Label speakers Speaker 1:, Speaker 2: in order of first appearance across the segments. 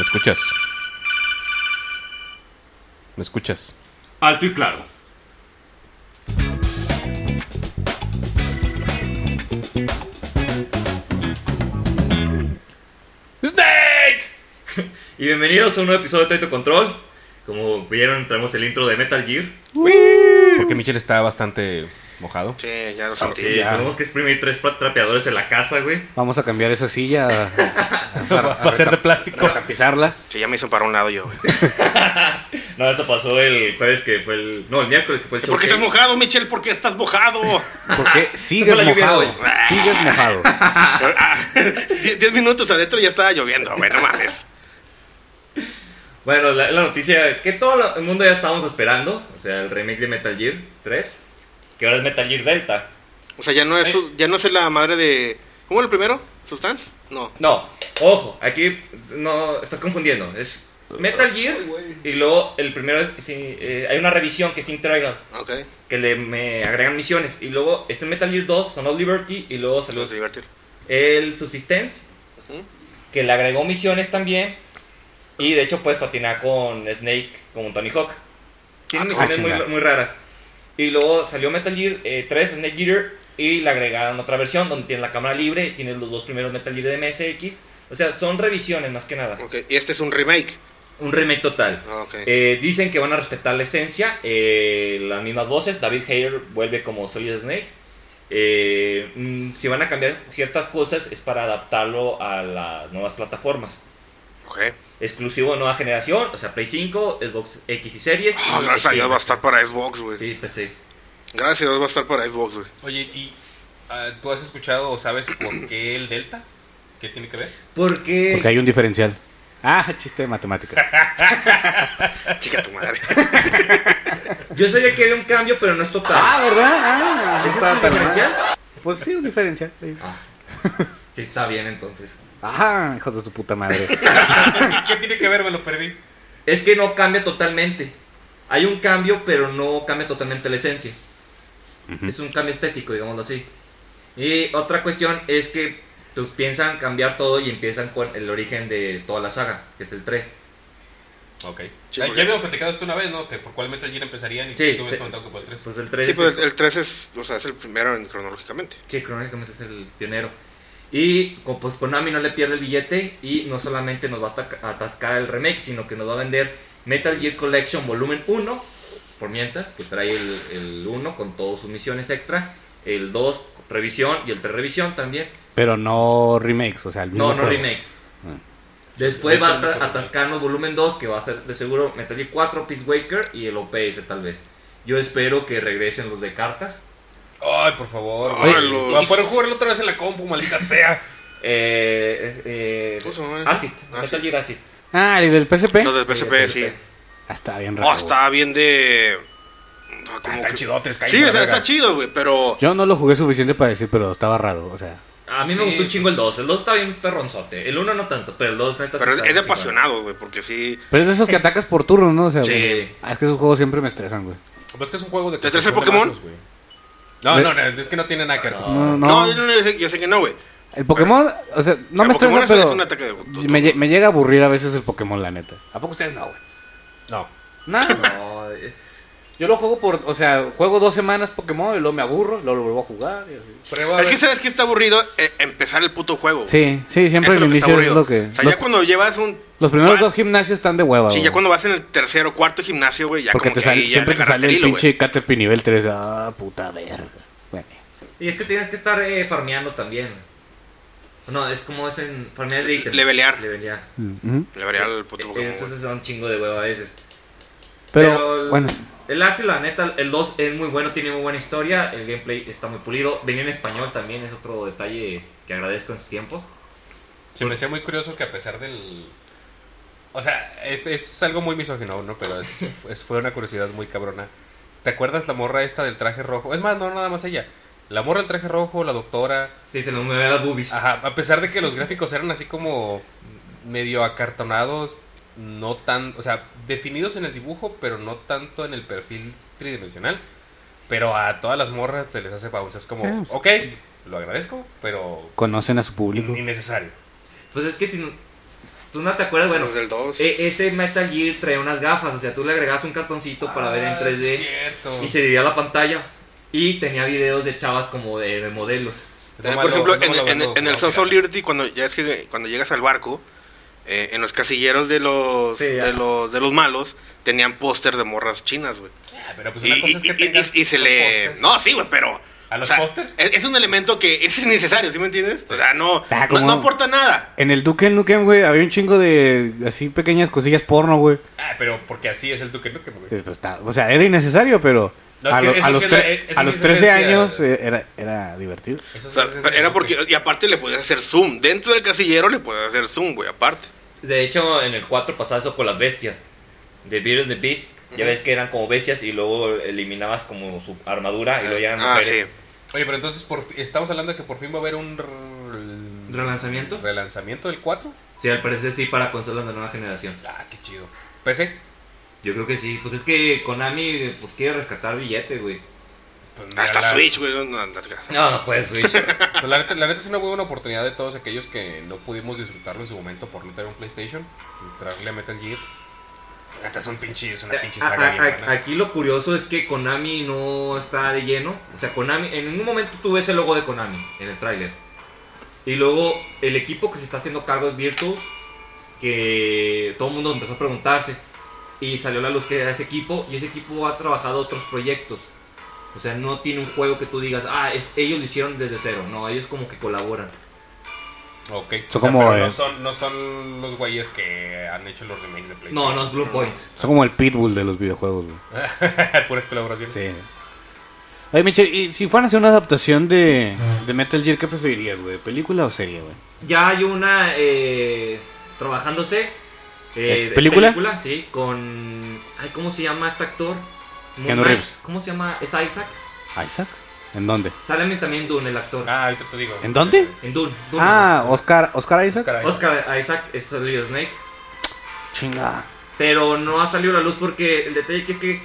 Speaker 1: escuchas? ¿Me escuchas?
Speaker 2: Alto y claro.
Speaker 1: ¡Snake!
Speaker 2: Y bienvenidos a un nuevo episodio de Taito Control. Como vieron, traemos el intro de Metal Gear.
Speaker 1: Porque Mitchell está bastante mojado.
Speaker 3: Sí, ya lo
Speaker 2: Sí,
Speaker 3: sentí.
Speaker 4: ya.
Speaker 2: tenemos que exprimir tres tra- trapeadores en la casa, güey.
Speaker 4: Vamos a cambiar esa silla a-
Speaker 1: Va
Speaker 4: para
Speaker 1: a ser de plástico.
Speaker 4: tapizarla.
Speaker 3: Sí, ya me hizo para un lado yo. güey.
Speaker 2: No, eso pasó el jueves que fue el. No, el miércoles que fue el
Speaker 3: ¿Por qué estás
Speaker 2: showcase.
Speaker 3: mojado, Michel? ¿Por qué estás mojado?
Speaker 4: Porque
Speaker 2: fue
Speaker 4: sigues
Speaker 2: la lluvia
Speaker 4: mojado.
Speaker 2: de hoy.
Speaker 4: Sigues mojado.
Speaker 3: Ah, die- diez minutos adentro ya estaba lloviendo, güey, no mames.
Speaker 2: Bueno, la, la noticia que todo lo- el mundo ya estábamos esperando. O sea, el remake de Metal Gear 3. Que ahora es Metal Gear Delta.
Speaker 3: O sea, ya no es, su- ya no es la madre de. ¿Cómo era el primero? ¿Substance? No.
Speaker 2: No, ojo, aquí no estás confundiendo. Es Metal Gear y luego el primero es- sí, eh, hay una revisión que es Integral
Speaker 3: Ok.
Speaker 2: que le me agregan misiones y luego es el Metal Gear 2, Son of Liberty y luego salió
Speaker 3: Vamos a divertir.
Speaker 2: el Subsistence
Speaker 3: Ujú.
Speaker 2: que le agregó misiones también y de hecho puedes patinar con Snake como Tony Hawk. Tiene
Speaker 4: Ah,
Speaker 2: misiones muy,
Speaker 4: chinga.
Speaker 2: muy raras. Y luego salió Metal Gear eh, 3 Snake Gear y le agregaron otra versión donde tienes la cámara libre, tienes los dos primeros Metal Gear de MSX. O sea, son revisiones más que nada.
Speaker 3: Ok, y este es un remake. Ah,
Speaker 2: Un remake total.
Speaker 3: Ok.
Speaker 2: Eh, dicen que van a respetar la esencia, eh, las mismas voces. David Hayter vuelve como Solid Snake. Eh, mm, si van a cambiar ciertas cosas es para adaptarlo a las nuevas plataformas.
Speaker 3: Ok.
Speaker 2: Exclusivo de nueva generación, o sea, Play 5, Xbox X y series.
Speaker 3: Ah,
Speaker 2: y-
Speaker 3: gracias a Dios va a estar para Xbox, güey.
Speaker 2: Sí, PC.
Speaker 3: Gracias a Dios va a estar para Xbox, güey.
Speaker 1: Oye, ¿y ah, tú has escuchado o sabes por qué el Delta? ¿Qué tiene que ver?
Speaker 2: Porque,
Speaker 4: Porque hay un diferencial. Ah, chiste de matemática.
Speaker 3: Chica tu madre.
Speaker 2: yo sabía que había un cambio, pero no es total.
Speaker 4: Ah, ¿verdad? Ah, no
Speaker 2: ¿Ese
Speaker 4: estaba
Speaker 2: es
Speaker 4: tan
Speaker 2: un
Speaker 4: mal.
Speaker 2: diferencial?
Speaker 4: Pues sí, un diferencial. sí.
Speaker 1: ah.
Speaker 2: Sí, está bien entonces.
Speaker 4: Ajá, hijos de tu puta madre.
Speaker 1: ¿Qué tiene que ver? Me lo perdí.
Speaker 2: Es que no cambia totalmente. Hay un cambio, pero no cambia totalmente la esencia. Es un cambio estético, digámoslo así. Y otra cuestión es que pues, piensan cambiar todo y empiezan con el origen de toda la saga, que es el 3.
Speaker 1: Ok.
Speaker 3: Sí,
Speaker 1: Ah,
Speaker 3: porque-
Speaker 1: ya habíamos platicado esto una vez, ¿no? Que por cuál Metal Gear empezarían y
Speaker 2: Sí,
Speaker 1: tú habías
Speaker 2: sí.
Speaker 1: comentado que este por el 3.
Speaker 2: Pues el 3
Speaker 3: Sí,
Speaker 2: es
Speaker 3: pues
Speaker 2: el-
Speaker 3: el, el 3 es, o sea, es el primero en- cronológicamente.
Speaker 2: Sí, cronológicamente es el pionero. Y co- pues Konami no le pierde el billete y no solamente nos va a ataca- atascar el remake, sino que nos va a vender Metal Gear Collection Volumen 1, por mientras, que trae el, el 1 con todas sus misiones extra, el 2 revisión y el 3 revisión también.
Speaker 4: Pero no remakes, o sea, el mismo
Speaker 2: No, no
Speaker 4: juego. Ah.
Speaker 2: remakes. Después va a
Speaker 1: Metal Gear
Speaker 2: ata-
Speaker 1: Collection.
Speaker 2: atascarnos Volumen 2, que va a ser de seguro Metal Gear 4, Peace Waker y el OPS tal vez. Yo espero que regresen los de cartas.
Speaker 1: Ay, por favor.
Speaker 3: Ay,
Speaker 1: güey.
Speaker 3: los-
Speaker 1: Va a poder jugarlo otra vez en la compu, maldita sea.
Speaker 2: Eh, es- eh,
Speaker 3: ¿Cómo se llama?
Speaker 2: Acid, Metal
Speaker 3: Acid.
Speaker 2: Gear Acid.
Speaker 4: Ah, el del PSP.
Speaker 3: Los del PSP, Eh. sí.
Speaker 4: Ah, está bien raro.
Speaker 3: Oh, está bien de. ah, como
Speaker 1: Están
Speaker 3: que-
Speaker 1: chidotes, cállate
Speaker 3: Sí, o
Speaker 1: la
Speaker 3: sea,
Speaker 1: verga.
Speaker 3: está chido, güey, pero.
Speaker 4: Yo no lo jugué suficiente para decir, pero estaba raro, o sea.
Speaker 2: A mí
Speaker 1: Sí.
Speaker 2: me gustó un chingo el 2. El 2 está bien perronzote. El 1 no tanto, pero el 2 neta sí
Speaker 3: Pero es,
Speaker 2: está
Speaker 3: es de
Speaker 2: bien chingón.
Speaker 3: apasionado, güey, porque sí.
Speaker 4: Pero es de esos que atacas por turno, ¿no? O sea,
Speaker 3: Sí.
Speaker 4: güey. Ah, es que esos juegos siempre me estresan, güey.
Speaker 1: Pues es que es un juego de.
Speaker 3: ¿Te traes el
Speaker 1: construcción de
Speaker 3: Pokémon? ¿Eh? Ah.
Speaker 1: mazos, güey. No,
Speaker 4: Me-
Speaker 1: no, no, es que no tiene nada que ver.
Speaker 2: No.
Speaker 4: No, no.
Speaker 3: No, yo, no- yo sé, yo sé que no, güey.
Speaker 4: El Pokémon, o sea, no
Speaker 3: El
Speaker 4: me
Speaker 3: Pokémon
Speaker 4: estresa,
Speaker 3: es-
Speaker 4: pero
Speaker 3: es un ataque de-
Speaker 4: me, lle- me llega a aburrir a veces el Pokémon, la neta. ¿A poco ustedes no, güey?
Speaker 1: No.
Speaker 4: No,
Speaker 2: No, es...
Speaker 4: yo lo juego por, o sea, juego dos semanas Pokémon y luego me aburro, y luego lo vuelvo a jugar y así.
Speaker 1: Prueba.
Speaker 3: Es que
Speaker 1: a ver.
Speaker 3: sabes que está aburrido Eh, empezar el puto juego. güey.
Speaker 4: Sí, sí,
Speaker 3: Eso
Speaker 4: siempre el
Speaker 3: es lo que está
Speaker 4: inicio es
Speaker 3: aburrido.
Speaker 4: lo que...
Speaker 3: O sea,
Speaker 4: los,
Speaker 3: ya cuando llevas un.
Speaker 4: los primeros
Speaker 3: Ah,
Speaker 4: dos gimnasios están de hueva,
Speaker 3: Sí, ya
Speaker 4: güey.
Speaker 3: cuando vas en el tercero o cuarto gimnasio, güey, ya
Speaker 4: Porque
Speaker 3: como
Speaker 4: te
Speaker 3: que
Speaker 4: sale,
Speaker 3: ahí ya
Speaker 4: siempre
Speaker 3: le
Speaker 4: te
Speaker 3: agarraste
Speaker 4: sale
Speaker 3: el
Speaker 4: el
Speaker 3: hilo, güey.
Speaker 4: pinche Caterpie nivel 3. Ah, puta verga. Bueno.
Speaker 2: Y es que tienes que estar eh, farmeando también. No, es como es en farmear de ítems.
Speaker 3: Levelear.
Speaker 2: Levelear.
Speaker 4: Ujú.
Speaker 3: Le vería el puto
Speaker 2: Eh,
Speaker 3: Pokémon. güey.
Speaker 2: Entonces es un chingo de hueva a veces.
Speaker 4: Pero,
Speaker 2: el-
Speaker 4: bueno,
Speaker 2: El Acid, la neta, el 2 es muy bueno, tiene muy buena historia. El gameplay está muy pulido. Venía en español también, es otro detalle que agradezco en su tiempo.
Speaker 1: Se me hacía muy curioso que a pesar del. O sea, es, es algo muy misógino, ¿no? Pero es, es- fue una curiosidad muy cabrona. ¿Te acuerdas la morra esta del traje rojo? Es más, no nada más ella. La morra del traje rojo, la doctora.
Speaker 2: Sí, se nos me ve las boobies.
Speaker 3: Ah.
Speaker 1: Ajá, a pesar de que los gráficos eran así como medio acartonados, no tan, o sea, definidos en el dibujo, pero no tanto en el perfil tridimensional. Pero a todas las morras se les hace bounce. Es como,
Speaker 4: Eh, pues-
Speaker 1: ok, lo agradezco, pero
Speaker 4: conocen a su público.
Speaker 1: innecesario.
Speaker 2: Pues es que si no- ¿Tú no te acuerdas? Bueno,
Speaker 3: Los del 2.
Speaker 2: e- ese Metal Gear traía unas gafas, o sea, tú le agregabas un cartoncito para ver en
Speaker 1: Ah,
Speaker 2: 3D
Speaker 1: es cierto.
Speaker 2: y se dividía la pantalla y tenía videos de chavas como de, de modelos.
Speaker 1: No
Speaker 3: por
Speaker 1: me lo-
Speaker 3: ejemplo,
Speaker 1: no me lo Ah,
Speaker 3: en, en- en
Speaker 1: vengo
Speaker 3: el
Speaker 1: jugando,
Speaker 3: Sons of
Speaker 1: fíjate.
Speaker 3: Liberty, cuando, ya es que, cuando llegas al barco, eh, en los casilleros de los,
Speaker 2: Sí, ya.
Speaker 3: de los, de los malos, tenían póster de morras chinas, güey.
Speaker 1: Ah, Pero pues
Speaker 3: Y,
Speaker 1: una cosa es
Speaker 3: y-
Speaker 1: que
Speaker 3: y-
Speaker 1: tengas este
Speaker 3: y- y se
Speaker 1: los
Speaker 3: le...
Speaker 1: pósters.
Speaker 3: No, sí, güey, pero...
Speaker 1: ¿A los
Speaker 3: o sea, e,
Speaker 1: pósters?
Speaker 3: Es, es un elemento que es innecesario, ¿sí me entiendes? O sea, no,
Speaker 4: Ah,
Speaker 3: no,
Speaker 4: como-
Speaker 3: no aporta nada.
Speaker 4: En el Duke Nukem, güey, había un chingo de así pequeñas cosillas porno, güey.
Speaker 1: Ah, pero porque así es el Duque Nukem, güey.
Speaker 4: Pues, pues, está- o sea, era innecesario, pero
Speaker 1: No, es
Speaker 4: a,
Speaker 1: que
Speaker 4: lo-
Speaker 1: eso
Speaker 4: a
Speaker 1: sí
Speaker 4: los,
Speaker 1: es la-
Speaker 4: tre-
Speaker 1: eh, eso
Speaker 4: a
Speaker 1: sí
Speaker 4: los
Speaker 1: es
Speaker 4: 13
Speaker 1: esencia.
Speaker 4: años eh, era, era divertido.
Speaker 1: Eso
Speaker 3: O
Speaker 1: sí
Speaker 3: sea,
Speaker 1: es esencial,
Speaker 3: era porque... Y aparte le podías hacer zoom. Dentro del casillero le podías hacer zoom, güey, aparte.
Speaker 2: De hecho, en el 4 pasaba eso con las bestias. De Beauty and the Beast, ya ves que eran como bestias y luego eliminabas como su armadura y luego ya eran
Speaker 3: Ah, sí.
Speaker 2: mujeres.
Speaker 1: Oye, pero entonces por fi- estamos hablando de que por fin va a haber un rel-
Speaker 2: ¿Relanzamiento?
Speaker 1: relanzamiento del 4.
Speaker 2: Sí, al parecer sí para consolas de nueva generación.
Speaker 1: Ah, qué chido. PC.
Speaker 2: Yo creo que sí, pues es que Konami pues quiere rescatar billete, güey.
Speaker 1: Pues, mira,
Speaker 3: Hasta
Speaker 1: la-
Speaker 3: Switch, güey. no, no, no te creas.
Speaker 2: No, no puedes, Switch.
Speaker 1: pues, la, neta, la neta es una muy buena oportunidad de todos aquellos que no pudimos disfrutarlo en su momento por no tener un PlayStation. Entrarle a Metal Gear. La neta es un pinche, es una pinche
Speaker 2: A-
Speaker 1: saga
Speaker 2: a-
Speaker 1: bien
Speaker 2: a-
Speaker 1: buena.
Speaker 2: aquí lo curioso es que Konami no está de lleno. O sea, Konami, en ningún momento tuve ese logo de Konami en el tráiler. Y luego el equipo que se está haciendo cargo de Virtuos, que todo el mundo empezó a preguntarse. Y salió a la luz que era ese equipo, y ese equipo ha trabajado otros proyectos. O sea, no tiene un juego que tú digas, ah, es- ellos lo hicieron desde cero. No, ellos como que colaboran. ah.
Speaker 1: Ok. O sea,
Speaker 4: Son como,
Speaker 1: pero no,
Speaker 4: eh,
Speaker 1: son, no son los güeyes que han hecho los remakes de PlayStation.
Speaker 2: No, no es Blue Point.
Speaker 4: Son como el pitbull de los videojuegos, güey.
Speaker 1: Puras colaboraciones.
Speaker 4: Sí. Oye, Michel, y si fueran a hacer una adaptación de, de Metal Gear, ¿qué preferirías, güey? ¿Película o serie, güey?
Speaker 2: Ya hay una eh, trabajándose. eh,
Speaker 4: ¿Es
Speaker 2: de
Speaker 4: película?
Speaker 2: Sí, con. Ay, ¿Cómo se llama este actor? Moon
Speaker 4: Keanu
Speaker 2: Knight.
Speaker 4: Reeves.
Speaker 2: ¿Cómo se llama? ¿Es Isaac?
Speaker 4: ¿Isaac? ¿En dónde?
Speaker 2: Sale también Dune, el actor.
Speaker 1: Ah, ahorita te digo.
Speaker 4: ¿En dónde?
Speaker 2: En Dune. Dune.
Speaker 4: Ah, Oscar, Oscar Isaac.
Speaker 1: Oscar Isaac.
Speaker 2: Oscar Isaac es Little Snake.
Speaker 4: Chinga.
Speaker 2: Pero no ha salido a la luz porque el detalle que es que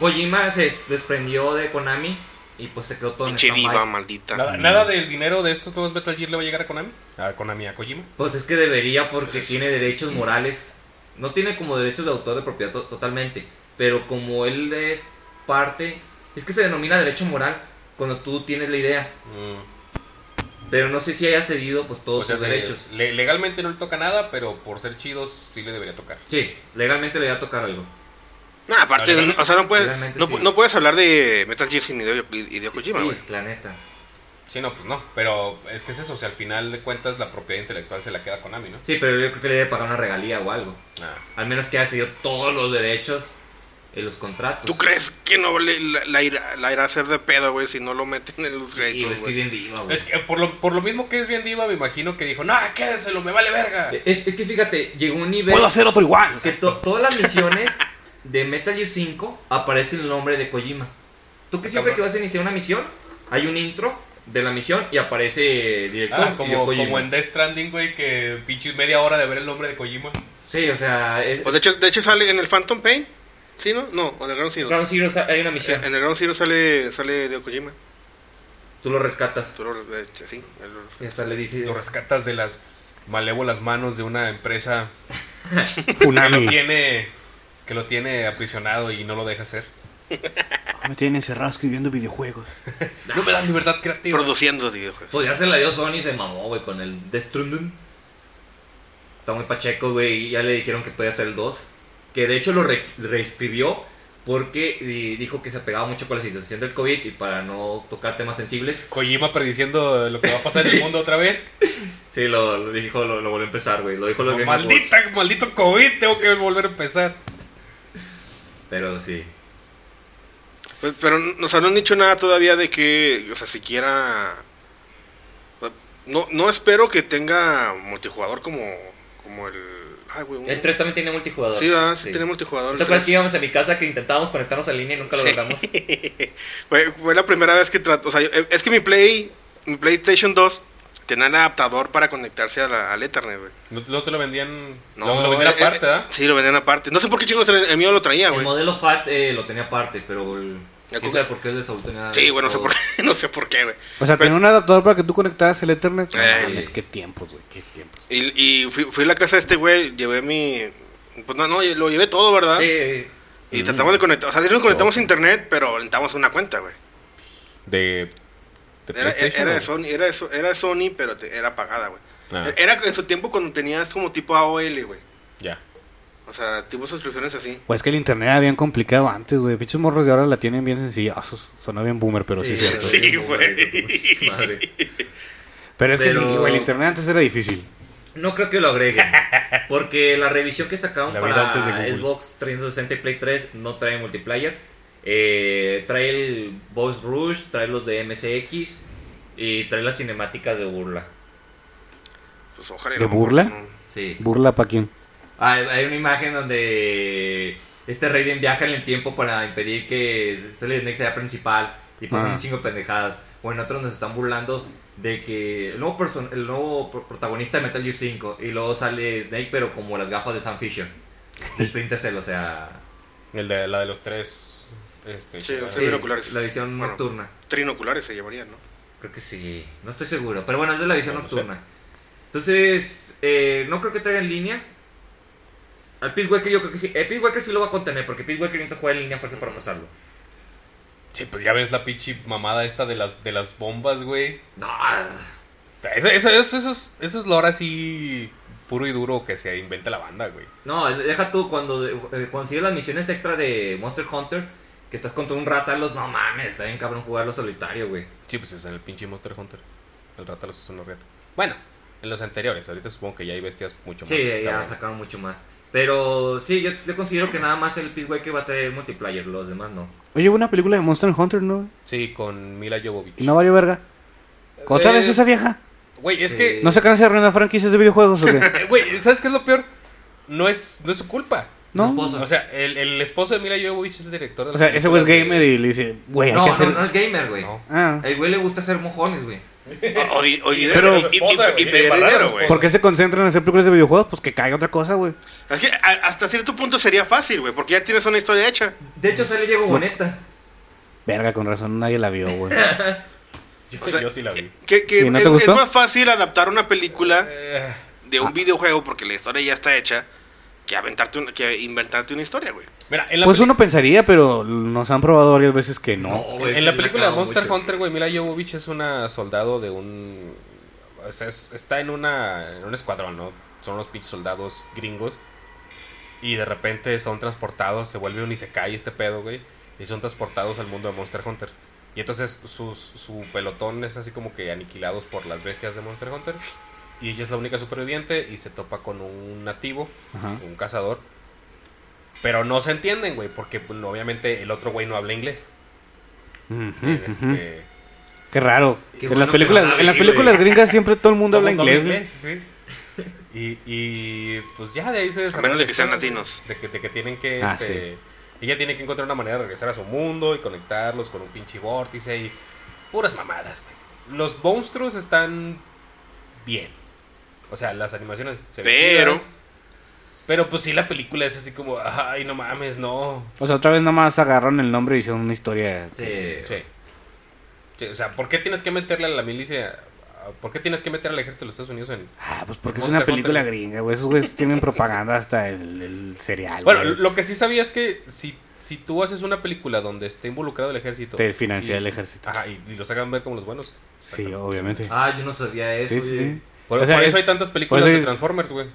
Speaker 2: Kojima se desprendió de Konami y pues se quedó todo en
Speaker 3: Pinche
Speaker 2: stand-by.
Speaker 3: diva, maldita.
Speaker 1: Nada, nada del dinero de estos nuevos Metal Gear le va a llegar a Konami. A Konami, a Kojima.
Speaker 2: Pues es que debería porque
Speaker 3: Pues es-
Speaker 2: tiene derechos morales. No tiene como derechos de autor de propiedad to- totalmente, pero como él es parte, es que se denomina derecho moral cuando tú tienes la idea,
Speaker 1: Mm.
Speaker 2: pero no sé si haya cedido pues todos
Speaker 1: O sea,
Speaker 2: sus
Speaker 1: se-
Speaker 2: derechos.
Speaker 1: le- legalmente no le toca nada, pero por ser chidos sí le debería tocar.
Speaker 2: Sí, legalmente le voy a tocar algo.
Speaker 3: No, aparte,
Speaker 1: No,
Speaker 3: no, o sea, no puedes,
Speaker 2: realmente
Speaker 3: no,
Speaker 2: sí.
Speaker 3: pu- no puedes hablar de Metal Gear sin Hideo, Hideo Kojima,
Speaker 2: sí,
Speaker 3: güey.
Speaker 2: la neta.
Speaker 1: Sí, no, pues no. Pero es que es eso. O sea, al final de cuentas la propiedad intelectual se la queda Konami, ¿no?
Speaker 2: Sí, pero yo creo que le debe pagar una regalía o algo.
Speaker 1: Ah.
Speaker 2: Al menos que haya cedido todos los derechos en los contratos.
Speaker 3: ¿Tú crees que no le- la, la irá, la irá a hacer de pedo, güey, si no lo meten en los
Speaker 2: Y
Speaker 3: créditos,
Speaker 2: estoy
Speaker 3: güey?
Speaker 2: bien diva, güey.
Speaker 1: Es que por lo, por lo mismo que es bien diva, me imagino que dijo, no, quédenselo, me vale verga.
Speaker 2: Es, es que fíjate, llegó un nivel...
Speaker 4: Puedo hacer otro igual.
Speaker 2: que to- todas las misiones de Metal Gear 5 aparece el nombre de Kojima. Tú que siempre que vas a iniciar una misión, hay un intro de la misión y aparece el director
Speaker 1: Ah,
Speaker 2: Hideo
Speaker 1: como,
Speaker 2: Kojima.
Speaker 1: como en Death Stranding, güey, que pinches media hora de ver el nombre de Kojima.
Speaker 2: Sí, o sea, es-
Speaker 3: Pues de hecho, de hecho sale en el Phantom Pain, ¿sí, no? No, o en el Ground Zero.
Speaker 2: Ground Zero sa- hay una misión,
Speaker 1: Eh,
Speaker 3: En el Ground Zero sale, sale Hideo Kojima.
Speaker 2: tú lo rescatas.
Speaker 3: Tú lo- de hecho, sí, él lo-
Speaker 2: Y hasta le dice,
Speaker 1: Lo rescatas de las malévolas manos de una empresa que lo
Speaker 4: Funami.
Speaker 1: tiene, que lo tiene aprisionado y no lo deja hacer.
Speaker 4: Me tienen encerrado escribiendo videojuegos.
Speaker 1: No me da libertad creativa.
Speaker 3: Produciendo videojuegos.
Speaker 2: podría ser la dio Sony y se mamó, güey, con el Death Stranding. Está muy pacheco, güey, y ya le dijeron que podía hacer el 2. Que de hecho lo re- reescribió porque y dijo que se pegaba mucho con la situación del COVID y para no tocar temas sensibles,
Speaker 1: Kojima prediciendo lo que va a pasar en el mundo otra vez.
Speaker 2: Sí, lo, lo dijo, lo, lo volvió a empezar, güey. Lo dijo los Game Awards.
Speaker 1: maldita, maldito COVID, tengo que volver a empezar.
Speaker 2: Pero sí.
Speaker 3: Pues, pero, o sea, no han dicho nada todavía de que, o sea, siquiera... No, no espero que tenga multijugador como, como el... Ay, güey, un-
Speaker 2: El 3 también tiene multijugador.
Speaker 3: Sí, ah, sí, tiene multijugador. el
Speaker 2: ¿Te acuerdas que
Speaker 3: tres.
Speaker 2: íbamos a mi casa que intentábamos conectarnos a línea y nunca lo
Speaker 3: Sí.
Speaker 2: logramos?
Speaker 3: Fue, fue la primera vez que trató. O sea, yo- es que mi Play, mi PlayStation 2 tenía el adaptador para conectarse a la, al Ethernet, güey.
Speaker 1: No, no te lo vendían. No,
Speaker 3: No,
Speaker 1: lo vendían
Speaker 3: eh,
Speaker 1: aparte,
Speaker 3: eh,
Speaker 1: ¿verdad?
Speaker 3: Sí, lo vendían aparte. No sé por qué chingos el, el mío lo traía,
Speaker 2: El
Speaker 3: güey.
Speaker 2: modelo FAT eh, lo tenía aparte, pero el,
Speaker 3: Ya
Speaker 2: ¿Quién
Speaker 3: con-
Speaker 2: sabe por qué es de Saúl tenía
Speaker 3: Sí, bueno, no sé
Speaker 2: todo?
Speaker 3: por qué, no sé por qué, güey.
Speaker 4: O sea,
Speaker 3: Pero-
Speaker 4: tenía un adaptador para que tú conectaras el Ethernet. No
Speaker 3: Ey.
Speaker 4: mames, qué tiempos, güey, qué tiempos.
Speaker 3: Y, y fui, fui a la casa de este güey, llevé mi... Pues no, no, lo llevé todo, ¿verdad?
Speaker 2: Sí,
Speaker 3: Y tratamos de conectar, o sea, sí nos conectamos a internet, pero necesitamos una cuenta, güey.
Speaker 1: De. de
Speaker 3: Era,
Speaker 1: PlayStation,
Speaker 3: era
Speaker 1: ¿no?
Speaker 3: de Sony, Eh, era de, So- era de Sony, pero te- era pagada, güey. E,
Speaker 1: Ah,
Speaker 3: Era en su tiempo cuando tenías como tipo AOL, güey.
Speaker 1: ya.
Speaker 3: O sea, tipo suscripciones así.
Speaker 4: Pues es que el internet era bien complicado antes, güey. Pinches morros de ahora la tienen bien sencilla. Ah, sus- Sonó bien boomer, pero sí, es cierto.
Speaker 3: sí.
Speaker 2: pero
Speaker 3: güey.
Speaker 2: Madre.
Speaker 4: Pero es que
Speaker 2: Pero-
Speaker 4: sí, güey, el internet antes era difícil.
Speaker 2: No creo que lo agreguen. Porque la revisión que sacaron
Speaker 1: La vida
Speaker 2: para
Speaker 1: antes de Google.
Speaker 2: Xbox 360 y Play 3 no trae multiplayer. Eh, trae el Boss Rush, trae los de MSX y trae las cinemáticas de burla.
Speaker 3: Pues ojalá y
Speaker 4: ¿De
Speaker 3: no, mm,
Speaker 4: burla?
Speaker 3: no.
Speaker 2: Sí.
Speaker 4: Burla pa' quién.
Speaker 2: Hay, hay una imagen donde este Raiden viaja en el tiempo para impedir que Solid Snake sea principal y pasan
Speaker 4: Ah.
Speaker 2: un chingo de pendejadas. O en otros nos están burlando de que el nuevo, person- el nuevo pro- protagonista de Metal Gear 5 y luego sale Snake pero como las gafas de Sam Fisher. De Splinter Cell, o sea...
Speaker 1: El de, la de los tres. Este,
Speaker 3: Sí, los
Speaker 1: que-
Speaker 3: tres binoculares.
Speaker 2: La visión
Speaker 3: Bueno.
Speaker 2: nocturna.
Speaker 3: Trinoculares se llamarían, ¿no?
Speaker 2: Creo que sí, no estoy seguro, pero bueno, es de la visión
Speaker 1: No lo sé.
Speaker 2: nocturna. Entonces, eh, no creo que traiga en línea. Al Peace Walker yo creo que sí. El Peace Walker sí lo va a contener, porque Peace Walker necesita jugar en línea a fuerza para pasarlo.
Speaker 1: Sí, pues ya ves la pinche mamada esta de las, de las bombas, güey.
Speaker 2: No,
Speaker 1: Eso, eso, eso, eso es, eso es lore así puro y duro que se inventa la banda, güey.
Speaker 2: no deja tú cuando eh, consigues las misiones extra de Monster Hunter, que estás contra un rata, los no mames, está bien cabrón jugarlo solitario, güey.
Speaker 1: Sí, pues es en el pinche Monster Hunter. El rata los es una riata. Bueno, en los anteriores. Ahorita supongo que ya hay bestias mucho más.
Speaker 2: Sí, ya
Speaker 1: cabrón.
Speaker 2: sacaron mucho más. Pero sí, yo, yo considero que nada más el Peace Walker va a traer multiplayer, los demás no.
Speaker 4: Oye, hubo una película de Monster Hunter, ¿no?
Speaker 1: Sí, con Mila Jovovich.
Speaker 4: Y no valió verga. ¿Otra
Speaker 1: Eh,
Speaker 4: vez esa vieja?
Speaker 1: Güey, es que.
Speaker 4: ¿No se cansa de arruinar franquicias de videojuegos o qué?
Speaker 1: eh, Güey, ¿sabes qué es lo peor? No es, no es su culpa.
Speaker 4: ¿No?
Speaker 2: Esposa.
Speaker 1: O sea, el, el esposo de Mila Jovovich es el director de
Speaker 4: O sea, ese güey es gamer y le dice, güey, hay
Speaker 2: no,
Speaker 4: que
Speaker 2: no,
Speaker 4: hacer...
Speaker 2: no es gamer, güey.
Speaker 1: No.
Speaker 4: Ah,
Speaker 2: Al güey le gusta hacer mojones, güey.
Speaker 3: O, o di- o dinero,
Speaker 4: Pero-
Speaker 3: y, y- y- y pedir dinero, güey.
Speaker 4: ¿por qué se concentran en hacer películas de videojuegos? Pues que caiga otra cosa, güey.
Speaker 3: Es que a- hasta cierto punto sería fácil, güey, porque ya tienes una historia hecha.
Speaker 2: De hecho, sale Diego Boneta.
Speaker 4: Verga, con razón, nadie la vio, güey.
Speaker 1: Yo,
Speaker 3: O sea,
Speaker 1: yo sí la
Speaker 4: eh,
Speaker 1: vi.
Speaker 3: Que, que
Speaker 4: ¿Y no
Speaker 3: es,
Speaker 4: te gustó? Ah.
Speaker 3: es más fácil adaptar una película
Speaker 1: Eh,
Speaker 3: de un videojuego porque la historia ya está hecha que aventarte un- que inventarte una historia, güey.
Speaker 1: mira, en la
Speaker 4: Pues
Speaker 1: peli-
Speaker 4: uno pensaría, pero nos han probado varias veces que no.
Speaker 1: En la película de Monster Hunter, güey, Mila Jovovich es una soldado de un... o sea, es- está en, una, en un escuadrón, ¿no? Son unos pinches soldados gringos. Y de repente son transportados, se vuelve un isekai este pedo, güey. Y son transportados al mundo de Monster Hunter. Y entonces sus, su pelotón es así como que aniquilados por las bestias de Monster Hunter. Y ella es la única superviviente y se topa con un nativo
Speaker 4: Ajá.
Speaker 1: un cazador. Pero no se entienden, güey, porque pues, obviamente el otro güey no habla inglés.
Speaker 4: Ujú,
Speaker 1: Este,
Speaker 4: ujú. Qué raro.
Speaker 2: Qué
Speaker 4: en
Speaker 2: bueno
Speaker 4: las
Speaker 2: que
Speaker 4: películas,
Speaker 2: no la
Speaker 4: en las
Speaker 2: vi,
Speaker 4: películas
Speaker 2: güey.
Speaker 4: gringas siempre todo el mundo
Speaker 1: todo
Speaker 4: habla
Speaker 1: mundo habla
Speaker 4: inglés.
Speaker 1: inglés, sí. Y, y, pues ya de ahí se desarrolla
Speaker 3: menos de
Speaker 1: la
Speaker 3: que sean
Speaker 1: historia,
Speaker 3: latinos.
Speaker 1: De que, de que tienen que...
Speaker 4: Ah,
Speaker 1: este, Ella tiene que encontrar una manera de regresar a su mundo y conectarlos con un pinche vórtice y puras mamadas, güey. Los monstruos están bien. O sea, las animaciones se ven
Speaker 3: Pero-
Speaker 1: chidas. Pero pues sí, la película es así como, ay, no mames, no.
Speaker 4: güey. O sea, otra vez nomás agarraron el nombre y hicieron una historia.
Speaker 2: Sí.
Speaker 1: Sí. Sí, O sea, ¿por qué tienes que meterle a la milicia? ¿Por qué tienes que meter al ejército de los Estados Unidos en...?
Speaker 4: Ah, pues porque es
Speaker 1: Monster
Speaker 4: una película
Speaker 1: Hunter.
Speaker 4: gringa, güey. Esos güeyes tienen propaganda hasta el, el cereal.
Speaker 1: Bueno,
Speaker 4: güey.
Speaker 1: lo que sí sabía es que si, si tú haces una película donde esté involucrado el ejército...
Speaker 4: Te financia
Speaker 1: y-
Speaker 4: el ejército.
Speaker 1: Ajá, y, y los hagan ver como los buenos.
Speaker 4: Sí, obviamente.
Speaker 2: Ah, yo no sabía eso.
Speaker 4: sí, sí,
Speaker 2: güey.
Speaker 4: sí.
Speaker 1: Por,
Speaker 4: O sea,
Speaker 1: por eso
Speaker 4: es-
Speaker 1: hay tantas películas
Speaker 4: por eso
Speaker 1: de Ah.
Speaker 4: es-
Speaker 1: Transformers, güey.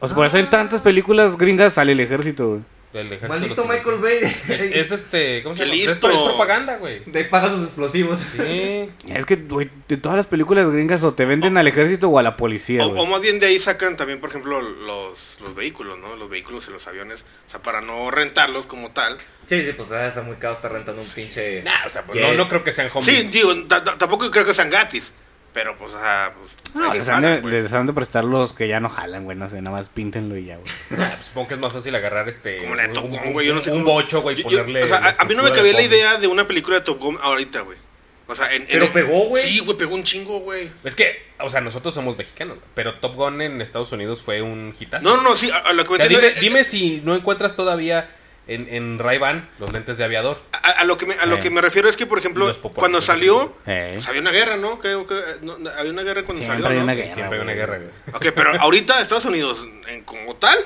Speaker 4: O sea, por eso en tantas películas gringas sale el ejército, güey.
Speaker 1: del ejército de
Speaker 2: Maldito
Speaker 1: los
Speaker 2: Michael
Speaker 1: Estados
Speaker 2: Bay.
Speaker 1: Unidos. Es, es este... ¿Cómo se
Speaker 3: ¡Qué
Speaker 1: llama? Es,
Speaker 3: listo!
Speaker 1: es propaganda, güey.
Speaker 2: De paga sus explosivos.
Speaker 1: Sí.
Speaker 4: Es que, güey, de todas las películas gringas o te venden al ejército o a la policía,
Speaker 3: O, o
Speaker 4: güey.
Speaker 3: más bien de ahí sacan también, por ejemplo, los, los vehículos, ¿no? Los vehículos y los aviones, o sea, para no rentarlos como tal.
Speaker 2: Sí, sí, pues ah, está muy caro estar rentando un pinche.
Speaker 1: Nah, o sea, pues,
Speaker 2: ¿Qué?
Speaker 1: no, no creo que sean
Speaker 3: Sí,
Speaker 1: homies.
Speaker 3: digo, ta- ta- tampoco creo que sean gratis, pero pues, o sea, pues,
Speaker 4: Ah,
Speaker 3: ahí se
Speaker 4: les, han de,
Speaker 3: pagan, güey.
Speaker 4: les han de prestar los que ya no jalan, güey. No sé, nada más píntenlo y ya, güey.
Speaker 1: Nah, pues, supongo que es más fácil agarrar este...
Speaker 3: Como la de
Speaker 1: un-
Speaker 3: Top Gun,
Speaker 1: un-
Speaker 3: güey, yo no sé
Speaker 1: Un
Speaker 3: cómo-
Speaker 1: bocho, güey,
Speaker 3: Yo- yo-
Speaker 1: ponerle...
Speaker 3: o sea,
Speaker 1: la
Speaker 3: a, a mí no me
Speaker 1: estructura
Speaker 3: cabía
Speaker 1: de
Speaker 3: la
Speaker 1: zombie.
Speaker 3: idea de una película de Top Gun ahorita, güey. O sea, en, en-
Speaker 2: Pero pegó, güey.
Speaker 3: Sí, güey, pegó un chingo, güey.
Speaker 1: Es que, o sea, nosotros somos mexicanos, pero Top Gun en Estados Unidos fue un hitazo.
Speaker 3: No, no, no, sí, a, a lo que me
Speaker 1: Ah, O sea,
Speaker 3: entiendo
Speaker 1: dime,
Speaker 3: es-
Speaker 1: dime si no encuentras todavía en, en Ray-Ban, los lentes de aviador.
Speaker 3: A, a lo que me, a lo
Speaker 4: Eh.
Speaker 3: que me refiero es que, por ejemplo,
Speaker 1: Los popotes.
Speaker 3: cuando salió,
Speaker 4: Eh.
Speaker 3: pues había una guerra, ¿no? Creo que, eh, no, no, Había una guerra cuando
Speaker 4: Siempre
Speaker 3: salió.
Speaker 4: hay
Speaker 3: ¿no?
Speaker 4: una guerra.
Speaker 1: Siempre hay una
Speaker 4: güey.
Speaker 1: guerra. güey.
Speaker 3: Ok, pero ahorita Estados Unidos, en, como tal,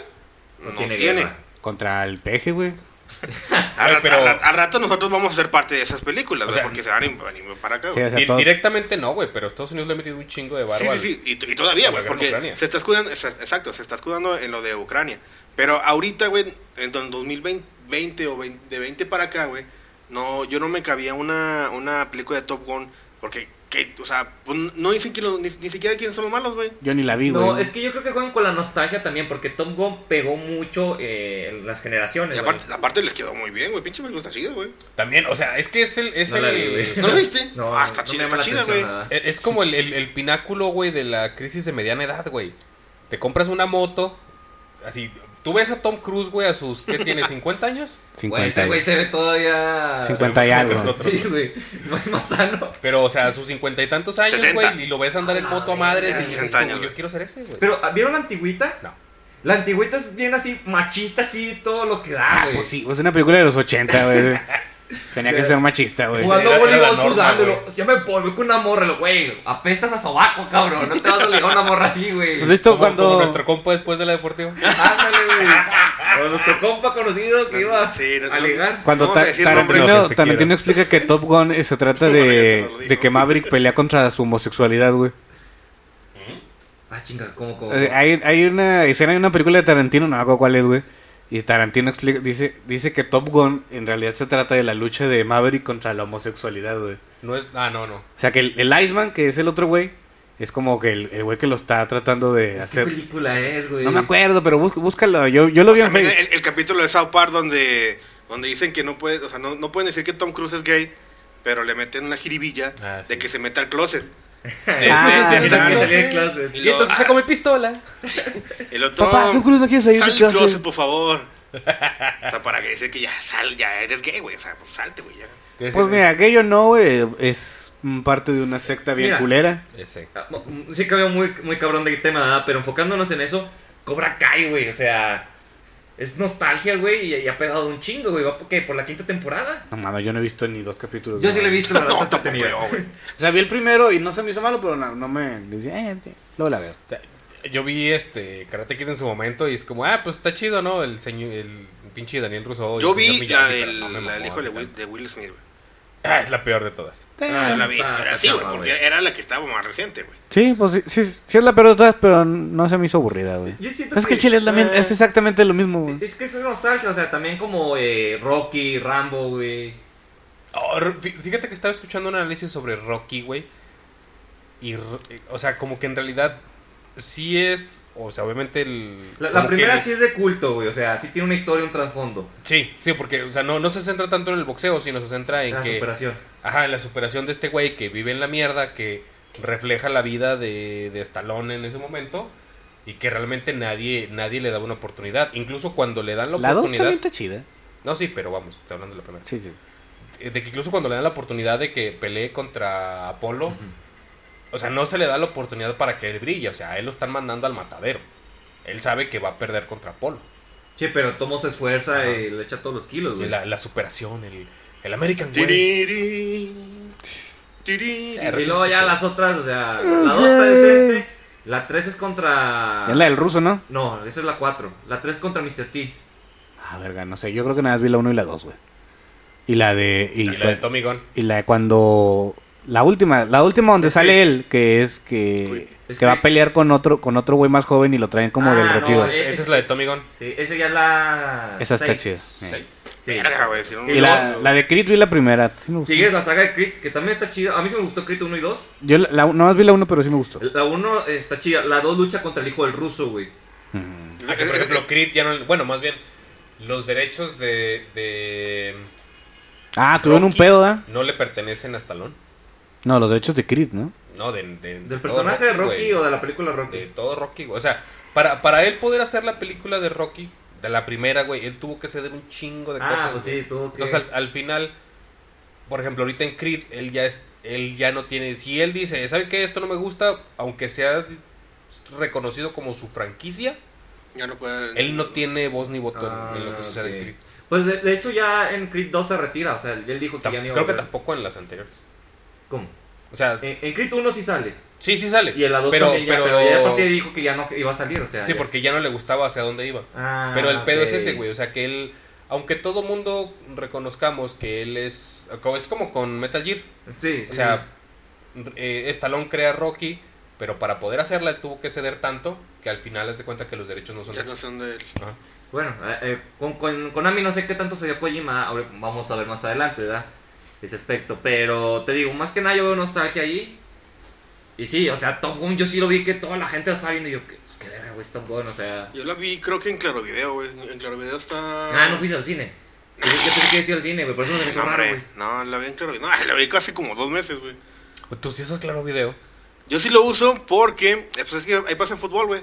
Speaker 3: no, tiene.
Speaker 2: guerra.
Speaker 4: Contra el peje, güey.
Speaker 3: Al,
Speaker 1: Ay,
Speaker 3: rato-
Speaker 1: pero-
Speaker 3: al rato- al rato nosotros vamos a ser parte de esas películas,
Speaker 1: O
Speaker 3: güey,
Speaker 1: sea,
Speaker 3: porque se van a in- venir para acá.
Speaker 4: Sí,
Speaker 3: güey.
Speaker 4: o sea,
Speaker 1: Di-
Speaker 4: todo-
Speaker 1: Directamente no, güey, pero Estados Unidos le ha metido un chingo de barba.
Speaker 3: Sí, sí, sí, y, t- y todavía,
Speaker 1: Como
Speaker 3: güey,
Speaker 1: la guerra
Speaker 3: porque
Speaker 1: en Ucrania.
Speaker 3: se está escudando, se- exacto, se está escudando en lo de Ucrania. Pero ahorita, güey, en do- 2020 20 o 20 de 20 para acá, güey, no, yo no me cabía una, una película de Top Gun, porque, que, o sea, pues, no dicen quién lo- ni, ni siquiera quiénes son los malos, güey.
Speaker 4: Yo ni la vi, güey.
Speaker 2: No, es que yo creo que juegan con la nostalgia también, porque Tom Gun pegó mucho eh, las generaciones.
Speaker 3: Y
Speaker 2: güey.
Speaker 3: aparte, aparte les quedó muy bien, güey, pinche película está chida, güey.
Speaker 1: También, o sea, es que es el. Es,
Speaker 2: No la
Speaker 1: el- e,
Speaker 2: vi, güey.
Speaker 3: ¿No la viste?
Speaker 2: No,
Speaker 3: ah, está
Speaker 2: no
Speaker 3: chida,
Speaker 2: me llama
Speaker 3: está
Speaker 2: la
Speaker 3: chida,
Speaker 2: atención
Speaker 3: güey.
Speaker 2: nada.
Speaker 1: es- es como el, el- el pináculo, güey, de la crisis de mediana edad, güey. Te compras una moto, así. Tú ves a Tom Cruise, güey, a sus. ¿Qué tiene? ¿50 años?
Speaker 4: 50
Speaker 2: Güey, ese güey se ve todavía.
Speaker 4: 50 y
Speaker 1: Más
Speaker 4: algo.
Speaker 1: que nosotros.
Speaker 2: Sí, güey. No hay más sano.
Speaker 1: Pero, o sea, a sus cincuenta y tantos años,
Speaker 3: 60.
Speaker 1: güey, y lo ves andar en moto a madres y dices,
Speaker 3: 60 Ah, años,
Speaker 1: "Tú,
Speaker 3: güey".
Speaker 1: yo quiero ser ese, güey.
Speaker 2: Pero, ah, ¿vieron la antigüita?
Speaker 1: No.
Speaker 2: La antigüita es bien así, machista, así, todo lo que da,
Speaker 4: Ah,
Speaker 2: güey.
Speaker 4: pues sí, es una película de los 80, güey. Tenía que ser machista, güey.
Speaker 1: Juan-
Speaker 2: Jugando
Speaker 1: Era- era la
Speaker 2: voleibol
Speaker 1: norma,
Speaker 2: sudando,
Speaker 1: güey.
Speaker 2: lo- yo me volví con una morra, lo- güey, apestas a sobaco, cabrón, no te vas a ligar a una morra así, güey.
Speaker 4: ¿Has visto
Speaker 1: Como- como
Speaker 4: cuando...
Speaker 1: nuestro compa después de la deportiva.
Speaker 2: Ándale, güey. Con nuestro compa conocido que iba
Speaker 3: Sí, no, no,
Speaker 2: a
Speaker 3: no.
Speaker 2: ligar.
Speaker 4: Cuando
Speaker 3: Vamos a
Speaker 4: Ta-
Speaker 3: decir
Speaker 4: Tarantino,
Speaker 1: nombres. Los que te
Speaker 4: Tarantino
Speaker 1: quiero.
Speaker 4: explica que Top Gun eh, se trata
Speaker 3: Bueno, ya
Speaker 4: de,
Speaker 3: te lo digo.
Speaker 4: de que Maverick pelea contra su homosexualidad, güey.
Speaker 2: Ah, chinga, ¿cómo, cómo?
Speaker 4: Eh, Hay, hay una escena de una película de Tarantino, no me acuerdo cuál es, güey. Y Tarantino explica, dice, dice que Top Gun en realidad se trata de la lucha de Maverick contra la homosexualidad, güey.
Speaker 1: No es. Ah, no, no.
Speaker 4: O sea, que el, el Iceman, que es el otro güey, es como que el el güey que lo está tratando de
Speaker 2: ¿Qué
Speaker 4: hacer.
Speaker 2: película es, güey?
Speaker 4: No me acuerdo, pero bus- búscalo. Yo, yo lo vi en
Speaker 3: También
Speaker 4: Facebook.
Speaker 3: el, el capítulo de South Park donde, donde dicen que no puede, o sea, no, no pueden decir que Tom Cruise es gay, pero le meten una jiribilla
Speaker 1: Ah, sí.
Speaker 3: de que se meta al closet.
Speaker 4: Ah,
Speaker 3: de- de
Speaker 4: sí,
Speaker 3: estar-
Speaker 1: sí,
Speaker 2: que
Speaker 1: no
Speaker 2: salía
Speaker 1: sé.
Speaker 2: en clases.
Speaker 3: Y
Speaker 1: Y
Speaker 3: luego,
Speaker 1: entonces
Speaker 3: ah,
Speaker 1: saco mi pistola.
Speaker 3: el otro
Speaker 4: Papá, Tom Cruise no quiere salir
Speaker 3: sal
Speaker 4: del
Speaker 3: del closet,
Speaker 4: closet. pues.
Speaker 3: por favor. O sea, para que decir que ya sal, ya eres gay, güey. O sea, pues salte, güey. ya.
Speaker 4: Pues mira, aquello no, güey, es mm, parte de una secta bien
Speaker 2: Mira.
Speaker 4: culera.
Speaker 1: Ese.
Speaker 2: Ah, mm, Sí cambió muy, muy cabrón de tema, ¿verdad? pero enfocándonos en eso, Cobra Kai, güey, o sea, es nostalgia, güey, y, y ha pegado un chingo, güey, va porque por la quinta temporada.
Speaker 4: No mames, yo no he visto ni dos capítulos.
Speaker 2: Yo
Speaker 4: no,
Speaker 2: sí le he
Speaker 4: mames.
Speaker 2: visto, la verdad,
Speaker 3: No,
Speaker 2: está
Speaker 3: tampoco
Speaker 2: entretenida.
Speaker 3: yo, güey.
Speaker 4: O sea, vi el primero y no se me hizo malo, pero no, no me... Decía, eh, sí, luego la veo.
Speaker 1: Yo vi este Karate Kid en su momento y es como, ah, pues está chido, ¿no? El señor, el pinche Daniel Russo. y
Speaker 3: Yo
Speaker 1: el señor
Speaker 3: vi la
Speaker 1: Miyagi, pero
Speaker 3: del
Speaker 1: no me
Speaker 3: la del
Speaker 1: mamó,
Speaker 3: hijo de
Speaker 1: así
Speaker 3: Will,
Speaker 1: tal.
Speaker 3: de Will Smith, güey.
Speaker 1: Ah, es la peor de todas.
Speaker 2: Ah,
Speaker 3: Yo la vi,
Speaker 2: está-
Speaker 3: pero
Speaker 2: está
Speaker 3: así, güey,
Speaker 2: chapa,
Speaker 3: porque
Speaker 2: güey.
Speaker 3: era la que estaba más reciente, güey.
Speaker 4: Sí, pues sí, sí, sí es la peor de todas, pero no se me hizo aburrida, güey.
Speaker 2: Yo siento
Speaker 4: Es que el chile es, la men- es exactamente lo mismo, güey.
Speaker 2: Es que eso es nostalgia, o sea, también como eh, Rocky, Rambo, güey.
Speaker 1: Oh, r- fí- fíjate que estaba escuchando un análisis sobre Rocky, güey. Y, r- eh, o sea, como que en realidad sí es, o sea, obviamente el...
Speaker 2: La, la
Speaker 1: como que-
Speaker 2: primera sí es de culto, güey, o sea, sí tiene una historia, un trasfondo,
Speaker 1: Sí, sí, porque, o sea, no, no se centra tanto en el boxeo, sino se centra en
Speaker 2: la
Speaker 1: que...
Speaker 2: superación.
Speaker 1: Ajá, en la superación de este güey que vive en la mierda, que refleja la vida de, de Stallone en ese momento y que realmente nadie nadie le daba una oportunidad. Incluso cuando le dan la,
Speaker 4: La 2
Speaker 1: oportunidad...
Speaker 4: también está chida.
Speaker 1: No, sí, pero vamos, estoy hablando de la primera.
Speaker 4: Sí, sí.
Speaker 1: Eh, De que incluso cuando le dan la oportunidad de que pelee contra Apolo, o sea, no se le da la oportunidad para que él brille. O sea, a él lo están mandando al matadero. Él sabe que va a perder contra Apolo.
Speaker 2: Sí, pero Tomo se esfuerza
Speaker 1: Ajá.
Speaker 2: y le echa todos los kilos,
Speaker 1: Y
Speaker 2: güey.
Speaker 1: La, la superación, el, el American Way.
Speaker 3: Tiriri, tiriri.
Speaker 1: Eh,
Speaker 2: Y luego ya
Speaker 1: Sí.
Speaker 2: las otras, o sea, la 2 está decente, la 3 es contra...
Speaker 4: Es la del ruso, ¿no?
Speaker 2: No, esa es la 4, la 3 contra Mr. T.
Speaker 4: Ah, verga, no sé. Yo creo que nada más vi la 1 y la 2, güey. Y la de... Y,
Speaker 1: Y la de Tommy Gunn.
Speaker 4: y la de cuando... La última, la última donde
Speaker 2: Es
Speaker 4: sale
Speaker 2: que-
Speaker 4: él, que es que,
Speaker 2: Es
Speaker 4: que va
Speaker 2: que-
Speaker 4: a pelear con otro con otro güey más joven y lo traen como
Speaker 2: Ah,
Speaker 4: del
Speaker 2: no,
Speaker 4: retiro.
Speaker 2: sí.
Speaker 1: Esa es la de Tommy Gunn.
Speaker 2: Sí, esa ya es la...
Speaker 4: Esa está
Speaker 2: seis.
Speaker 4: chida.
Speaker 1: Sí.
Speaker 4: sí.
Speaker 2: Sí.
Speaker 3: Verga, güey, si no,
Speaker 4: Y
Speaker 3: no,
Speaker 4: la,
Speaker 3: no.
Speaker 4: la de Creed vi la primera. sí me gustó.
Speaker 2: Sigues la saga de Creed, que también está chida. A mí se me gustó Creed 1 y 2.
Speaker 4: Yo la, la- nomás vi la 1, pero sí me gustó.
Speaker 2: La 1 está chida, la 2 lucha contra el hijo del ruso, güey.
Speaker 4: Mm.
Speaker 1: Ah,
Speaker 2: Eh,
Speaker 1: que, por ejemplo, Creed ya no. Bueno, más bien, los derechos de. de
Speaker 4: Ah, tuvieron un
Speaker 1: Rocky
Speaker 4: pedo, ¿da?
Speaker 1: no le pertenecen a Stallone.
Speaker 4: No, los derechos de Creed, ¿no?
Speaker 1: No, de. de- de
Speaker 2: ¿Del
Speaker 1: todo
Speaker 2: personaje de Rocky
Speaker 1: Oh, güey. Eh,
Speaker 2: o de la película Rocky?
Speaker 1: De todo Rocky, güey. O sea, para, para él poder hacer la película de Rocky, de la primera, güey, él tuvo que ceder un chingo de
Speaker 2: ah,
Speaker 1: cosas.
Speaker 2: pues
Speaker 1: güey.
Speaker 2: sí, tuvo que...
Speaker 1: Entonces, al, al final, por ejemplo, ahorita en Creed, él ya, es, él ya no tiene. Si él dice, ¿saben qué? Esto no me gusta, aunque sea reconocido como su franquicia,
Speaker 3: Ya no puede.
Speaker 1: él no tiene voz ni voto en-
Speaker 2: Ah,
Speaker 1: en lo que sucede
Speaker 2: ok.
Speaker 1: en Creed.
Speaker 2: Pues de, de hecho ya en Creed 2 se retira, o sea, él dijo que
Speaker 1: Tam-
Speaker 2: ya no iba a
Speaker 1: creo que
Speaker 2: volver.
Speaker 1: tampoco en las anteriores.
Speaker 2: ¿Cómo?
Speaker 1: O sea,
Speaker 2: En, en Creed 1 sí sale.
Speaker 1: sí, sí sale.
Speaker 2: Y en la 2
Speaker 1: pero,
Speaker 2: también ya,
Speaker 1: pero,
Speaker 2: pero, ya aparte dijo que ya no iba a salir, o sea.
Speaker 1: Sí,
Speaker 2: ya-
Speaker 1: porque ya no le gustaba hacia dónde iba.
Speaker 2: Ah,
Speaker 1: Pero el pedo es
Speaker 2: ok.
Speaker 1: ese, güey. O sea, que él. Aunque todo mundo reconozcamos que él es. co- Es como con Metal Gear.
Speaker 2: Sí, sí.
Speaker 1: O sea, eh, Stallone crea a Rocky, pero para poder hacerla él tuvo que ceder tanto que al final hace cuenta que los derechos no son.
Speaker 3: Ya
Speaker 1: de-
Speaker 3: no son de él.
Speaker 1: Ajá.
Speaker 2: Bueno, eh, eh, con, con Konami no sé qué tanto se dio Kojima, ahora vamos a ver más adelante, ¿verdad? Ese aspecto, pero te digo, más que nada yo veo nostalgia ahí. Y sí, o sea, Top Gun yo sí lo vi que toda la gente lo estaba viendo y yo, que, pues qué verga, güey, es Top Gun, o sea...
Speaker 3: Yo la vi, creo que en Claro Video, güey. En Claro Video está.
Speaker 2: Ah, no fuiste al cine. Yo yo pensé que ibas a ir al cine, güey, por eso me hizo
Speaker 3: No,
Speaker 2: raro,
Speaker 3: hombre,
Speaker 2: güey.
Speaker 3: no, la vi en Claro Video. No, la vi casi como dos meses, güey.
Speaker 1: Tú sí usas claro video.
Speaker 3: Yo sí lo uso porque. eh, Pues es que ahí pasa en fútbol, güey.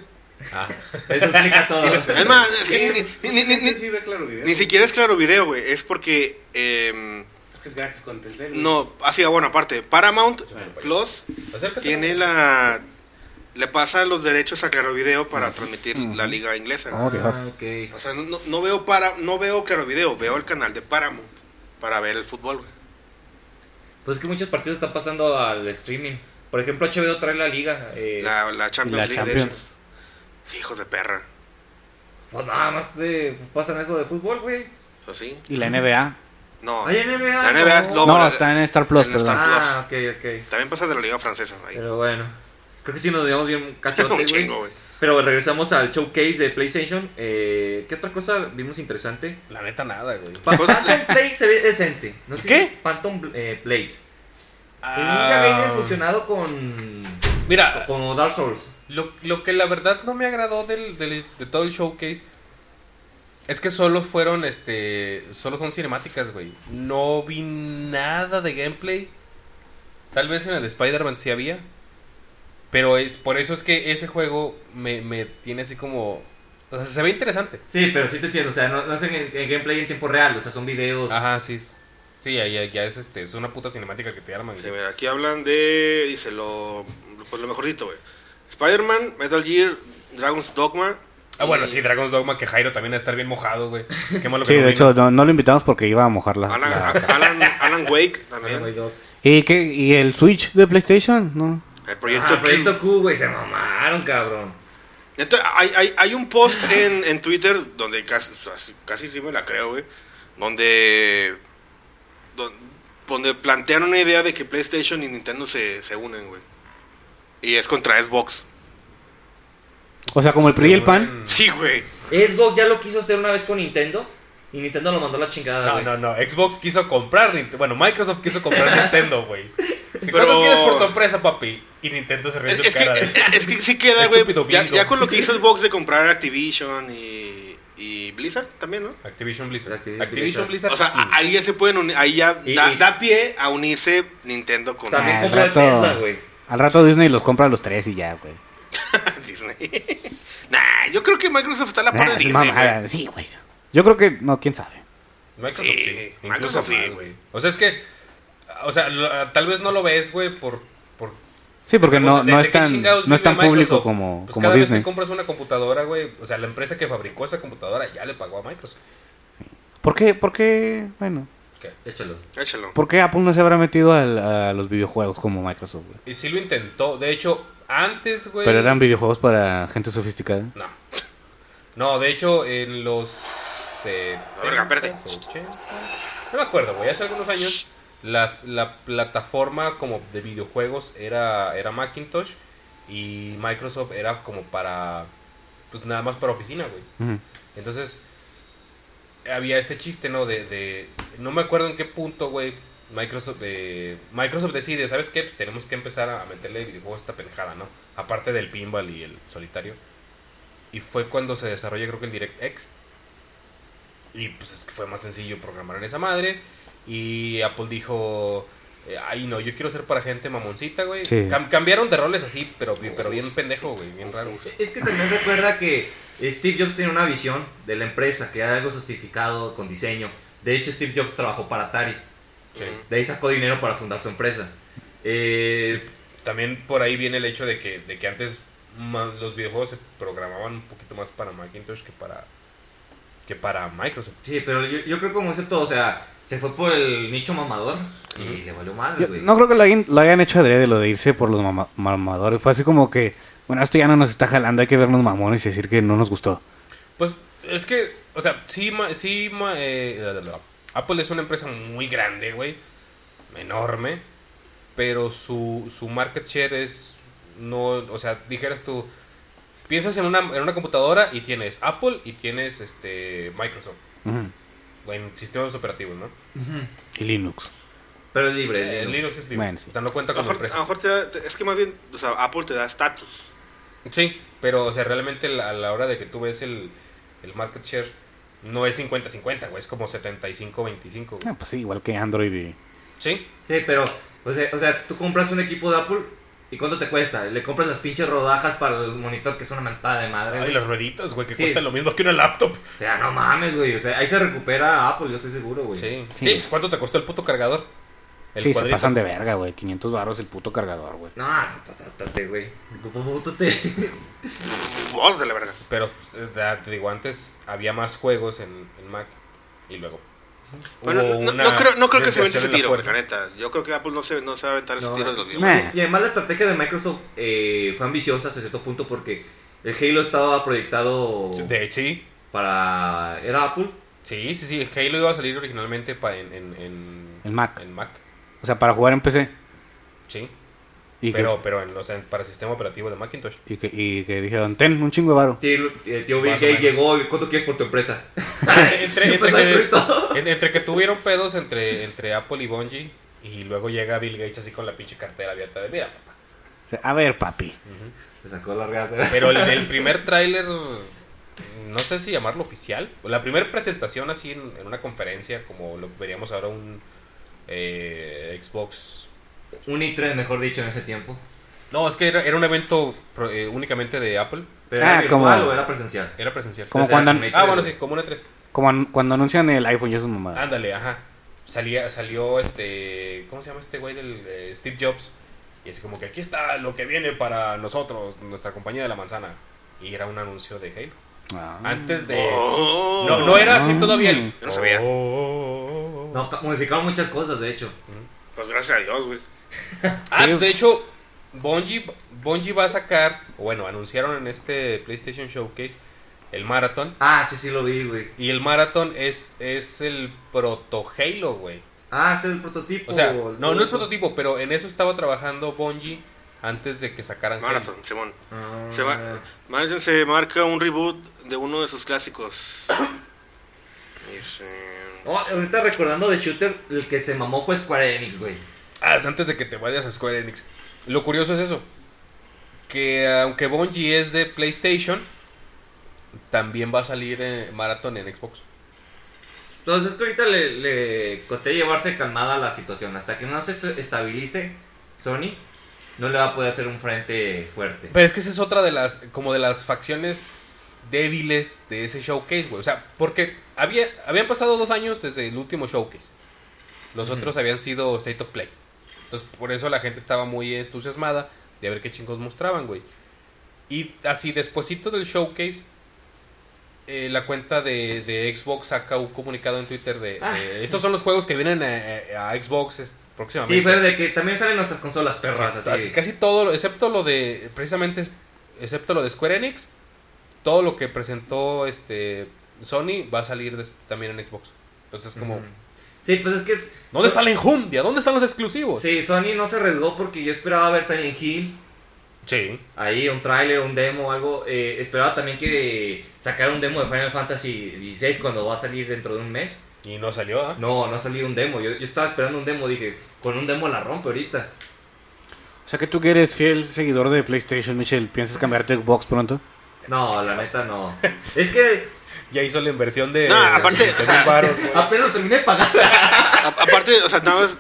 Speaker 1: Ah,
Speaker 2: Eso explica todo.
Speaker 3: Es más, es que
Speaker 4: Sí,
Speaker 3: ni, ni- ni- ni-
Speaker 4: sí ve claro video.
Speaker 3: ni siquiera es Claro Video, güey. Es porque. em,
Speaker 4: Es que es gratis con Telcel. güey.
Speaker 3: no, así, bueno, aparte, Paramount
Speaker 1: Bueno, pues.
Speaker 3: Plus
Speaker 1: acércate.
Speaker 3: tiene la. Le pasa los derechos a Claro Video para transmitir la liga inglesa.
Speaker 4: Oh, Dios.
Speaker 2: Ah, ok.
Speaker 3: O sea, no, no- no veo para, no veo Claro Video, veo el canal de Paramount para ver el fútbol, güey.
Speaker 2: Pues es que muchos partidos están pasando al streaming. Por ejemplo, HBO trae la liga. Eh,
Speaker 3: La, la
Speaker 4: Y
Speaker 3: Champions
Speaker 4: la
Speaker 3: League, de
Speaker 4: Champions.
Speaker 3: hecho. Sí, hijos de perra.
Speaker 2: Pues nada más te pasan eso de fútbol, güey.
Speaker 3: ¿O sí?
Speaker 4: Y la NBA.
Speaker 3: No.
Speaker 2: Ay, NBA.
Speaker 3: La NBA es
Speaker 2: no.
Speaker 3: lo-
Speaker 4: No,
Speaker 3: bueno,
Speaker 4: está en Star Plus,
Speaker 3: en
Speaker 4: perdón.
Speaker 3: Star-
Speaker 2: Ah, ok, ok.
Speaker 3: También pasa de la Liga Francesa, ahí.
Speaker 2: Pero bueno, creo que sí nos debemos bien cachote,
Speaker 3: Un
Speaker 2: güey.
Speaker 3: chingo, güey.
Speaker 2: Pero regresamos al showcase de PlayStation. Eh, ¿Qué otra cosa vimos interesante?
Speaker 1: La neta, nada, güey.
Speaker 2: Pa-
Speaker 3: Pues-
Speaker 2: Phantom Blade se ve decente. No sé
Speaker 1: ¿Qué?
Speaker 2: si- Phantom eh, Blade. Nunca
Speaker 1: Ah,
Speaker 2: había fusionado con,
Speaker 1: mira,
Speaker 2: con Dark Souls.
Speaker 1: lo, lo que la verdad no me agradó del, del- de todo el showcase es que solo fueron, este, solo son cinemáticas, güey. No vi nada de gameplay. Tal vez en el Spider-Man sí había. Pero es por eso es que ese juego me, me tiene así como... O sea, se ve interesante.
Speaker 2: Sí, pero sí te entiendo. O sea, no, no es en, en gameplay en tiempo real. O sea, son videos.
Speaker 1: Ajá, sí. es- Sí, ya, ya, ya es, este, es una puta cinemática que te arman.
Speaker 3: Sí,
Speaker 1: güey.
Speaker 3: mira, aquí hablan de. Dice lo. Pues lo mejorcito, güey. Spider-Man, Metal Gear, Dragon's Dogma.
Speaker 1: Ah, bueno,
Speaker 3: y-
Speaker 1: sí, Dragon's Dogma, que Jairo también va a estar bien mojado, güey. Qué malo que
Speaker 4: Sí,
Speaker 1: no
Speaker 4: de
Speaker 1: vino.
Speaker 4: hecho, no, no lo invitamos porque iba a mojar la...
Speaker 3: Alan,
Speaker 1: Ah.
Speaker 4: la-
Speaker 3: Alan, Alan Wake
Speaker 2: Ah, güey,
Speaker 3: también.
Speaker 2: dos.
Speaker 4: ¿Y, qué? ¿Y el Switch de PlayStation? No.
Speaker 3: El
Speaker 2: Ah,
Speaker 3: proyecto.
Speaker 2: el proyecto Q, güey, se mamaron, cabrón.
Speaker 3: Neta, hay, hay, hay un post en, en Twitter donde casi, casi- casi sí me la creo, güey. Donde, don- donde plantean una idea de que PlayStation y Nintendo se, se unen, güey. Y es contra Xbox.
Speaker 4: O sea, como el PRI y el
Speaker 2: Mm.
Speaker 4: PAN.
Speaker 3: Sí, güey.
Speaker 2: Xbox ya lo quiso hacer una vez con Nintendo. Y Nintendo lo mandó a la
Speaker 3: Ah,
Speaker 2: chingada.
Speaker 1: No,
Speaker 2: güey.
Speaker 1: no, no. Xbox quiso comprar. Nint- Bueno, Microsoft quiso comprar Nintendo, güey. Si
Speaker 3: Pero-
Speaker 1: cuánto quieres por tu empresa, papi. Y Nintendo se rió en
Speaker 3: Es,
Speaker 1: su
Speaker 3: es que, eh,
Speaker 1: cara de.
Speaker 3: es que sí queda, güey.
Speaker 1: Estúpido
Speaker 3: Ya,
Speaker 1: bingo.
Speaker 3: ya con lo que hizo Xbox de comprar Activision y, y Blizzard también, ¿no?
Speaker 1: Activision Blizzard.
Speaker 2: Activ-
Speaker 1: Activision Blizzard.
Speaker 3: eh, O sea, a- ahí ya se pueden unir. Ahí ya
Speaker 2: Y-
Speaker 3: da,
Speaker 2: y-
Speaker 3: da pie a unirse Nintendo con
Speaker 2: También
Speaker 4: Ah,
Speaker 2: se
Speaker 4: al
Speaker 2: fue
Speaker 4: rato.
Speaker 2: Bethesda, güey.
Speaker 4: Al rato Disney los compra a los tres y ya, güey.
Speaker 3: Disney. nah, yo creo que Microsoft está a la par
Speaker 4: Ah,
Speaker 3: de
Speaker 4: es
Speaker 3: Disney,
Speaker 4: mamada,
Speaker 3: güey.
Speaker 4: Sí, güey. Yo creo que... No, quién sabe.
Speaker 1: Microsoft
Speaker 3: Sí,
Speaker 1: sí. incluso
Speaker 3: Microsoft sí,
Speaker 1: más,
Speaker 3: güey.
Speaker 1: O sea, es que. O sea, lo- tal vez no lo ves, güey, por. por
Speaker 4: Sí, porque no,
Speaker 1: ¿de- de
Speaker 4: no
Speaker 1: qué
Speaker 4: es tan,
Speaker 1: chingados
Speaker 4: no es
Speaker 1: vive
Speaker 4: tan público
Speaker 1: Microsoft?
Speaker 4: como,
Speaker 1: Pues
Speaker 4: como
Speaker 1: cada vez
Speaker 4: Disney.
Speaker 1: que compras una computadora, güey. O sea, la empresa que fabricó esa computadora ya le pagó a Microsoft.
Speaker 4: ¿Por qué? ¿Por qué? Bueno.
Speaker 1: ¿Qué?
Speaker 2: Échalo.
Speaker 3: Échalo.
Speaker 4: ¿Por qué Apple no se habrá metido al- a los videojuegos como Microsoft, güey?
Speaker 1: Y sí lo intentó. De hecho, antes, güey.
Speaker 4: Pero eran videojuegos para gente sofisticada.
Speaker 1: No. No, de hecho, en los. Eh,
Speaker 3: La verga, espérate.
Speaker 1: No me acuerdo, güey. Hace algunos años, las, la plataforma como de videojuegos era, era Macintosh y Microsoft era como para. Pues nada más para oficina, güey.
Speaker 4: Ujú.
Speaker 1: Entonces, había este chiste, ¿no? De, de- no me acuerdo en qué punto, güey, Microsoft, eh, Microsoft decide, ¿sabes qué? Pues tenemos que empezar a meterle videojuegos a esta pendejada, ¿no? Aparte del pinball y el solitario. Y fue cuando se desarrolla, creo que el DirectX. Y pues es que fue más sencillo programar en esa madre. Y Apple dijo, eh, ay no, yo quiero ser para gente mamoncita, güey.
Speaker 4: Sí.
Speaker 1: Cam- cambiaron de roles así, pero, pero bien pendejo, güey, bien raro.
Speaker 2: Es que también recuerda que eh, Steve Jobs tenía una visión de la empresa que era algo justificado con diseño. De hecho, Steve Jobs trabajó para Atari.
Speaker 1: Sí.
Speaker 2: De ahí sacó dinero para fundar su empresa. Eh,
Speaker 1: También por ahí viene el hecho de que, de que antes ma- los videojuegos se programaban un poquito más para Macintosh que para que para Microsoft.
Speaker 2: Sí, pero yo, yo creo que como todo, o sea, se fue por el nicho mamador y le valió madre,
Speaker 4: Yo
Speaker 2: güey.
Speaker 4: no creo que lo hayan, lo hayan hecho adrede lo de irse por los mama- mamadores. Fue así como que, bueno, esto ya no nos está jalando, hay que vernos mamones y decir que no nos gustó.
Speaker 1: Pues es que, o sea, sí, ma- sí ma- eh, la- la- la- Apple es una empresa muy grande, güey. Enorme. Pero su, su market share es. No, o sea, dijeras tú. Piensas en una, en una computadora y tienes Apple y tienes este Microsoft.
Speaker 4: Ujú.
Speaker 1: En sistemas operativos, ¿no?
Speaker 4: Y Linux.
Speaker 2: Pero es libre,
Speaker 1: Eh,
Speaker 2: es libre.
Speaker 1: Linux es libre.
Speaker 4: Bueno, sí.
Speaker 1: O sea, no cuenta
Speaker 3: A lo
Speaker 1: como
Speaker 3: mejor, a
Speaker 1: empresa.
Speaker 3: lo mejor te da- te- es que más bien, o sea, Apple te da estatus.
Speaker 1: Sí, pero o sea, realmente la- a la hora de que tú ves el, el market share, no es 50-50, güey, es como 75-25, güey.
Speaker 4: Ah, pues sí, igual que Android y...
Speaker 1: Sí,
Speaker 2: Sí, pero, o sea, o sea, tú compras un equipo de Apple y ¿cuánto te cuesta? Le compras las pinches rodajas para el monitor que es una mentada de madre.
Speaker 1: Ay,
Speaker 2: güey.
Speaker 1: Ah, las rueditas, güey, que
Speaker 2: Sí.
Speaker 1: cuesta lo mismo que una laptop.
Speaker 2: O sea, no mames, güey. O sea, ahí se recupera Apple, yo estoy seguro, güey.
Speaker 1: Sí.
Speaker 4: Sí.
Speaker 1: sí. pues ¿cuánto te costó el puto cargador? El
Speaker 4: sí, se
Speaker 1: cuadrito.
Speaker 4: pasan de verga, güey. 500 baros el puto cargador, güey.
Speaker 2: No, tátate, güey. Pútate.
Speaker 3: Oh, de la verga.
Speaker 1: Pero pues, eh, da- te digo, antes había más juegos en, en Mac y luego.
Speaker 3: Bueno,
Speaker 1: hubo
Speaker 3: no,
Speaker 1: una
Speaker 3: no creo, no creo que se avente
Speaker 1: desviación
Speaker 3: ese
Speaker 1: en la
Speaker 3: tiro,
Speaker 1: fuerza.
Speaker 3: la neta. Yo creo que Apple no se, no se va a aventar ese
Speaker 2: No.
Speaker 3: tiro de los videojuegos.
Speaker 4: Nah.
Speaker 2: Y además la estrategia de Microsoft eh, fue ambiciosa hasta cierto punto porque el Halo estaba proyectado
Speaker 1: De, sí,
Speaker 2: para... ¿Era Apple?
Speaker 1: sí, sí, sí. Halo iba a salir originalmente pa- en, en, en,
Speaker 4: En Mac.
Speaker 1: en Mac.
Speaker 4: O sea, para jugar en PC.
Speaker 1: Sí.
Speaker 4: Y
Speaker 1: pero, pero en, o sea, para sistema operativo de Macintosh.
Speaker 4: que, y que, y que dijeron, ten un chingo de varo.
Speaker 2: Tío, eh, tío Bill
Speaker 1: Más o
Speaker 2: Gates
Speaker 1: menos.
Speaker 2: llegó y ¿cuánto quieres por tu empresa?
Speaker 1: entre, entre,
Speaker 2: Empezó a destruir
Speaker 1: que,
Speaker 2: todo.
Speaker 1: en- entre que tuvieron pedos entre, entre Apple y Bungie y luego llega Bill Gates así con la pinche cartera abierta de mira, papá.
Speaker 4: O sea, a ver, papi.
Speaker 1: Ujú.
Speaker 2: Se sacó la regata.
Speaker 1: Pero el, el primer tráiler, no sé si llamarlo oficial, o la primera presentación así en, en una conferencia, como lo veríamos ahora un eh, Xbox.
Speaker 2: Un i3, mejor dicho, en ese tiempo.
Speaker 1: No, es que era, era un evento pro- eh, únicamente de Apple,
Speaker 2: ¿Pero
Speaker 4: Ah,
Speaker 2: era virtual
Speaker 4: como-
Speaker 2: o era presencial?
Speaker 1: era presencial.
Speaker 4: Como
Speaker 2: Entonces,
Speaker 4: cuando-
Speaker 2: era un i3,
Speaker 1: Ah, bueno,
Speaker 2: güey.
Speaker 1: sí, como una 3.
Speaker 4: Como an- cuando anuncian el iPhone y esas mamadas.
Speaker 1: Ándale, ajá. Salía, salió este, ¿cómo se llama este güey del de Steve Jobs? Y es como que aquí está lo que viene para nosotros, nuestra compañía de la manzana. Y era un anuncio de Halo.
Speaker 4: Ah.
Speaker 1: Antes de...
Speaker 3: Oh.
Speaker 1: No, no era así todavía el...
Speaker 3: Yo no sabía.
Speaker 1: Oh.
Speaker 2: No, ca- modificaron muchas cosas, de hecho.
Speaker 3: Pues gracias a Dios, güey.
Speaker 1: Ah,
Speaker 4: Sí.
Speaker 1: pues, de hecho, Bungie, Bungie va a sacar, o bueno, anunciaron en este PlayStation Showcase el Marathon.
Speaker 2: Ah, sí, sí lo vi, güey.
Speaker 1: Y el Marathon es, es el proto Halo, güey.
Speaker 2: Ah, ese es el prototipo. Ah.
Speaker 1: O sea,
Speaker 2: todo
Speaker 1: no, no el
Speaker 2: eso.
Speaker 1: prototipo, pero en eso estaba trabajando Bungie antes de que sacaran Halo.
Speaker 3: Marathon, Simón.
Speaker 2: Ah.
Speaker 3: Se, va, Marathon se marca un reboot de uno de sus clásicos. Es, eh,
Speaker 2: Oh, ahorita recordando de Shooter, el que se mamó fue Square Enix, güey.
Speaker 1: Ah, es antes de que te vayas a Square Enix. Lo curioso es eso. Que aunque Bungie es de PlayStation, también va a salir eh, Marathon en Xbox.
Speaker 2: Entonces, es que ahorita le, le costé llevarse calmada la situación. Hasta que no se est- estabilice Sony, no le va a poder hacer un frente fuerte.
Speaker 1: Pero es que esa es otra de las, como de las facciones débiles de ese showcase, güey. O sea, porque había, habían pasado dos años desde el último showcase. Los otros habían sido State of Play. Entonces, por eso la gente estaba muy entusiasmada de ver qué chingos mostraban, güey. Y así, despuesito del showcase, eh, la cuenta de, de Xbox saca un comunicado en Twitter de... de,
Speaker 2: Ah.
Speaker 1: Estos son los juegos que vienen a, a- a Xbox es- próximamente.
Speaker 2: Sí, fue de que también salen nuestras consolas perras,
Speaker 1: Sí,
Speaker 2: así.
Speaker 1: casi- Casi todo, lo- excepto lo de, precisamente, es- excepto lo de Square Enix, todo lo que presentó este Sony va a salir des- también en Xbox. Entonces como,
Speaker 2: Ujú. Sí, pues es que... es-
Speaker 1: ¿dónde está la enjundia? ¿Dónde están los exclusivos?
Speaker 2: Sí, Sony no se arriesgó porque yo esperaba ver Silent Hill,
Speaker 1: Sí.
Speaker 2: ahí un tráiler, un demo, algo. Eh, esperaba también que sacara un demo de Final Fantasy XVI cuando va a salir dentro de un mes.
Speaker 1: Y no salió, ¿ah?
Speaker 2: No, no ha salido un demo. Yo, yo estaba esperando un demo, dije, con un demo la rompe ahorita.
Speaker 4: O sea que tú que eres fiel seguidor de PlayStation, Michelle, ¿piensas cambiarte de Xbox pronto?
Speaker 2: No, la neta no. Es que
Speaker 1: Ya hizo la inversión de...
Speaker 3: No, aparte,
Speaker 1: de
Speaker 3: o sea-
Speaker 1: varos, güey.
Speaker 2: apenas terminé de pagar.
Speaker 3: a- aparte, o sea, nada más.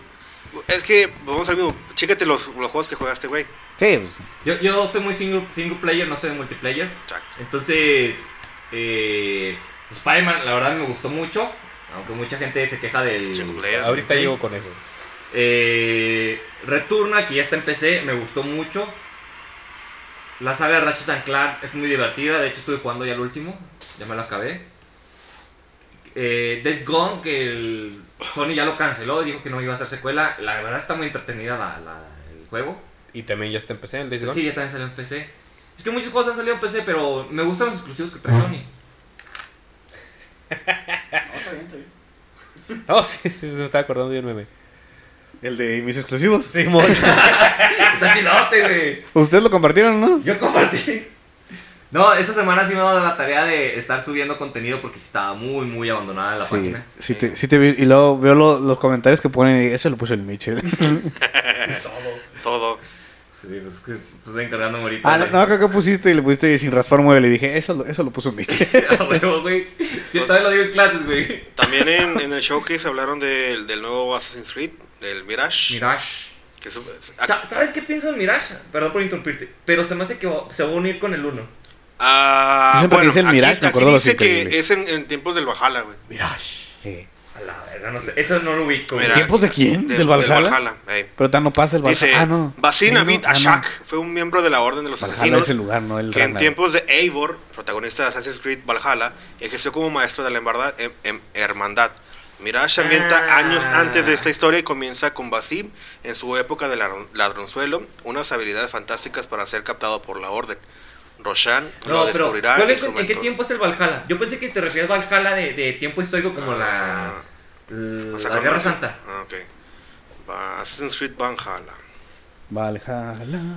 Speaker 3: Es que, vamos al mismo. Chécate los, los juegos que jugaste, güey.
Speaker 4: Sí, pues,
Speaker 2: Yo, yo soy muy single, single player, no soy multiplayer.
Speaker 3: Exacto.
Speaker 2: Entonces, eh, Spider-Man, la verdad me gustó mucho. Aunque mucha gente se queja del.
Speaker 3: Single player.
Speaker 1: Ahorita llego con eso.
Speaker 2: Eh, Returnal, que ya está en PC, me gustó mucho. La saga de Ratchet and Clank es muy divertida, de hecho estuve jugando ya el último, ya me la acabé. Eh, Days Gone, que el Sony ya lo canceló, dijo que no iba a hacer secuela. La verdad está muy entretenida la- la- el juego.
Speaker 1: Y también ya está en PC, el Days Gone.
Speaker 2: Sí, ya también salió en PC. Es que muchas cosas han salido en PC, pero me gustan los exclusivos que trae Sony.
Speaker 5: No, está bien, está bien.
Speaker 1: No, Oh, sí, sí, se me estaba acordando de un meme.
Speaker 4: El de mis exclusivos.
Speaker 1: Simón.
Speaker 2: Está chilote, güey.
Speaker 4: Ustedes lo compartieron, ¿no?
Speaker 2: Yo compartí. No, esta semana sí me he dado la tarea de estar subiendo contenido porque sí estaba muy, muy abandonada la
Speaker 4: Sí,
Speaker 2: página.
Speaker 4: sí te, sí te vi. Y luego veo lo- los comentarios que ponen y eso lo puso el Mitchell.
Speaker 3: Todo.
Speaker 2: Sí, pues es que estoy encargándome ahorita.
Speaker 4: ah, no, no, creo que pusiste y le pusiste sin raspar mueble. Y dije, eso, lo- eso lo puso Mitchell.
Speaker 2: A huevo, güey. Sí, todavía lo digo en clases, güey.
Speaker 3: También en, en el showcase hablaron del, del nuevo Assassin's Creed, del Mirage.
Speaker 2: Mirage.
Speaker 3: Que es- es-
Speaker 2: Sa- ¿Sabes qué pienso en Mirage? Perdón por interrumpirte. Pero se me hace que va- se va a unir con el 1.
Speaker 3: Ah,
Speaker 4: Yo siempre
Speaker 3: bueno,
Speaker 4: quise el
Speaker 3: aquí-
Speaker 4: Mirage, me
Speaker 3: aquí
Speaker 4: acuerdo de los
Speaker 3: dice que
Speaker 4: increíbles.
Speaker 3: es en, en tiempos del Valhalla, güey.
Speaker 4: Eh,
Speaker 2: A la verga, no sé. Eso no lo ubico. güey.
Speaker 3: Mira,
Speaker 4: ¿Tiempos de quién?
Speaker 3: del-
Speaker 4: ¿Del Valhalla?
Speaker 3: eh.
Speaker 4: Pero tan no pasa el
Speaker 3: Dice,
Speaker 4: Valhalla. Ah, no.
Speaker 3: Basin
Speaker 4: Sí, no,
Speaker 3: Abid
Speaker 4: ah, no.
Speaker 3: Ashak fue un miembro de la Orden de los
Speaker 4: Valhalla
Speaker 3: Asesinos
Speaker 4: es el lugar, no el
Speaker 3: que en
Speaker 4: Ragnar.
Speaker 3: tiempos de Eivor, protagonista de Assassin's Creed Valhalla, ejerció como maestro de la hermandad. em- em- hermandad. Mirage se ambienta
Speaker 2: Ah.
Speaker 3: años antes de esta historia y comienza con Basim en su época de ladron- ladronzuelo, unas habilidades fantásticas para ser captado por la Orden. Roshan lo
Speaker 2: No, pero
Speaker 3: descubrirá
Speaker 2: ¿cuál
Speaker 3: en
Speaker 2: es-
Speaker 3: su
Speaker 2: ¿en qué
Speaker 3: momento.
Speaker 2: tiempo es el Valhalla? Yo pensé que te referías a Valhalla de, de tiempo histórico como la, la,
Speaker 3: Ah. O sea,
Speaker 2: la
Speaker 3: con-
Speaker 2: Guerra Santa.
Speaker 3: Ah, ok. Va- Assassin's Creed Valhalla.
Speaker 4: Valhalla.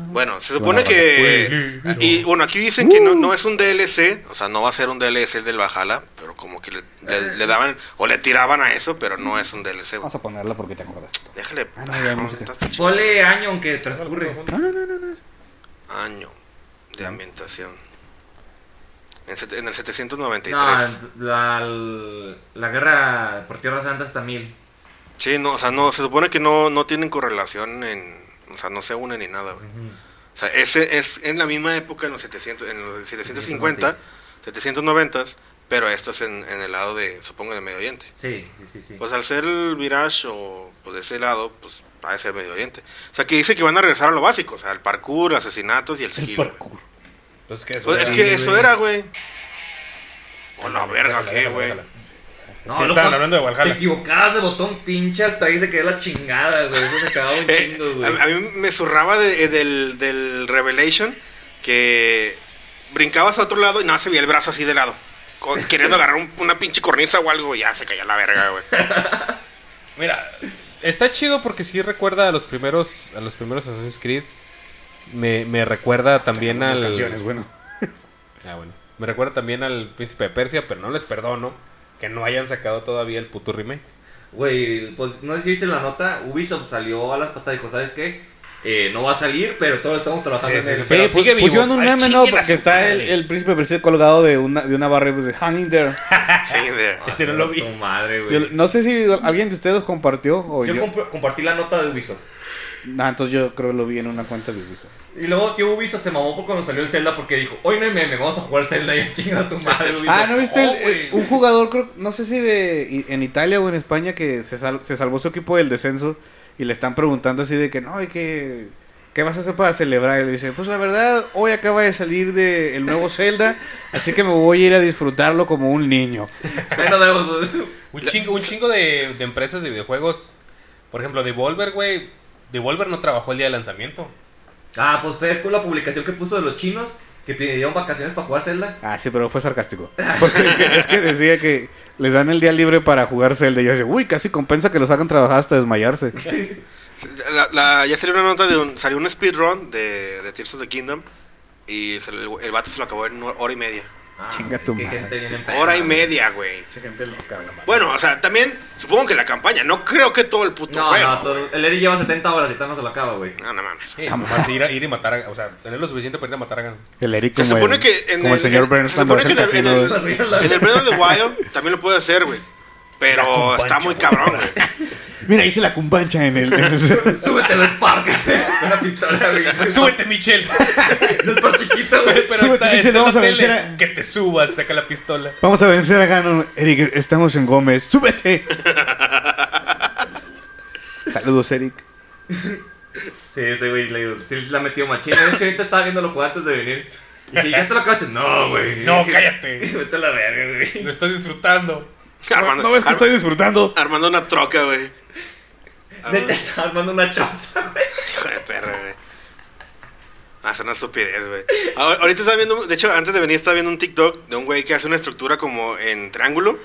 Speaker 3: Bueno, se supone
Speaker 4: Bueno,
Speaker 3: que... Y bueno, aquí dicen que
Speaker 4: Uh.
Speaker 3: no, no es un DLC, o sea, no va a ser un DLC el del Valhalla, pero como que le, le- le daban o le tiraban a eso, pero no es un DLC. güey.
Speaker 4: Eh. Vamos a ponerla porque te acuerdas.
Speaker 3: Déjale...
Speaker 4: Ah, no, ya hay
Speaker 3: ah,
Speaker 4: música.
Speaker 3: está chido.
Speaker 2: Ponle año aunque transcurre.
Speaker 4: No, no, no, no. no.
Speaker 3: Año de ambientación. En, set- en el 793.
Speaker 2: No, la, la guerra por Tierra Santa hasta mil.
Speaker 3: Sí, no, o sea, no, se supone que no, no tienen correlación en... O sea, no se unen ni nada, güey. O sea, ese es en la misma época, en los, 700, en los 750, 790, pero esto es en, en el lado de, supongo, de Medio Oriente.
Speaker 2: Sí, sí, sí. sí.
Speaker 3: Pues al ser el Mirage o pues, de ese lado, pues va a ser Medio Oriente. O sea, que dice que van a regresar a lo básico, o sea, al parkour, asesinatos y el
Speaker 4: El
Speaker 3: sigilo. güey.
Speaker 4: parkour.
Speaker 1: Entonces, ¿qué
Speaker 3: Pues, es
Speaker 1: Sí,
Speaker 3: que eso
Speaker 1: güey.
Speaker 3: era, güey. O la
Speaker 1: Déjala,
Speaker 3: verga,
Speaker 1: déjala,
Speaker 3: ¿qué, güey?
Speaker 1: déjala.
Speaker 2: no,
Speaker 1: que
Speaker 2: loco,
Speaker 1: estaban hablando de Valhalla.
Speaker 2: Te equivocabas de botón, pinche Altair, se quedó la chingada, güey. Eso me cagaba un
Speaker 3: Eh,
Speaker 2: chingo,
Speaker 3: a,
Speaker 2: güey.
Speaker 3: a mí me zurraba de- eh, del, del Revelation que brincabas a otro lado y nada, se veía el brazo así de lado. con- queriendo agarrar un- una pinche cornisa o algo, ya se caía la verga, güey.
Speaker 1: Mira, está chido porque sí recuerda a los primeros, a los primeros Assassin's Creed. Me, me recuerda también
Speaker 4: Las
Speaker 1: al.
Speaker 4: canciones, bueno.
Speaker 1: Ah, bueno. Me recuerda también al Príncipe de Persia, pero no les perdono que no hayan sacado todavía el puto remake.
Speaker 2: Güey, pues no sé si viste la nota, Ubisoft salió a las patas y dijo, ¿sabes qué? Eh, no va a salir, pero todos estamos trabajando
Speaker 1: Sí,
Speaker 2: en
Speaker 1: sí,
Speaker 2: él.
Speaker 1: sí,
Speaker 4: Pero
Speaker 1: Pero sigue vivo.
Speaker 4: pusieron un
Speaker 1: Ay,
Speaker 4: meme, ¿no?
Speaker 1: chinguen a
Speaker 4: Porque
Speaker 1: su
Speaker 4: está el,
Speaker 1: madre.
Speaker 4: el príncipe Percy colgado de una, de una barra y dice, hang in there.
Speaker 3: Sí, de-
Speaker 2: Ah,
Speaker 1: Ese no lo vi.
Speaker 2: tu madre, güey.
Speaker 4: Yo- no sé si alguien de ustedes compartió o
Speaker 2: Yo
Speaker 4: yo.
Speaker 2: comp- compartí la nota de Ubisoft.
Speaker 4: Nah, entonces yo creo que lo vi en una cuenta de Ubisoft.
Speaker 2: Y luego tío Ubisoft se mamó por cuando salió el Zelda porque dijo, hoy no hay meme, vamos a jugar Zelda y a chingar a tu madre, Ubisoft.
Speaker 4: Ah, ¿no viste? el-
Speaker 2: Oh,
Speaker 4: eh,
Speaker 2: güey.
Speaker 4: un jugador, creo, no sé si de i- en Italia o en España, que se, sal- se salvó su equipo del descenso y le están preguntando así de que, no, ¿y qué, qué vas a hacer para celebrar? Y le dice, pues la verdad, hoy acaba de salir de el nuevo Zelda, así que me voy a ir a disfrutarlo como un niño.
Speaker 2: Bueno, de-
Speaker 1: Un chingo, un chingo de, de empresas de videojuegos. Por ejemplo, Devolver, güey. Devolver no trabajó el día de lanzamiento.
Speaker 2: Ah, pues fue con la publicación que puso de los chinos que pidieron vacaciones para jugar Zelda.
Speaker 4: Ah, sí, pero fue sarcástico. Porque es que, es que decía que les dan el día libre para jugar Zelda. Y yo decía, uy, casi compensa que los hagan trabajar hasta desmayarse.
Speaker 3: La- la- ya salió una nota de un. Salió un speedrun de, de Tears of the Kingdom. Y se le- el vato se lo acabó en una hora y media.
Speaker 2: Ah,
Speaker 4: Chinga
Speaker 2: es
Speaker 4: tu
Speaker 2: que
Speaker 4: madre.
Speaker 2: gente bien enferma,
Speaker 3: Hora y
Speaker 2: güey.
Speaker 3: media, güey.
Speaker 4: Esa gente loca, no
Speaker 3: Bueno, o sea, también supongo que la campaña. No creo que todo el puto
Speaker 2: No,
Speaker 3: juego.
Speaker 2: no, todo- el Eri lleva 70 horas y todavía no se lo acaba, güey.
Speaker 3: No, no mames.
Speaker 4: Eh,
Speaker 1: Sí, nomás ir, a- ir y matar a. O sea, tener lo suficiente para ir a matar a.
Speaker 4: El Eric
Speaker 3: Se
Speaker 4: como
Speaker 3: supone
Speaker 4: el,
Speaker 3: que en
Speaker 4: como
Speaker 3: el,
Speaker 4: el señor
Speaker 3: en-
Speaker 4: Burns
Speaker 3: se
Speaker 4: cuando
Speaker 3: supone
Speaker 4: hace el
Speaker 3: que en el-
Speaker 4: casino.
Speaker 2: Así es la-
Speaker 3: En el Breath of the Wild también lo puede hacer, güey. Pero está muy cabrón, güey.
Speaker 4: Mira, hice la cumbancha en el... en el-
Speaker 2: Súbete al Spark. Con Una pistola, güey.
Speaker 1: ¡Súbete, Michelle!
Speaker 2: El Spark chiquito, güey.
Speaker 1: Pero
Speaker 4: Súbete,
Speaker 1: está,
Speaker 4: Michelle,
Speaker 1: está en
Speaker 4: vamos
Speaker 1: la
Speaker 4: a vencer
Speaker 1: tele.
Speaker 4: a-
Speaker 1: Que te subas, saca la pistola.
Speaker 4: Vamos a vencer a Ganon. Eric, estamos en Gómez. ¡Súbete! Saludos, Eric.
Speaker 2: Sí, ese güey le, sí la metió machina. De hecho, ahorita estaba viéndolo jugar antes de venir. Y dije, ¿ya te lo acabaste? No, güey.
Speaker 1: No,
Speaker 2: Dije,
Speaker 1: cállate.
Speaker 2: Vete a la verga, güey.
Speaker 1: Lo estás disfrutando.
Speaker 3: Armando,
Speaker 4: ¿No ves que
Speaker 3: ar-
Speaker 4: estoy disfrutando?
Speaker 3: armando una troca, güey.
Speaker 2: De hecho,
Speaker 3: Armando-
Speaker 2: estaba armando una choza, güey.
Speaker 3: Hijo de perra, güey. Ah, es una estupidez, güey. Ahor- Ahorita estaba viendo, de hecho, antes de venir estaba viendo un TikTok de un güey que hace una estructura como en triángulo.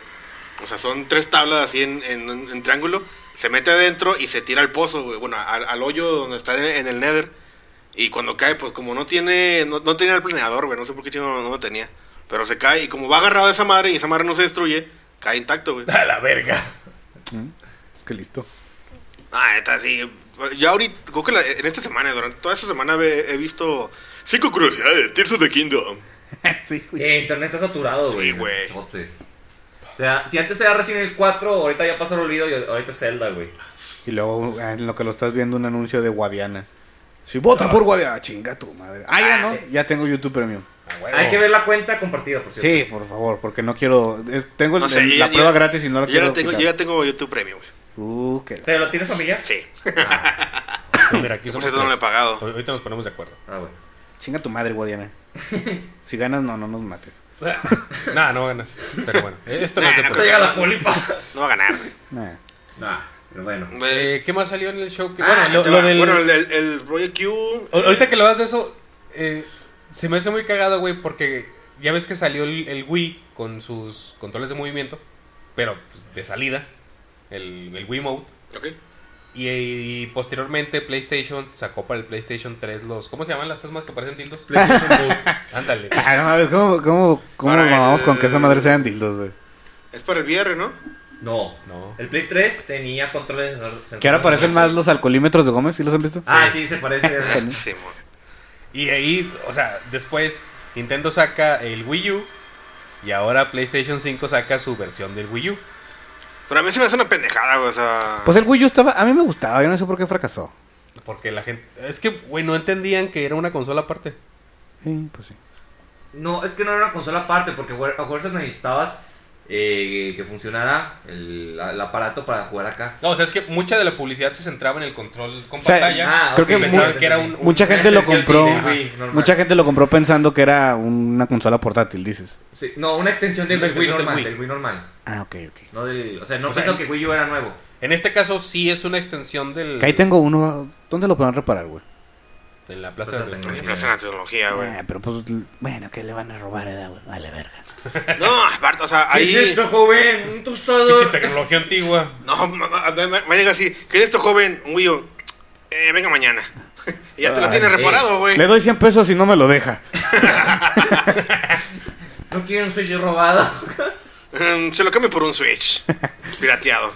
Speaker 3: O sea, son tres tablas así en, en- en triángulo. Se mete adentro y se tira al pozo, güey. Bueno, al, al hoyo donde está en, en el nether. Y cuando cae, pues como no tiene, no, no tenía el planeador, güey. No sé por qué chino no, no lo tenía. Pero se cae y como va agarrado a esa madre y esa madre no se destruye, cae intacto, güey.
Speaker 1: A la verga.
Speaker 4: Es que listo.
Speaker 3: Ah, neta, sí. Yo ahorita, creo que la- en esta semana, durante toda esta semana he, he visto cinco curiosidades de Tears of the Kingdom.
Speaker 4: sí, güey.
Speaker 2: Sí, internet está saturado, güey.
Speaker 3: Sí, güey.
Speaker 2: Sote. O sea, si antes era Resident Evil 4, ahorita ya pasó el olvido y ahorita es Zelda, güey.
Speaker 4: Y luego ah, en lo que lo estás viendo un anuncio de Guadiana. Si
Speaker 3: Ah.
Speaker 4: vota por Guadiana, chinga tu madre. Ah, ya no, ya tengo YouTube Premium.
Speaker 1: A huevo.
Speaker 2: Hay que ver la cuenta compartida, por cierto.
Speaker 4: Sí, por favor, porque no quiero. es- tengo el-
Speaker 3: No sé,
Speaker 4: el-
Speaker 3: yo
Speaker 4: la
Speaker 3: ya-
Speaker 4: prueba
Speaker 3: ya-
Speaker 4: gratis y no la
Speaker 3: yo, ya
Speaker 4: quiero.
Speaker 3: la tengo, yo
Speaker 4: quitar.
Speaker 3: ya tengo YouTube Premium, güey.
Speaker 4: Uh, que la-
Speaker 2: ¿Pero lo tienes familiar?
Speaker 3: Sí.
Speaker 2: Ah,
Speaker 1: Pues Mira, aquí
Speaker 3: Por
Speaker 1: somos
Speaker 3: cierto, no
Speaker 1: tres.
Speaker 3: lo he pagado.
Speaker 1: Hoy- Ahorita nos ponemos de acuerdo.
Speaker 2: ah, güey.
Speaker 4: Chinga tu madre, Guadiana. Si ganas, no, no nos mates.
Speaker 1: Nah, no va a ganar. Pero bueno, eh, esto no
Speaker 3: Nah,
Speaker 1: es de
Speaker 3: no
Speaker 1: pro-
Speaker 2: Ahorita llega la polipa.
Speaker 3: No va a ganar, güey.
Speaker 4: Nah.
Speaker 2: nah, pero bueno.
Speaker 3: Eh,
Speaker 1: Eh, ¿Qué más salió en el show? Que-
Speaker 2: Ah,
Speaker 1: bueno, lo,
Speaker 3: te
Speaker 1: lo
Speaker 3: va.
Speaker 1: del-
Speaker 3: Bueno, el, el, el Project Q.
Speaker 1: A- Ahorita que lo vas de eso, eh, se me hace muy cagado, güey, porque ya ves que salió el, el Wii con sus controles de movimiento, pero pues, de salida, el, el Wii Mode.
Speaker 3: Ok.
Speaker 1: Y, y posteriormente PlayStation sacó para el PlayStation 3 los... ¿Cómo se llaman las armas que parecen dildos? Ándale.
Speaker 4: Ah, no mames, ¿cómo, cómo, cómo
Speaker 3: Para
Speaker 4: mamamos
Speaker 3: el-
Speaker 4: con que esa madre sean dildos, güey?
Speaker 3: Es para el VR, ¿no?
Speaker 2: No,
Speaker 1: No.
Speaker 2: El Play 3 tenía controles de sensor.
Speaker 4: Que ahora parecen
Speaker 2: sensor-
Speaker 4: más los alcoholímetros de Gómez, ¿sí los han visto?
Speaker 2: Ah, sí, se parece.
Speaker 3: Sí, mon.
Speaker 1: Y ahí, o sea, después Nintendo saca el Wii U y ahora PlayStation 5 saca su versión del Wii U.
Speaker 3: Pero a mí se me hace una pendejada, güey. O sea.
Speaker 4: Pues el Wii U estaba. A mí me gustaba, yo no sé por qué fracasó.
Speaker 1: Porque la gente... Es que, güey, no entendían que era una consola aparte.
Speaker 4: Sí, pues sí.
Speaker 2: no, es que no era una consola aparte, porque a fuerzas necesitabas eh, que funcionara el, el aparato para jugar acá.
Speaker 1: No, o sea, es que mucha de la publicidad se centraba en el control con
Speaker 4: O sea,
Speaker 1: pantalla.
Speaker 2: ah,
Speaker 4: creo
Speaker 2: ok,
Speaker 4: que
Speaker 1: pensaban
Speaker 2: mu-
Speaker 1: que era un, un-
Speaker 4: Mucha
Speaker 2: una
Speaker 4: gente lo
Speaker 2: extensión
Speaker 4: compró.
Speaker 2: sí, de Wii, normal.
Speaker 4: Mucha gente lo compró pensando que era una consola portátil, dices.
Speaker 2: Sí, no, una extensión del
Speaker 1: Una
Speaker 2: Wii
Speaker 1: extensión del
Speaker 2: normal,
Speaker 1: Wii.
Speaker 2: del Wii normal.
Speaker 4: Ah, ok, ok.
Speaker 2: No del, o sea, no
Speaker 1: O sea,
Speaker 2: pensó
Speaker 1: el-
Speaker 2: que Wii U era nuevo.
Speaker 1: En este caso sí es una extensión del
Speaker 4: Que ahí tengo uno. ¿Dónde lo podrán reparar, güey?
Speaker 1: de la plaza
Speaker 2: Plaza
Speaker 1: de
Speaker 2: Tecnológica.
Speaker 3: Me plaza la tecnología, güey.
Speaker 4: Ah, pero pues. l- Bueno, que le van a robar, edad, güey? Vale, verga.
Speaker 3: No, aparte, o sea,
Speaker 2: ¿Qué es
Speaker 3: ahí.
Speaker 2: esto, joven? Un
Speaker 1: Pinche
Speaker 2: tostador.
Speaker 1: tecnología antigua.
Speaker 3: No, mamá, me me- me llega así. ¿Qué es esto, joven? Un Wii U. Eh, venga mañana. y ya te lo
Speaker 4: Ay,
Speaker 3: tienes
Speaker 2: eh.
Speaker 3: reparado, güey.
Speaker 4: Le doy 100 pesos y no me lo deja.
Speaker 2: No quiero un Switch robado.
Speaker 3: Mm, se lo cambio por un Switch. Pirateado.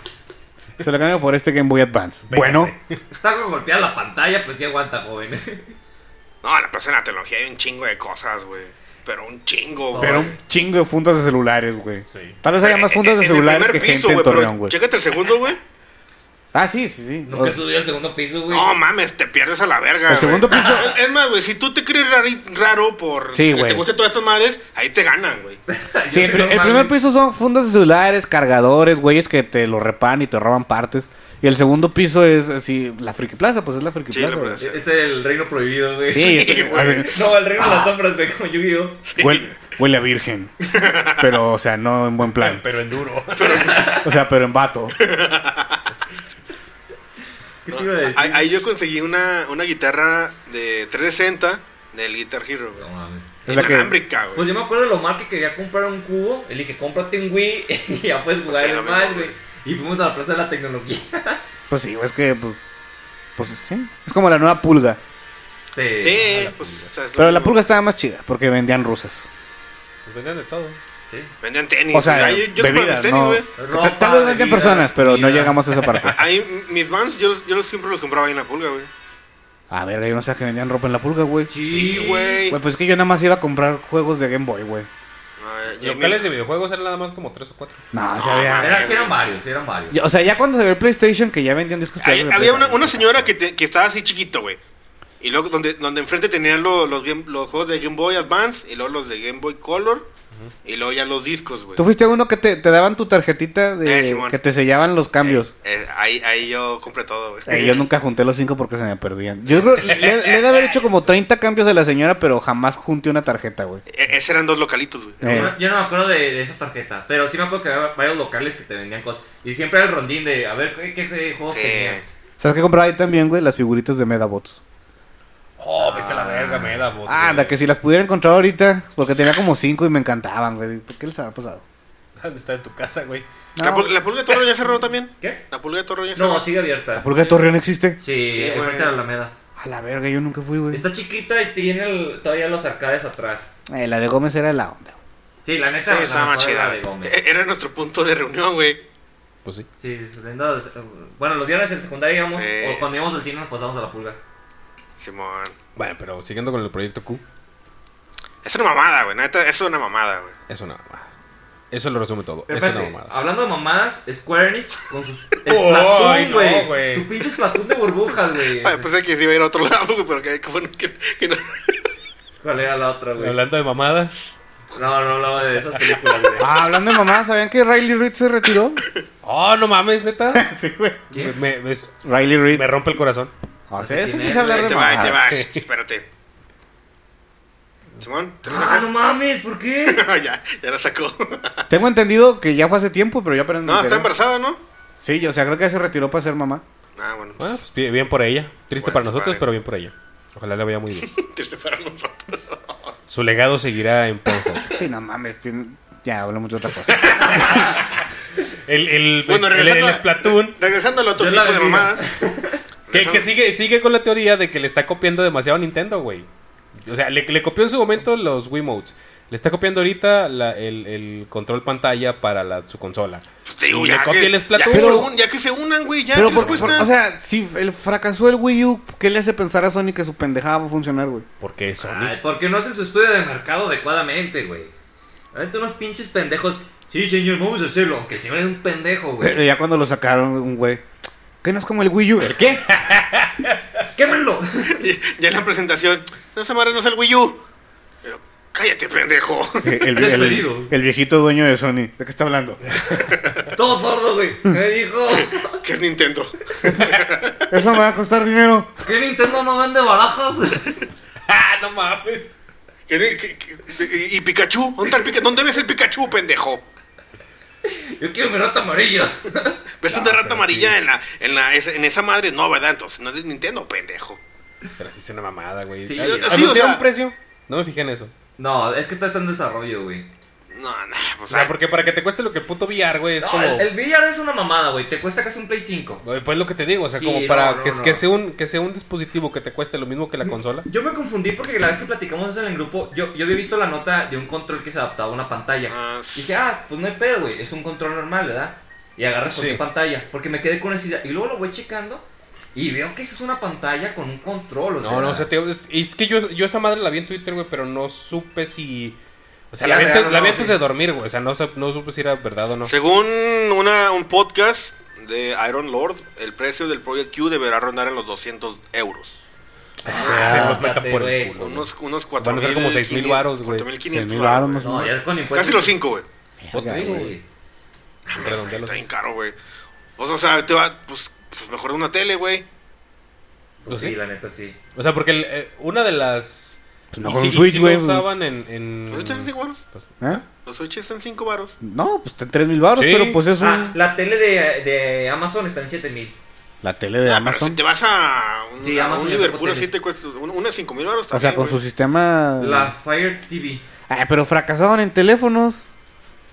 Speaker 4: Se lo cambio por este Game Boy Advance. Bueno,
Speaker 2: Está con golpeada la pantalla, pues sí aguanta, joven.
Speaker 3: No, en la plaza de la tecnología hay un chingo de cosas, güey. Pero un chingo, güey.
Speaker 4: pero un chingo de fundas de celulares, güey.
Speaker 1: Sí.
Speaker 4: Tal vez haya más fundas de
Speaker 3: Eh, En el
Speaker 4: celulares que
Speaker 3: primer piso,
Speaker 4: gente en
Speaker 3: güey, pero
Speaker 4: Torreón, güey.
Speaker 3: Chécate el segundo, güey.
Speaker 4: Ah, sí, sí, sí. O-
Speaker 2: Nunca subí al segundo piso, güey.
Speaker 3: No mames, te pierdes a la verga.
Speaker 4: El
Speaker 3: güey.
Speaker 4: segundo piso-
Speaker 3: Es- Es más, güey, si tú te crees rari- raro por
Speaker 4: Sí,
Speaker 3: que
Speaker 4: güey.
Speaker 3: te gusten todas estas madres, ahí te ganan, güey.
Speaker 2: Yo
Speaker 4: Sí,
Speaker 2: soy
Speaker 4: el, pri- el
Speaker 2: normal,
Speaker 4: primer
Speaker 2: güey.
Speaker 4: piso son fundas de celulares, cargadores, güeyes que te lo reparan y te roban partes. Y el segundo piso es así, la friki plaza, pues es la friki
Speaker 3: Sí,
Speaker 4: plaza.
Speaker 3: la
Speaker 4: güey.
Speaker 3: plaza.
Speaker 2: Es el reino prohibido, güey.
Speaker 4: Sí, es-
Speaker 3: güey.
Speaker 4: así,
Speaker 2: No, el reino de las sombras, güey, como Yu-Gi-Oh.
Speaker 4: huele, huele a virgen. Pero, o sea, no en buen plan.
Speaker 1: Pero en duro.
Speaker 4: O sea, pero en vato.
Speaker 2: ¿Qué
Speaker 3: No,
Speaker 2: te iba a decir?
Speaker 3: ahí, ahí yo conseguí una, una guitarra de 360 del Guitar Hero, güey.
Speaker 2: No mames.
Speaker 4: Es la que-
Speaker 3: Inalámbrica,
Speaker 2: Pues
Speaker 3: güey.
Speaker 2: yo me acuerdo de lo mal que quería comprar un cubo. Le dije, cómprate un Wii y ya puedes jugar
Speaker 3: Pues sí,
Speaker 2: el
Speaker 3: lo
Speaker 2: Smash,
Speaker 3: mismo,
Speaker 2: güey. Y fuimos a la plaza de la tecnología.
Speaker 4: Pues sí, güey, es que, pues, pues sí. Es como la nueva pulga.
Speaker 2: Sí.
Speaker 3: Sí, pues. o sea, es lo
Speaker 4: Pero la
Speaker 3: mismo.
Speaker 4: pulga estaba más chida porque vendían rusas.
Speaker 1: Pues vendían de todo.
Speaker 2: Sí.
Speaker 3: Vendían tenis.
Speaker 4: O sea,
Speaker 3: güey. yo, yo compraba
Speaker 4: bebidas,
Speaker 3: mis tenis,
Speaker 4: no.
Speaker 3: güey.
Speaker 2: Ropa,
Speaker 4: Tal vez vendían
Speaker 2: bebida,
Speaker 4: personas, pero no
Speaker 2: comida.
Speaker 4: llegamos a esa parte.
Speaker 3: Ahí m- mis vans, yo, los- yo los siempre los compraba ahí en la pulga, güey.
Speaker 4: A ver, yo no sé que vendían ropa en la pulga, güey.
Speaker 3: Sí, güey.
Speaker 4: Güey, pues es que yo nada más iba a comprar juegos de Game Boy, güey.
Speaker 3: Ah, yo-
Speaker 1: Locales de videojuegos eran nada más como tres o cuatro.
Speaker 4: No, o
Speaker 3: No,
Speaker 4: sea, había-
Speaker 2: Era- sí eran varios, sí eran varios.
Speaker 4: Ya, O sea, ya cuando se ve el PlayStation, que ya vendían discos.
Speaker 3: Ahí-
Speaker 4: piratas de
Speaker 3: había una,
Speaker 4: PlayStation.
Speaker 3: una señora que, te- que estaba así chiquito, güey. Y luego donde, donde enfrente tenían lo- los, game- los juegos de Game Boy Advance y luego los de Game Boy Color Y luego ya los discos, güey.
Speaker 4: Tú fuiste uno que te, te daban tu tarjetita de
Speaker 3: Eh, Simón.
Speaker 4: que te sellaban los cambios.
Speaker 3: Eh, eh, ahí, ahí yo compré todo, güey.
Speaker 4: Eh, yo nunca junté los cinco porque se me perdían. Yo creo, le, le he de haber hecho como 30 cambios a la señora, pero jamás junté una tarjeta, güey.
Speaker 3: E- Ese eran dos localitos, güey.
Speaker 4: Eh.
Speaker 2: Yo no me acuerdo de, de esa tarjeta, pero sí me acuerdo que había varios locales que te vendían cosas. Y siempre era el rondín de a ver qué, qué, qué juegos
Speaker 3: Sí.
Speaker 2: tenía.
Speaker 4: ¿Sabes qué compraba ahí también, güey? Las figuritas de Medabots.
Speaker 1: Oh, vete a la verga, me da voz.
Speaker 4: Ah, anda, que si las pudiera encontrar ahorita, porque tenía como cinco y me encantaban, güey. ¿Por qué les habrá pasado?
Speaker 1: Está en tu casa, güey.
Speaker 4: No,
Speaker 3: La, pul- la pulga de Torreón ya cerró también.
Speaker 2: ¿Qué?
Speaker 3: La pulga de Torreón ya cerró.
Speaker 2: No, sigue abierta.
Speaker 4: ¿La pulga de Torreón existe?
Speaker 2: Sí,
Speaker 3: Sí,
Speaker 2: sí
Speaker 3: güey.
Speaker 2: enfrente de la Alameda.
Speaker 4: A la verga, yo nunca fui, güey.
Speaker 2: Está chiquita y tiene el- todavía los arcades atrás.
Speaker 4: Eh, la de Gómez era la onda. güey.
Speaker 2: Sí, la
Speaker 3: Sí,
Speaker 2: neta. la
Speaker 3: estaba más
Speaker 2: mejor era
Speaker 3: chida.
Speaker 2: la de
Speaker 3: güey.
Speaker 2: Gómez.
Speaker 3: E- Era nuestro punto de reunión, güey.
Speaker 1: Pues sí.
Speaker 2: Sí, saliendo de- bueno, los viernes en secundaria íbamos,
Speaker 3: Sí.
Speaker 2: o cuando íbamos al cine nos pasamos a la pulga.
Speaker 3: Simón.
Speaker 1: Bueno, pero siguiendo con el proyecto Q,
Speaker 3: Es una mamada, güey. Neta, es una mamada, güey.
Speaker 1: es una mamada. Eso lo resume todo.
Speaker 2: Pero
Speaker 1: Es una
Speaker 2: espérate,
Speaker 1: mamada.
Speaker 2: hablando de mamadas, Square Enix con sus
Speaker 1: Ay,
Speaker 2: Splatoon,
Speaker 1: no,
Speaker 2: güey.
Speaker 1: güey.
Speaker 2: su pinche Splatoon de burbujas, güey.
Speaker 3: Ay, pues. pensé que se iba a ir a otro lado, güey, pero que, que bueno que, que no.
Speaker 2: ¿Cuál era la otra, güey?
Speaker 1: Hablando de mamadas.
Speaker 2: No, no hablaba de esas películas, güey.
Speaker 4: Ah, hablando de mamá, ¿sabían que Riley Reid se retiró?
Speaker 1: Oh, no mames, neta.
Speaker 4: sí, güey.
Speaker 1: me,
Speaker 2: ¿Quién?
Speaker 1: me- me- es-
Speaker 4: Riley Reid.
Speaker 1: me rompe el corazón.
Speaker 4: Ah, sí, eso sí es
Speaker 3: Ahí
Speaker 4: hablar de
Speaker 3: te va, ahí te
Speaker 4: mamá.
Speaker 3: va. Shh, Espérate. Simón, ¿te lo
Speaker 2: Ah,
Speaker 3: sacas?
Speaker 2: no mames, ¿por qué?
Speaker 3: ya, ya la sacó.
Speaker 4: Tengo entendido que ya fue hace tiempo, pero ya apenas me
Speaker 3: No, está
Speaker 4: enteré.
Speaker 3: embarazada, ¿no?
Speaker 4: Sí, yo- o sea, creo que ya se retiró para ser mamá.
Speaker 3: Ah, bueno.
Speaker 1: Bueno, pues bien, bien por ella. Triste
Speaker 3: Bueno,
Speaker 1: para nosotros,
Speaker 3: padre.
Speaker 1: pero bien por ella. Ojalá la vea muy bien.
Speaker 3: Triste para nosotros.
Speaker 1: Su legado seguirá en Pornhub.
Speaker 4: Sí, no mames, tiene- ya hablamos de otra cosa.
Speaker 1: El, el, pues,
Speaker 3: Bueno,
Speaker 1: el, el,
Speaker 3: regresando, a-
Speaker 1: Splatoon,
Speaker 3: regresando al otro
Speaker 2: Yo la
Speaker 3: tipo de
Speaker 2: bendiga.
Speaker 3: mamadas.
Speaker 1: que, que
Speaker 3: Regresando-
Speaker 1: sigue, sigue con la teoría de que le está copiando demasiado a Nintendo, güey. O sea, le, le copió en su momento los Wiimotes. Le está copiando ahorita la- el, el control pantalla para la- su consola.
Speaker 3: Pues te digo,
Speaker 1: Y
Speaker 3: ya
Speaker 1: le copia
Speaker 3: que,
Speaker 1: el
Speaker 3: ya
Speaker 1: Splatoon.
Speaker 3: que se
Speaker 4: Pero-
Speaker 3: un- ya que se unan, güey, ya,
Speaker 4: Pero,
Speaker 3: ¿qué
Speaker 4: por,
Speaker 3: les cuesta?
Speaker 4: por- o sea, si el fracasó el Wii U, ¿qué le hace pensar a Sony que su pendejada va a funcionar, güey?
Speaker 1: Porque es Sony.
Speaker 2: Ay, porque no hace su estudio de mercado adecuadamente, güey. Ahorita unos pinches pendejos. Sí, señor, vamos a hacerlo. Aunque el señor es un pendejo,
Speaker 4: Pero
Speaker 3: Eh,
Speaker 2: güey.
Speaker 4: ya cuando lo sacaron, un güey. Que no es como el Wii U. ¿El qué?
Speaker 3: eh.
Speaker 2: ¡Quémalo!
Speaker 3: ya en la presentación, no se madre, no es el Wii U. Pero cállate, pendejo.
Speaker 4: El, el-
Speaker 2: Despedido.
Speaker 4: el viejito dueño de Sony. ¿De qué está hablando?
Speaker 2: Todo sordo, güey. Me dijo
Speaker 3: que es Nintendo.
Speaker 4: Eso me va a costar dinero.
Speaker 2: que Nintendo no vende barajas.
Speaker 1: ¡Ah, no mames!
Speaker 3: Que ni- que- que- y Pikachu, ¿dónde, está el Pika- dónde ves el Pikachu, pendejo?
Speaker 2: Yo quiero mi rata amarilla.
Speaker 3: ¿Ves
Speaker 1: No,
Speaker 3: una
Speaker 1: pero
Speaker 3: rata amarilla
Speaker 1: sí.
Speaker 3: en, la, en, la, esa- en esa madre? No, ¿verdad? Entonces no es de Nintendo, pendejo.
Speaker 1: Pero sí es una mamada, güey.
Speaker 2: Sí,
Speaker 1: Ay,
Speaker 2: sí, o
Speaker 1: ¿anunciaron
Speaker 3: sea-
Speaker 1: precio? No me fijé en eso.
Speaker 2: No, es que está en desarrollo, güey.
Speaker 3: No, no,
Speaker 1: O
Speaker 3: pues,
Speaker 1: sea,
Speaker 3: ah,
Speaker 1: porque para que te cueste lo que puto VR, güey, es
Speaker 2: No,
Speaker 1: como...
Speaker 2: el, el VR es una mamada, güey. Te cuesta casi un Play 5.
Speaker 1: Güey, Pues lo que te digo, o sea,
Speaker 2: Sí,
Speaker 1: como
Speaker 2: no,
Speaker 1: para
Speaker 2: no,
Speaker 1: que,
Speaker 2: no.
Speaker 1: que sea un, que sea un dispositivo que te cueste lo mismo que la consola.
Speaker 2: Yo me confundí porque la vez que platicamos eso en el grupo, yo, yo había visto la nota de un control que se adaptaba a una pantalla.
Speaker 3: Ah,
Speaker 2: y dije, ah, pues no hay pedo, güey, es un control normal, ¿verdad? Y agarras
Speaker 1: Sí.
Speaker 2: cualquier pantalla, porque me quedé con esa idea. Y luego lo voy checando y veo que eso es una pantalla con un control, o sea.
Speaker 1: No, no, o sea, te- es, es que yo, yo esa madre la vi en Twitter, güey, pero no supe si... O sea,
Speaker 2: Sí,
Speaker 1: la vi
Speaker 2: era
Speaker 1: antes,
Speaker 2: real o
Speaker 1: la
Speaker 2: no,
Speaker 1: vi antes
Speaker 2: sí.
Speaker 1: de dormir, güey. O sea, no, sab- no supe si era verdad o no.
Speaker 3: Según una, un podcast de Iron Lord, el precio del Project Q deberá rondar en los 200 euros.
Speaker 1: Ah, se los meta
Speaker 2: espérate,
Speaker 1: por
Speaker 2: güey.
Speaker 1: el culo. güey.
Speaker 3: Unos, unos
Speaker 1: Van a
Speaker 3: 4.000.
Speaker 1: ser como 6,000 varos, güey.
Speaker 3: 4.500
Speaker 4: 6,000
Speaker 3: varos,
Speaker 4: varos,
Speaker 3: güey.
Speaker 2: No, ya con impuestos.
Speaker 3: Casi los 5, güey.
Speaker 1: Pues te
Speaker 4: Verga,
Speaker 1: digo, güey.
Speaker 2: güey.
Speaker 1: Redondea los-
Speaker 3: Está bien caro, güey. O sea, o sea, te va, pues, pues mejor una tele, güey.
Speaker 2: Pues
Speaker 1: ¿Sí?
Speaker 2: sí, la neta sí.
Speaker 1: O sea, porque el- eh, una de las...
Speaker 4: Pues
Speaker 1: y
Speaker 4: mejor
Speaker 1: sí-
Speaker 4: un
Speaker 1: y
Speaker 4: Switch,
Speaker 1: sí
Speaker 4: güey.
Speaker 1: lo usaban en... en-
Speaker 3: ¿Los Switch están 5 varos?
Speaker 4: ¿Eh?
Speaker 3: Los Switch están 5 varos.
Speaker 4: No, pues está en 3 mil baros,
Speaker 1: Sí.
Speaker 4: pero pues es un...
Speaker 2: Ah, la tele de, de Amazon está en 7000.
Speaker 4: La tele de
Speaker 3: Ah, Pero
Speaker 4: Amazon.
Speaker 3: si te vas a un,
Speaker 2: Sí,
Speaker 3: a
Speaker 2: Amazon
Speaker 3: un
Speaker 2: ya sacó
Speaker 3: Liverpool así
Speaker 2: teles.
Speaker 3: te cuesta un- una 5 mil varos
Speaker 4: O sea,
Speaker 3: también,
Speaker 4: con su
Speaker 3: güey.
Speaker 4: sistema...
Speaker 2: La Fire TV.
Speaker 4: Ah, pero fracasaron en teléfonos.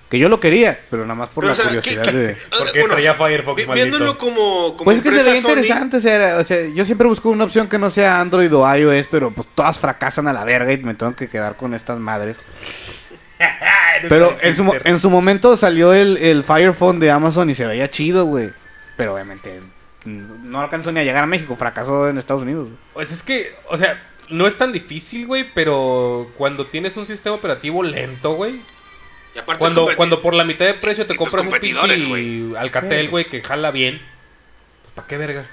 Speaker 4: Que yo lo quería, pero nada más por
Speaker 3: Pero,
Speaker 4: la
Speaker 3: o sea,
Speaker 4: curiosidad
Speaker 3: ¿qué- qué-
Speaker 4: de...
Speaker 3: ah,
Speaker 1: Porque
Speaker 3: bueno,
Speaker 1: traía Firefox,
Speaker 3: vi-
Speaker 1: maldito.
Speaker 3: Viéndolo como, como
Speaker 4: Pues es que se
Speaker 3: empresa
Speaker 4: ve
Speaker 3: Sony,
Speaker 4: interesante, o sea, o sea, yo siempre busco una opción que no sea Android o iOS, pero pues todas fracasan a la verga y me tengo que quedar con estas madres. Pero en su, mo- en su momento salió el, el Fire Phone de Amazon y se veía chido, güey. Pero obviamente mm, no alcanzó ni a llegar a México, fracasó en Estados Unidos. güey.
Speaker 1: Pues es que, o sea, no es tan difícil, güey, pero cuando tienes un sistema operativo lento, güey,
Speaker 3: Y aparte es
Speaker 1: Cuando,
Speaker 3: competi-
Speaker 1: cuando por la mitad de precio te
Speaker 3: Y tus
Speaker 1: compras un
Speaker 3: competidores,
Speaker 1: pinche
Speaker 3: güey.
Speaker 1: Alcatel, güey, que jala bien. Pues, ¿Para qué verga?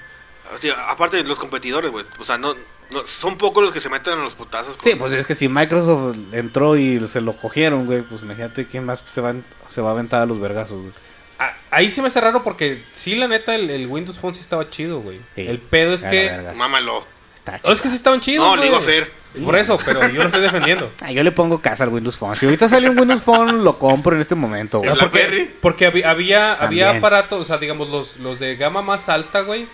Speaker 3: o sea, aparte de los competidores, güey. O sea, no, No, son pocos los que se meten en los putazos. con-
Speaker 4: Sí, pues es que si Microsoft entró y se lo cogieron, güey, pues imagínate quién más se va, en- se va a aventar a los vergazos, güey.
Speaker 1: A- ahí sí me hace raro porque sí, la neta, el, el Windows Phone sí estaba chido, güey.
Speaker 4: Sí.
Speaker 1: El pedo es
Speaker 4: A la
Speaker 1: que...
Speaker 4: verga.
Speaker 3: Mámalo.
Speaker 4: Está
Speaker 1: Oh, es que sí estaban chidos,
Speaker 3: No, le
Speaker 1: güey.
Speaker 3: digo a Fer.
Speaker 1: Por eso, pero yo lo estoy defendiendo.
Speaker 4: Ah, yo le pongo casa al Windows Phone. Si ahorita sale un Windows Phone, lo compro en este momento, güey.
Speaker 3: ¿El
Speaker 1: No, porque,
Speaker 3: BlackBerry?
Speaker 1: porque habi- había, había
Speaker 4: También.
Speaker 1: aparatos, o sea, digamos, los, los de gama más alta, güey.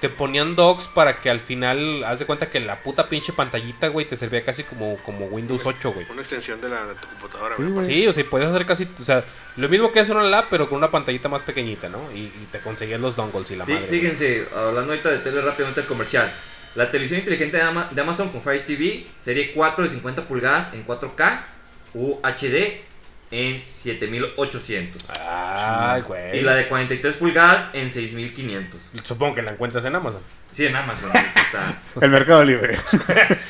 Speaker 1: Te ponían docs para que al final, haz de cuenta que la puta pinche pantallita, güey, te servía casi como, como Windows 8, güey.
Speaker 3: Una extensión de la de tu computadora,
Speaker 4: Sí,
Speaker 3: güey.
Speaker 2: Pues
Speaker 4: güey.
Speaker 1: Sí, o sea, y podías hacer casi, o sea, lo mismo que hacer una lab, pero con una pantallita más pequeñita, ¿no? Y, y te conseguías los dongles y la
Speaker 2: Fí-
Speaker 1: madre. güey.
Speaker 2: Fíjense, hablando ahorita de tele rápidamente el comercial. La televisión inteligente de, Ama- de Amazon con Fire TV, serie 4 de 50 pulgadas en 4K UHD en 7800.
Speaker 1: Ay, güey.
Speaker 2: Y la de 43 pulgadas en 6500.
Speaker 1: Supongo que la encuentras en Amazon.
Speaker 2: Sí, en Amazon. ahorita está.
Speaker 4: El Mercado Libre.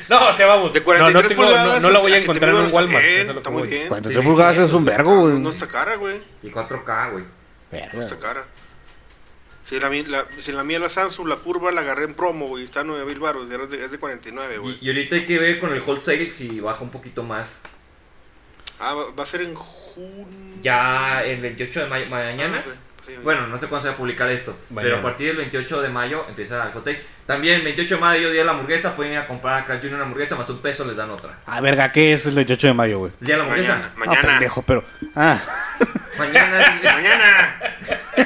Speaker 1: No, o sea, vamos.
Speaker 3: De
Speaker 1: no, no
Speaker 3: 43
Speaker 1: tengo- no-
Speaker 3: pulgadas.
Speaker 1: No, la voy a
Speaker 3: a 7
Speaker 1: encontrar en un
Speaker 3: dólares
Speaker 1: Walmart.
Speaker 3: Está, bien,
Speaker 1: eso es lo que
Speaker 3: está
Speaker 1: voy.
Speaker 3: muy bien.
Speaker 4: Cuando
Speaker 2: Sí,
Speaker 4: te pulgadas es un vergo, güey.
Speaker 3: No está cara, güey.
Speaker 2: Y 4K, güey.
Speaker 3: No
Speaker 4: Verga,
Speaker 3: está cara. Si la, mi- la- si la mía, la Samsung, la curva la agarré en promo, güey. Está a 9 mil baros. Es de, es de 49,
Speaker 2: Y,
Speaker 3: güey.
Speaker 2: y ahorita hay que ver con el wholesale si baja un poquito más.
Speaker 3: Ah, va, va a ser en junio.
Speaker 2: Ya el 28 de mayo, mañana.
Speaker 3: Ah, ok. Sí, güey.
Speaker 2: Bueno, no sé cuándo se va a publicar esto,
Speaker 1: Mañana.
Speaker 2: pero a partir del 28 de mayo empieza el hot sale. También, 28 de mayo, día de la hamburguesa, pueden ir a comprar a Carl Jr. una hamburguesa, más un peso les dan otra.
Speaker 4: Ah, verga, ¿qué es el 28 de mayo, güey?
Speaker 2: El día de la
Speaker 1: pues
Speaker 2: hamburguesa.
Speaker 3: mañana,
Speaker 4: Ah,
Speaker 3: mañana.
Speaker 4: pendejo, pero... Ah,
Speaker 2: Mañana.
Speaker 3: mañana.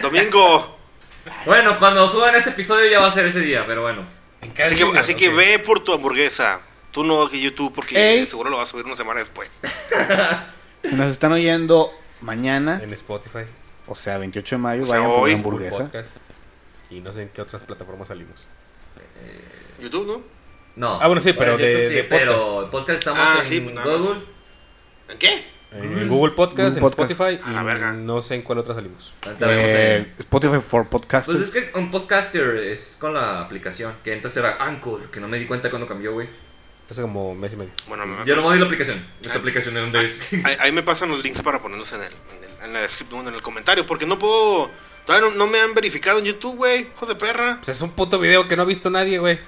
Speaker 3: Domingo.
Speaker 2: bueno, cuando suban este episodio ya va a ser ese día, pero bueno.
Speaker 3: Así que, así que
Speaker 1: Ok.
Speaker 3: ve por tu hamburguesa. Tú no que YouTube porque
Speaker 4: Ey.
Speaker 3: seguro lo vas a subir una semana después.
Speaker 4: si nos están oyendo mañana,
Speaker 1: En Spotify.
Speaker 4: o sea, 28 de mayo,
Speaker 3: O sea,
Speaker 4: vayan por
Speaker 3: hoy.
Speaker 4: una hamburguesa.
Speaker 1: Podcast. Y no sé en qué otras plataformas salimos.
Speaker 3: YouTube, ¿no?
Speaker 2: No.
Speaker 1: Ah, bueno, sí, pero
Speaker 2: Bueno,
Speaker 1: de-
Speaker 2: sí,
Speaker 1: de podcast.
Speaker 2: Pero podcast estamos
Speaker 3: Ah,
Speaker 2: en
Speaker 3: sí, pues nada
Speaker 2: Google.
Speaker 3: ¿En qué?
Speaker 1: En Google Podcast,
Speaker 4: Google
Speaker 1: en
Speaker 4: Podcast.
Speaker 1: Spotify
Speaker 3: A
Speaker 1: y
Speaker 3: la verga.
Speaker 1: no sé en cuál otra salimos.
Speaker 2: Ahorita vemos ahí.
Speaker 4: Eh, Spotify for
Speaker 2: Pues es
Speaker 4: Podcasters.
Speaker 2: que un podcaster es con la aplicación, que entonces era Anchor, que no me di cuenta cuando cambió, güey.
Speaker 1: Hace como mes y medio.
Speaker 3: Bueno, me-
Speaker 2: Yo no me di la aplicación. Esta
Speaker 3: Ah.
Speaker 2: aplicación de dónde es.
Speaker 3: ahí, ahí me pasan los links para ponerlos en el, en el, en la descripción, en el comentario. Porque no puedo. Todavía no, no me han verificado en YouTube, güey. Hijo de perra.
Speaker 1: Pues es un puto video que no ha visto nadie, güey.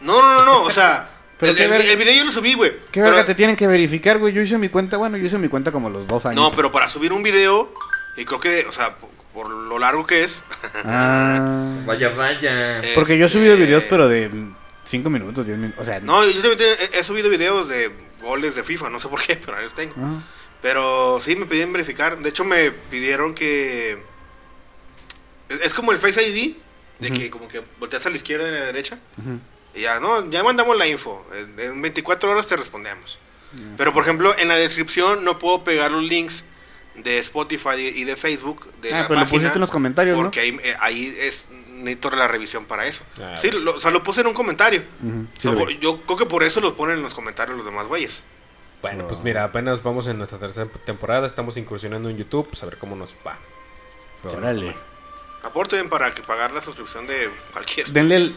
Speaker 3: No, no, no, no. O sea,
Speaker 4: Pero
Speaker 3: el,
Speaker 4: qué
Speaker 3: el-
Speaker 4: ver-
Speaker 3: el video yo lo subí, güey.
Speaker 4: ¿Qué
Speaker 3: pero-
Speaker 4: verga te tienen que verificar, güey? Yo hice mi cuenta, bueno, yo hice mi cuenta como a los dos años.
Speaker 3: No, pero para subir un video. Y creo que, o sea, por, por lo largo que es.
Speaker 4: Ah,
Speaker 2: Vaya, vaya.
Speaker 3: Eh,
Speaker 4: porque yo he subido
Speaker 3: este-
Speaker 4: videos, pero de 5 minutos, 10 minutos. O sea,
Speaker 3: No, yo también he, he subido videos de goles de FIFA. No sé por qué, pero ahí los tengo.
Speaker 4: Ah,
Speaker 3: Pero sí me pidieron verificar. De hecho, me pidieron que. Es, es como el Face ID, de que como que volteas a la izquierda y a la derecha.
Speaker 4: ujú.
Speaker 3: Y ya, no, ya mandamos la info. En, en 24 horas te respondemos. Pero por ejemplo, en la descripción no puedo pegar los links de Spotify y de Facebook. De
Speaker 4: Ah,
Speaker 3: la
Speaker 4: pues lo
Speaker 3: página,
Speaker 4: pusiste en los comentarios, ¿no?
Speaker 3: Porque ahí, eh, ahí es. Necesito la revisión para eso.
Speaker 1: Ah,
Speaker 3: sí, lo- o sea, lo puse en un comentario.
Speaker 4: Ujú,
Speaker 3: O
Speaker 4: sí
Speaker 3: sea,
Speaker 4: lo
Speaker 3: por-
Speaker 4: vi.
Speaker 3: yo creo que por eso los ponen en los comentarios los demás güeyes.
Speaker 1: Bueno,
Speaker 4: No.
Speaker 1: pues mira, apenas vamos en nuestra tercera temporada. Estamos incursionando en YouTube. Pues a ver cómo nos va.
Speaker 4: Órale.
Speaker 3: Aporten para que pagar la suscripción de cualquier.
Speaker 4: Denle el-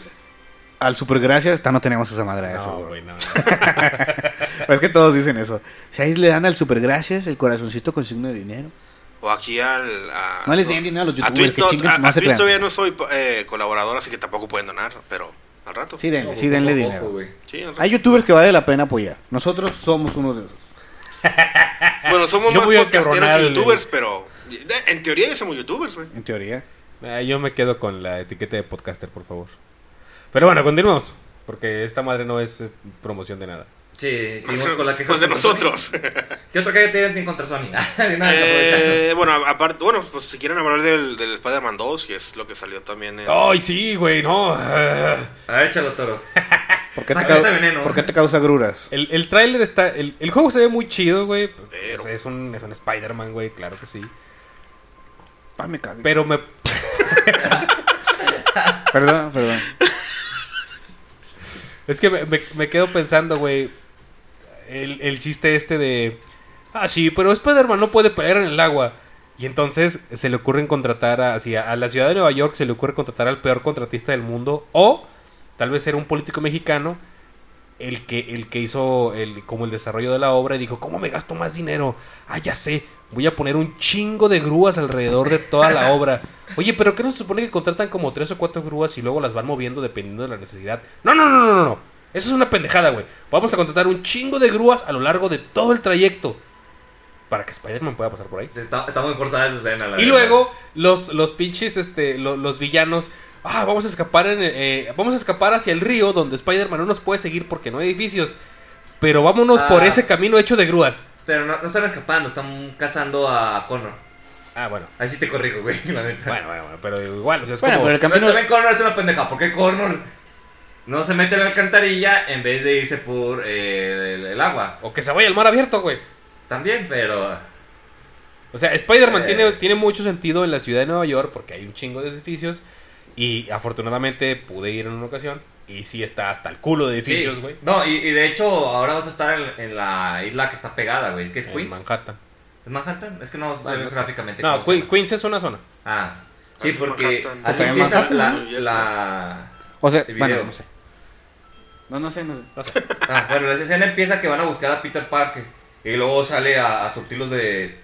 Speaker 4: al super gracias, no tenemos esa madre de eso.
Speaker 1: No,
Speaker 4: güey.
Speaker 1: güey, no.
Speaker 4: Pero es que todos dicen eso. Si ahí le dan al super gracias, el corazoncito con signo de dinero.
Speaker 3: O aquí al. A,
Speaker 4: No les den dinero a los
Speaker 3: A
Speaker 4: youtubers
Speaker 3: Twitch,
Speaker 4: que
Speaker 3: no,
Speaker 4: chingan,
Speaker 3: a-
Speaker 4: no
Speaker 3: a
Speaker 4: se
Speaker 3: Twitch
Speaker 4: crean.
Speaker 3: todavía no soy eh, colaborador, así que tampoco pueden donar, pero al rato.
Speaker 4: Sí, denle,
Speaker 2: No,
Speaker 4: sí, denle
Speaker 2: poco a
Speaker 4: dinero.
Speaker 2: poco, güey.
Speaker 3: Sí, al rato.
Speaker 4: Hay youtubers que vale la pena apoyar. Nosotros somos uno de esos.
Speaker 3: Bueno, somos
Speaker 1: Yo
Speaker 3: más
Speaker 1: voy a
Speaker 3: podcasteros que
Speaker 1: cabronarle.
Speaker 3: youtubers, pero. de- En teoría ya somos youtubers, güey.
Speaker 4: En teoría.
Speaker 1: Ah, yo me quedo con la etiqueta de podcaster, por favor. Pero bueno, continuamos. Porque esta madre no es eh, promoción de nada.
Speaker 2: Sí, seguimos con la queja.
Speaker 3: Pues de
Speaker 2: contra Sony.
Speaker 3: nosotros.
Speaker 2: ¿Qué otra queja tienen en contra Sony? Ah, de nada, aprovechando.
Speaker 3: Eh, bueno, a- aparte, bueno, pues si quieren hablar del, del Spider-Man 2, que es lo que salió también en.
Speaker 1: ¡Ay, sí, güey! No. Ah.
Speaker 2: A ver, échalo toro.
Speaker 4: ¿Por qué, te,
Speaker 2: Saca ese
Speaker 4: cau-
Speaker 2: veneno.
Speaker 4: por qué te causa gruras?
Speaker 1: El, el tráiler está... El, el juego se ve muy chido, güey.
Speaker 3: Pero-
Speaker 1: Es, es un, es un Spider-Man, güey, claro que sí.
Speaker 4: Ah, me cagué.
Speaker 1: Pero me...
Speaker 4: Perdón, perdón.
Speaker 1: Es que me, me- me quedo pensando, güey. El, el chiste este de... Ah, sí, pero Spider-Man no puede pelear en el agua. Y entonces se le ocurren contratar a, así, a, a la ciudad de Nueva York, se le ocurre contratar al peor contratista del mundo. O tal vez era un político mexicano el que, el que hizo el, como el desarrollo de la obra y dijo, ¿cómo me gasto más dinero? Ah, ya sé, Voy a poner un chingo de grúas alrededor de toda la obra. Oye, pero ¿qué no se supone que contratan como tres o cuatro grúas y luego las van moviendo dependiendo de la necesidad? No, no, no, no, no. no. Eso es una pendejada, güey. Vamos a contratar un chingo de grúas a lo largo de todo el trayecto. Para que Spider-Man pueda pasar por ahí.
Speaker 2: Está, está muy forzada esa escena, la
Speaker 1: Y
Speaker 2: verdad.
Speaker 1: luego los, los pinches, este, lo- los villanos. Ah, vamos a escapar en, el- eh, vamos a escapar hacia el río donde Spider-Man no nos puede seguir porque no hay edificios. Pero vámonos por
Speaker 2: Ah.
Speaker 1: ese camino hecho de grúas.
Speaker 2: Pero no, no están escapando, están cazando a Connor.
Speaker 1: Ah, bueno.
Speaker 2: Ahí sí te corrijo, güey, la neta.
Speaker 1: Bueno, bueno, bueno, pero igual, o sea, es
Speaker 4: Bueno,
Speaker 1: como...
Speaker 4: pero el
Speaker 2: Pero
Speaker 4: camino.
Speaker 2: también Connor es una pendeja. ¿Por qué Connor no se mete en la alcantarilla en vez de irse por eh, el, el agua?
Speaker 1: O que se vaya al mar abierto, güey.
Speaker 2: También, pero.
Speaker 1: O sea, Spider-Man
Speaker 2: Eh.
Speaker 1: tiene, tiene mucho sentido en la ciudad de Nueva York porque hay un chingo de edificios. Y afortunadamente pude ir en una ocasión. Y sí está hasta el culo de edificios,
Speaker 2: Sí.
Speaker 1: güey.
Speaker 2: No, y, y de hecho, ahora vas a estar en, en la isla que está pegada, güey, que es
Speaker 1: En
Speaker 2: Queens.
Speaker 1: Manhattan.
Speaker 2: ¿Es Manhattan? Es que no
Speaker 1: Ah,
Speaker 2: se ve
Speaker 1: no sé.
Speaker 2: gráficamente.
Speaker 1: No,
Speaker 2: cómo se
Speaker 1: Que-
Speaker 2: llama.
Speaker 1: Queens es una zona.
Speaker 2: Ah, sí,
Speaker 3: Así
Speaker 2: porque
Speaker 3: Manhattan.
Speaker 2: así
Speaker 4: Está en
Speaker 2: empieza
Speaker 4: Manhattan,
Speaker 2: la.
Speaker 3: ¿no? Ya sé.
Speaker 2: la-
Speaker 4: O sea,
Speaker 2: el video.
Speaker 4: bueno, no sé. No, no sé, no sé.
Speaker 2: Ah, bueno, la escena empieza que van a buscar a Peter Parker y luego sale a, a surtirlos de,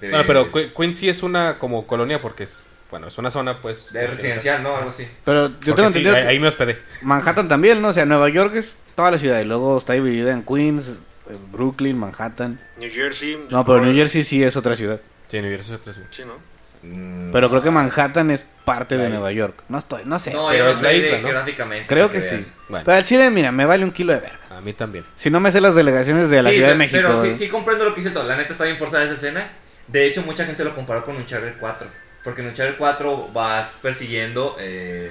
Speaker 2: de-
Speaker 1: Bueno, pero Que- Queens sí es una como colonia porque es... Bueno, es una zona, pues...
Speaker 2: de residencial, ¿no? Algo así.
Speaker 4: Pero yo
Speaker 1: Porque
Speaker 4: tengo
Speaker 1: sí,
Speaker 4: entendido
Speaker 1: ahí,
Speaker 4: que
Speaker 1: ahí me hospedé.
Speaker 4: Manhattan también, ¿no? O sea, Nueva York es toda la ciudad y luego está dividida en Queens, en Brooklyn, Manhattan.
Speaker 3: New Jersey.
Speaker 4: No, pero New Jersey sí es otra ciudad.
Speaker 1: Sí, en New Jersey es otra ciudad.
Speaker 3: Sí, ¿no?
Speaker 2: Mm.
Speaker 4: Pero creo que Manhattan es parte de
Speaker 1: Ahí.
Speaker 4: Nueva York. No estoy, no sé.
Speaker 2: No,
Speaker 1: Pero
Speaker 2: yo no
Speaker 1: es la
Speaker 2: sé
Speaker 1: isla,
Speaker 2: de-
Speaker 1: ¿no?
Speaker 2: geográficamente.
Speaker 4: creo
Speaker 2: para
Speaker 4: que
Speaker 2: veas.
Speaker 4: sí.
Speaker 1: Bueno.
Speaker 4: Pero al Chile, mira, me vale un kilo de verga.
Speaker 1: A mí también.
Speaker 4: Si no me sé las delegaciones de la
Speaker 2: Sí,
Speaker 4: Ciudad de
Speaker 2: pe-
Speaker 4: México.
Speaker 2: Pero sí,
Speaker 4: ¿eh?
Speaker 2: sí comprendo lo que dice todo. La neta está bien forzada esa escena. De hecho, mucha gente lo comparó con Uncharted 4. Porque en Uncharted 4 vas persiguiendo. Eh,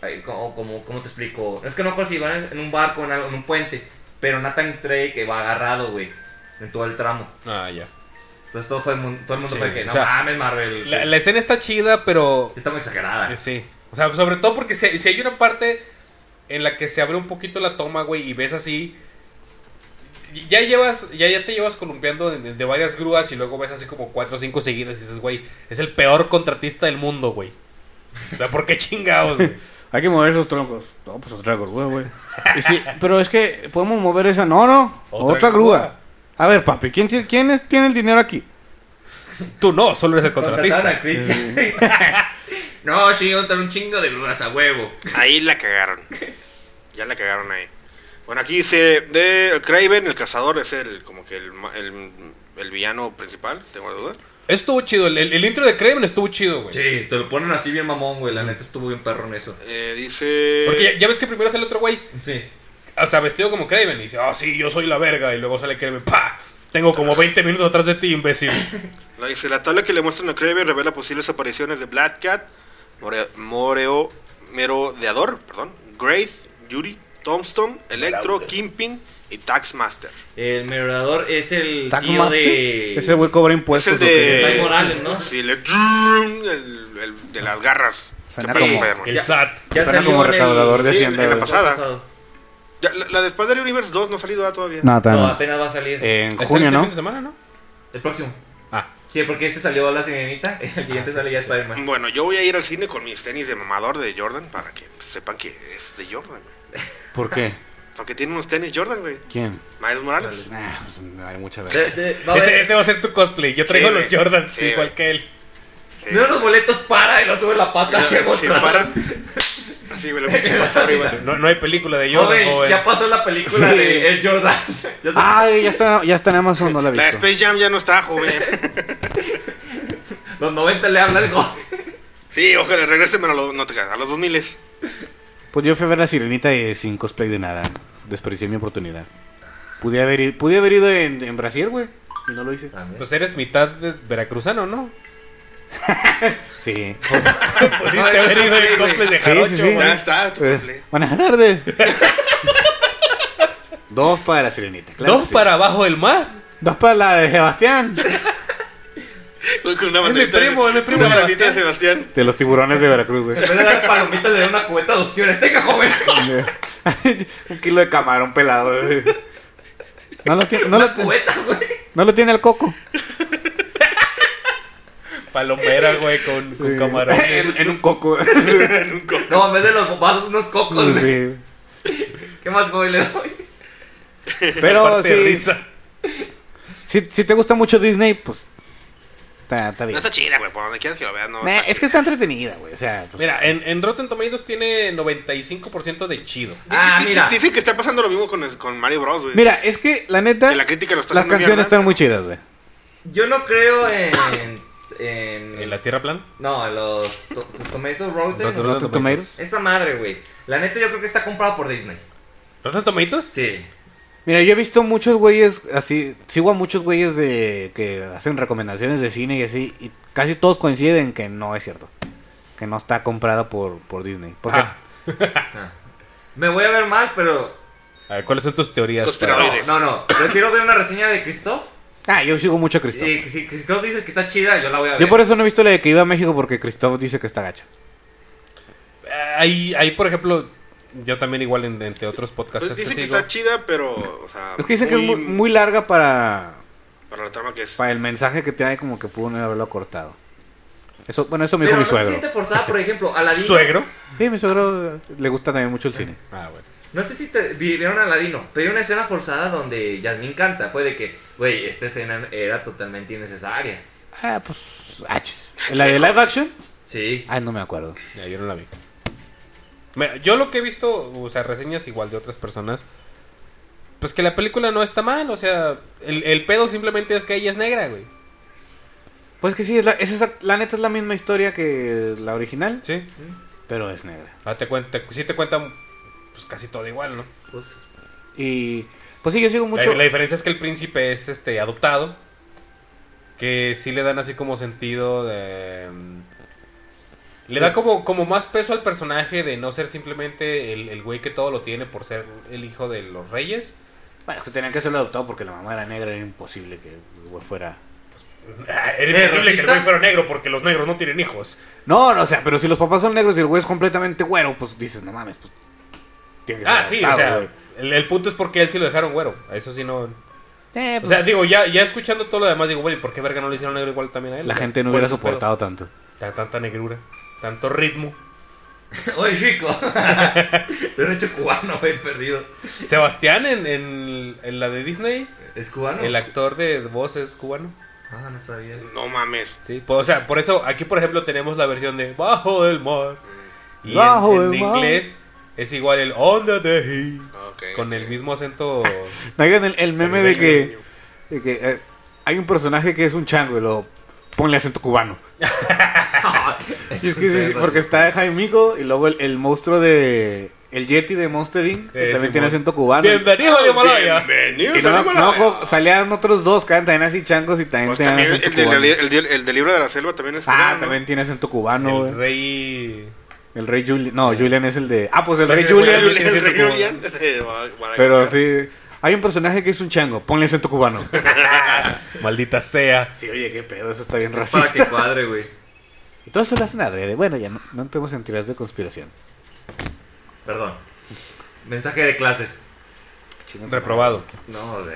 Speaker 2: ay, como, como- ¿Cómo te explico? Es que no acuerdo si van en un barco, en, algo- en un puente. Pero Nathan Drake va agarrado, güey. En todo el tramo.
Speaker 1: Ah, ya.
Speaker 2: Entonces todo, fue, mun- todo el mundo
Speaker 1: Sí,
Speaker 2: fue que
Speaker 1: o
Speaker 2: no
Speaker 1: sea,
Speaker 2: mames, Marvel.
Speaker 1: La, la escena está chida, pero...
Speaker 2: Está muy exagerada.
Speaker 1: Eh, Sí. O sea, sobre todo porque si, si hay una parte en la que se abre un poquito la toma, güey, y ves así. y- Ya llevas, ya, ya te llevas columpiando de, de varias grúas y luego ves así como cuatro o cinco seguidas y dices, güey, es el peor contratista del mundo, güey. O sea, ¿por qué chingados? güey?
Speaker 4: Hay que mover esos troncos. No, pues otra grúa, güey. Y sí, pero es que podemos mover esa. No, no.
Speaker 1: Otra
Speaker 4: Otra,
Speaker 1: grúa.
Speaker 4: grúa. A ver, papi, ¿quién, tiene- quién es- tiene el dinero aquí?
Speaker 1: Tú no, solo eres el
Speaker 2: Contrataron
Speaker 1: contratista.
Speaker 2: a Christian. no, sí, otra un chingo de grúas a huevo.
Speaker 3: Ahí la cagaron. Ya la cagaron ahí. Bueno, aquí dice de Craven, el cazador, es el como que el, ma- el, el villano principal, tengo duda.
Speaker 1: Estuvo chido, el, el- el intro de Kraven estuvo chido, güey. Mm.
Speaker 2: Sí, te lo ponen así bien mamón, güey. La neta estuvo bien perro en eso.
Speaker 3: Eh, dice...
Speaker 1: Porque ya, ya ves que primero sale otro güey,
Speaker 2: Sí.
Speaker 1: hasta vestido como Kraven, y dice, ah, sí, yo soy la verga, y luego sale Kraven, pa, tengo como 20 minutos atrás de ti, imbécil.
Speaker 3: La, dice, la tabla que le muestran a Craven revela posibles apariciones de Black Cat, More- Moreo, Merodeador, perdón, Wraith, Yuri, Tombstone, Electro, Kingpin y Taxmaster.
Speaker 2: El merodeador es el
Speaker 4: ¿Taco
Speaker 2: tío
Speaker 4: Master?
Speaker 2: de.
Speaker 4: Ese güey cobra impuestos.
Speaker 3: es el de-
Speaker 4: ¿o qué?
Speaker 2: Miles Morales, ¿no?
Speaker 3: Sí, le- el, el de las garras.
Speaker 4: Suena
Speaker 3: que pasa
Speaker 4: como-
Speaker 3: Spider-Man.
Speaker 1: El SAT.
Speaker 2: Ya
Speaker 4: Suena como
Speaker 2: en el-
Speaker 4: recaudador de
Speaker 3: Sí,
Speaker 4: Hacienda.
Speaker 3: en la
Speaker 4: güey.
Speaker 3: pasada. Ya, la, la de Spider Universe 2 no ha salido ah, todavía.
Speaker 4: No,
Speaker 2: No,
Speaker 4: también.
Speaker 2: apenas va a salir.
Speaker 4: En
Speaker 1: ¿Es
Speaker 4: junio,
Speaker 1: este
Speaker 4: ¿no?
Speaker 1: fin de semana, no?
Speaker 2: El próximo.
Speaker 1: Ah,
Speaker 2: Sí, porque este salió la sirenita. El
Speaker 4: Ah,
Speaker 2: siguiente sale ya Spider-Man.
Speaker 3: Bueno, yo voy a ir al cine con mis tenis de mamador de Jordan para que sepan que es de Jordan, güey.
Speaker 4: ¿Por qué?
Speaker 3: Porque tiene unos tenis Jordan, güey.
Speaker 4: ¿Quién?
Speaker 3: Miles Morales.
Speaker 4: Ah, pues, no hay mucha
Speaker 2: De-
Speaker 4: verga.
Speaker 2: de- va a
Speaker 1: ese,
Speaker 2: haber-
Speaker 1: ese va a ser tu cosplay. Yo traigo
Speaker 3: Sí,
Speaker 1: los
Speaker 3: güey.
Speaker 1: Jordans
Speaker 3: Sí,
Speaker 1: igual
Speaker 3: güey.
Speaker 1: que él.
Speaker 3: Sí.
Speaker 2: Mira los boletos, para y lo sube la pata hacia
Speaker 3: Se
Speaker 2: otro.
Speaker 3: para. Así, güey, la pinche pata arriba.
Speaker 1: No, no hay película de Jordan,
Speaker 2: Joven,
Speaker 1: joven.
Speaker 2: ya pasó la película de El Jordan. Ya se-
Speaker 4: Ay, ya está, ya está en Amazon, no la he
Speaker 3: La
Speaker 4: visto.
Speaker 3: Space Jam ya no está, joven.
Speaker 2: Los 90 le hablas, joven.
Speaker 3: Sí, ojalá, regresen a los, no te creas, a los 2000.
Speaker 4: Pues yo fui a ver la sirenita y sin cosplay de nada. Desperdicié mi oportunidad. Pude haber, i- pude haber ido en, en Brasil, güey. Y no lo hice.
Speaker 2: Ah.
Speaker 1: Pues eres mitad de- veracruzano, ¿no?
Speaker 4: Sí.
Speaker 1: Pudiste haber ido en cosplay de
Speaker 4: Sí,
Speaker 1: jarocho,
Speaker 4: sí, sí.
Speaker 1: güey.
Speaker 3: Ya está, tu cumple.
Speaker 4: Eh, Buenas tardes. Dos para la sirenita. claro
Speaker 1: Dos
Speaker 4: que sí.
Speaker 1: para abajo del mar.
Speaker 4: Dos para la de Sebastián.
Speaker 3: Voy Con una
Speaker 1: mi
Speaker 3: bandita.
Speaker 1: primo, es mi primo,
Speaker 3: Una bandita de Sebastián.
Speaker 4: De los tiburones de Veracruz, güey.
Speaker 2: En vez de dar palomitas, le da una cubeta a dos tíos. Tenga, joven.
Speaker 4: Un kilo de camarón pelado. güey. No lo, tiene, no, lo,
Speaker 2: Una cubeta, güey.
Speaker 4: no lo tiene el coco.
Speaker 1: Palomera, güey, con, con
Speaker 4: En,
Speaker 1: camarones.
Speaker 4: en un coco.
Speaker 3: En un co-
Speaker 2: No, en vez de los vasos, unos cocos. güey.
Speaker 4: Sí.
Speaker 2: ¿Qué más, joven, le doy?
Speaker 4: Pero
Speaker 1: Aparte de
Speaker 4: sí,
Speaker 1: risa.
Speaker 4: si, si te gusta mucho Disney, pues Está, está
Speaker 3: No
Speaker 4: bien.
Speaker 3: está chida, güey. Por donde quieras que lo veas, no.
Speaker 4: Nah,
Speaker 3: está
Speaker 4: es que
Speaker 3: chida.
Speaker 4: está entretenida, güey. O sea, pues,
Speaker 1: Mira, en, en Rotten Tomatoes tiene 95% de chido.
Speaker 3: Di-
Speaker 2: Ah,
Speaker 3: di- di-
Speaker 2: mira.
Speaker 3: Dicen que está pasando lo mismo con, el- con Mario Bros, güey.
Speaker 4: mira, es que la neta,
Speaker 3: Que la crítica lo está
Speaker 4: las
Speaker 3: haciendo
Speaker 4: canciones
Speaker 3: mierda.
Speaker 4: están muy chidas, güey.
Speaker 2: Yo no creo en. en,
Speaker 1: ¿En la Tierra Plan?
Speaker 2: No, en los to- Tomato Rotten.
Speaker 1: Rotten-
Speaker 4: Rotten Tomatoes.
Speaker 2: Esa madre, güey. La neta, yo creo que está comprada por Disney.
Speaker 1: ¿Rotten Tomatoes?
Speaker 2: Sí.
Speaker 4: Mira, yo he visto muchos güeyes así, sigo a muchos güeyes de que hacen recomendaciones de cine y así, y casi todos coinciden que no es cierto, que no está comprada por, por Disney. Porque
Speaker 1: Ah,
Speaker 2: Ah. Me voy a ver mal, pero.
Speaker 1: a ver, ¿cuáles son tus teorías?
Speaker 3: Conspirador. Asteroides.
Speaker 2: No, no. Prefiero ver una reseña de Christoph.
Speaker 4: ah, yo sigo mucho a Christoph.
Speaker 2: Y que si que si Christoph dice que está chida, yo la voy a ver.
Speaker 4: Yo por eso no he visto la de que iba a México porque Christoph dice que está gacha.
Speaker 1: Eh, Ahí, ahí, por ejemplo, yo también igual en- entre otros podcasts
Speaker 3: Pues dicen
Speaker 1: que
Speaker 3: que
Speaker 1: sigo.
Speaker 3: está chida, pero. O sea,
Speaker 4: Es que dicen que es muy, muy larga para,
Speaker 3: Para la trama que es.
Speaker 4: para el mensaje que trae como que pudo no haberlo cortado. Eso, bueno, eso me
Speaker 2: Pero
Speaker 4: dijo
Speaker 2: no
Speaker 4: mi
Speaker 2: se
Speaker 4: suegro.
Speaker 2: siente forzada, por ejemplo, Aladino.
Speaker 1: ¿Suegro?
Speaker 4: Sí, mi suegro eh, le gusta también mucho el cine.
Speaker 1: Ah, bueno.
Speaker 2: No sé si te vi- vieron Aladino, pero hay una escena forzada donde Yasmin canta. Fue de que, güey, esta escena era totalmente innecesaria.
Speaker 4: Ah, pues, achis. ¿La de live action?
Speaker 2: Sí.
Speaker 4: Ah, no me acuerdo.
Speaker 1: Ya, yo no la vi. Me- yo lo que he visto, o sea, reseñas igual de otras personas, pues que la película no está mal, o sea, el, el pedo simplemente es que ella es negra, güey.
Speaker 4: Pues que sí, es la, es esa- la neta es la misma historia que la original,
Speaker 1: Sí.
Speaker 4: pero es negra.
Speaker 1: Ah, te cuenta, sí te cuentan pues casi todo igual, ¿no?
Speaker 2: Pues,
Speaker 4: Y pues sí, yo sigo mucho.
Speaker 1: La, la diferencia es que el príncipe es este adoptado, que sí le dan así como sentido de... mm, Le da como, como más peso al personaje de no ser simplemente el, el güey que todo lo tiene por ser el hijo de los reyes.
Speaker 4: Bueno, que tenían que hacerlo adoptado porque la mamá era negra, era imposible que güey, fuera.
Speaker 1: Ah, Era imposible que el
Speaker 2: racista?
Speaker 1: güey fuera negro porque los negros no tienen hijos.
Speaker 4: No, no, o sea, pero si los papás son negros y el güey es completamente güero, pues dices, no mames, pues. Tiene que ser
Speaker 1: Ah, sí, o
Speaker 4: adoptado,
Speaker 1: sea,
Speaker 4: güey.
Speaker 1: el, el punto es porque a él sí lo dejaron güero. a Eso sí no.
Speaker 4: Eh,
Speaker 1: O
Speaker 4: pues,
Speaker 1: sea, digo, ya, ya escuchando todo lo demás, digo, bueno, ¿y por qué verga no le hicieron negro igual también a él?
Speaker 4: la
Speaker 1: O sea,
Speaker 4: gente no
Speaker 1: ¿cuál
Speaker 4: hubiera
Speaker 1: es su pedo?
Speaker 4: soportado tanto.
Speaker 1: Ta- tanta negrura, tanto ritmo.
Speaker 2: Oye, chico. Era hecho cubano, güey, perdido.
Speaker 1: Sebastián en, en- en la de Disney,
Speaker 2: ¿Es cubano?
Speaker 1: el actor de voz es cubano.
Speaker 2: Ah, no sabía.
Speaker 3: No mames.
Speaker 1: Sí, pues, o sea, por eso aquí, por ejemplo, tenemos la versión de Bajo el mar. Y en-
Speaker 4: Bajo
Speaker 1: en,
Speaker 4: el mar.
Speaker 1: inglés es igual el Under the Hill.
Speaker 3: Ok,
Speaker 1: Con el
Speaker 3: ok.
Speaker 1: mismo acento.
Speaker 4: Oigan el, el meme de
Speaker 3: Caribeño,
Speaker 4: que, de
Speaker 3: caribeño.
Speaker 4: que eh, hay un personaje que es un chango y lo ponle acento cubano. Y es que sí, porque está Jaimico y luego el, el monstruo de. El Yeti de Monster Inc.
Speaker 1: Eh,
Speaker 4: Que también
Speaker 1: Simón.
Speaker 4: tiene acento cubano.
Speaker 1: Bienvenido a Himalaya.
Speaker 4: Y
Speaker 3: Bienvenidos
Speaker 4: no,
Speaker 3: a
Speaker 4: no,
Speaker 3: la
Speaker 4: no,
Speaker 3: Himalaya.
Speaker 4: ojo, salían otros dos que eran también así changos y también
Speaker 3: Pues
Speaker 4: tenían
Speaker 3: también el,
Speaker 4: acento
Speaker 3: del-
Speaker 4: cubano.
Speaker 3: el del- el del libro de la selva también es.
Speaker 4: ah,
Speaker 3: cubano.
Speaker 4: también tiene acento cubano, güey.
Speaker 1: El rey.
Speaker 4: El rey Julian. No, Julian es el de. Ah, pues el rey
Speaker 1: El rey
Speaker 3: El,
Speaker 4: Julian.
Speaker 1: Julian.
Speaker 3: el rey
Speaker 1: cubano.
Speaker 3: Julián de Guadalajara.
Speaker 4: Pero sí. Hay un personaje que es un chango. Ponle acento cubano.
Speaker 1: Maldita sea.
Speaker 4: sí, oye, qué pedo. Eso está bien
Speaker 2: Para que
Speaker 4: racista.
Speaker 2: cuadre, güey.
Speaker 4: Y todo eso lo hacen adrede. Bueno, ya no, no entremos en teorías de conspiración.
Speaker 2: Perdón. Mensaje de clases.
Speaker 4: Chingas.
Speaker 1: Reprobado.
Speaker 2: No, o sea,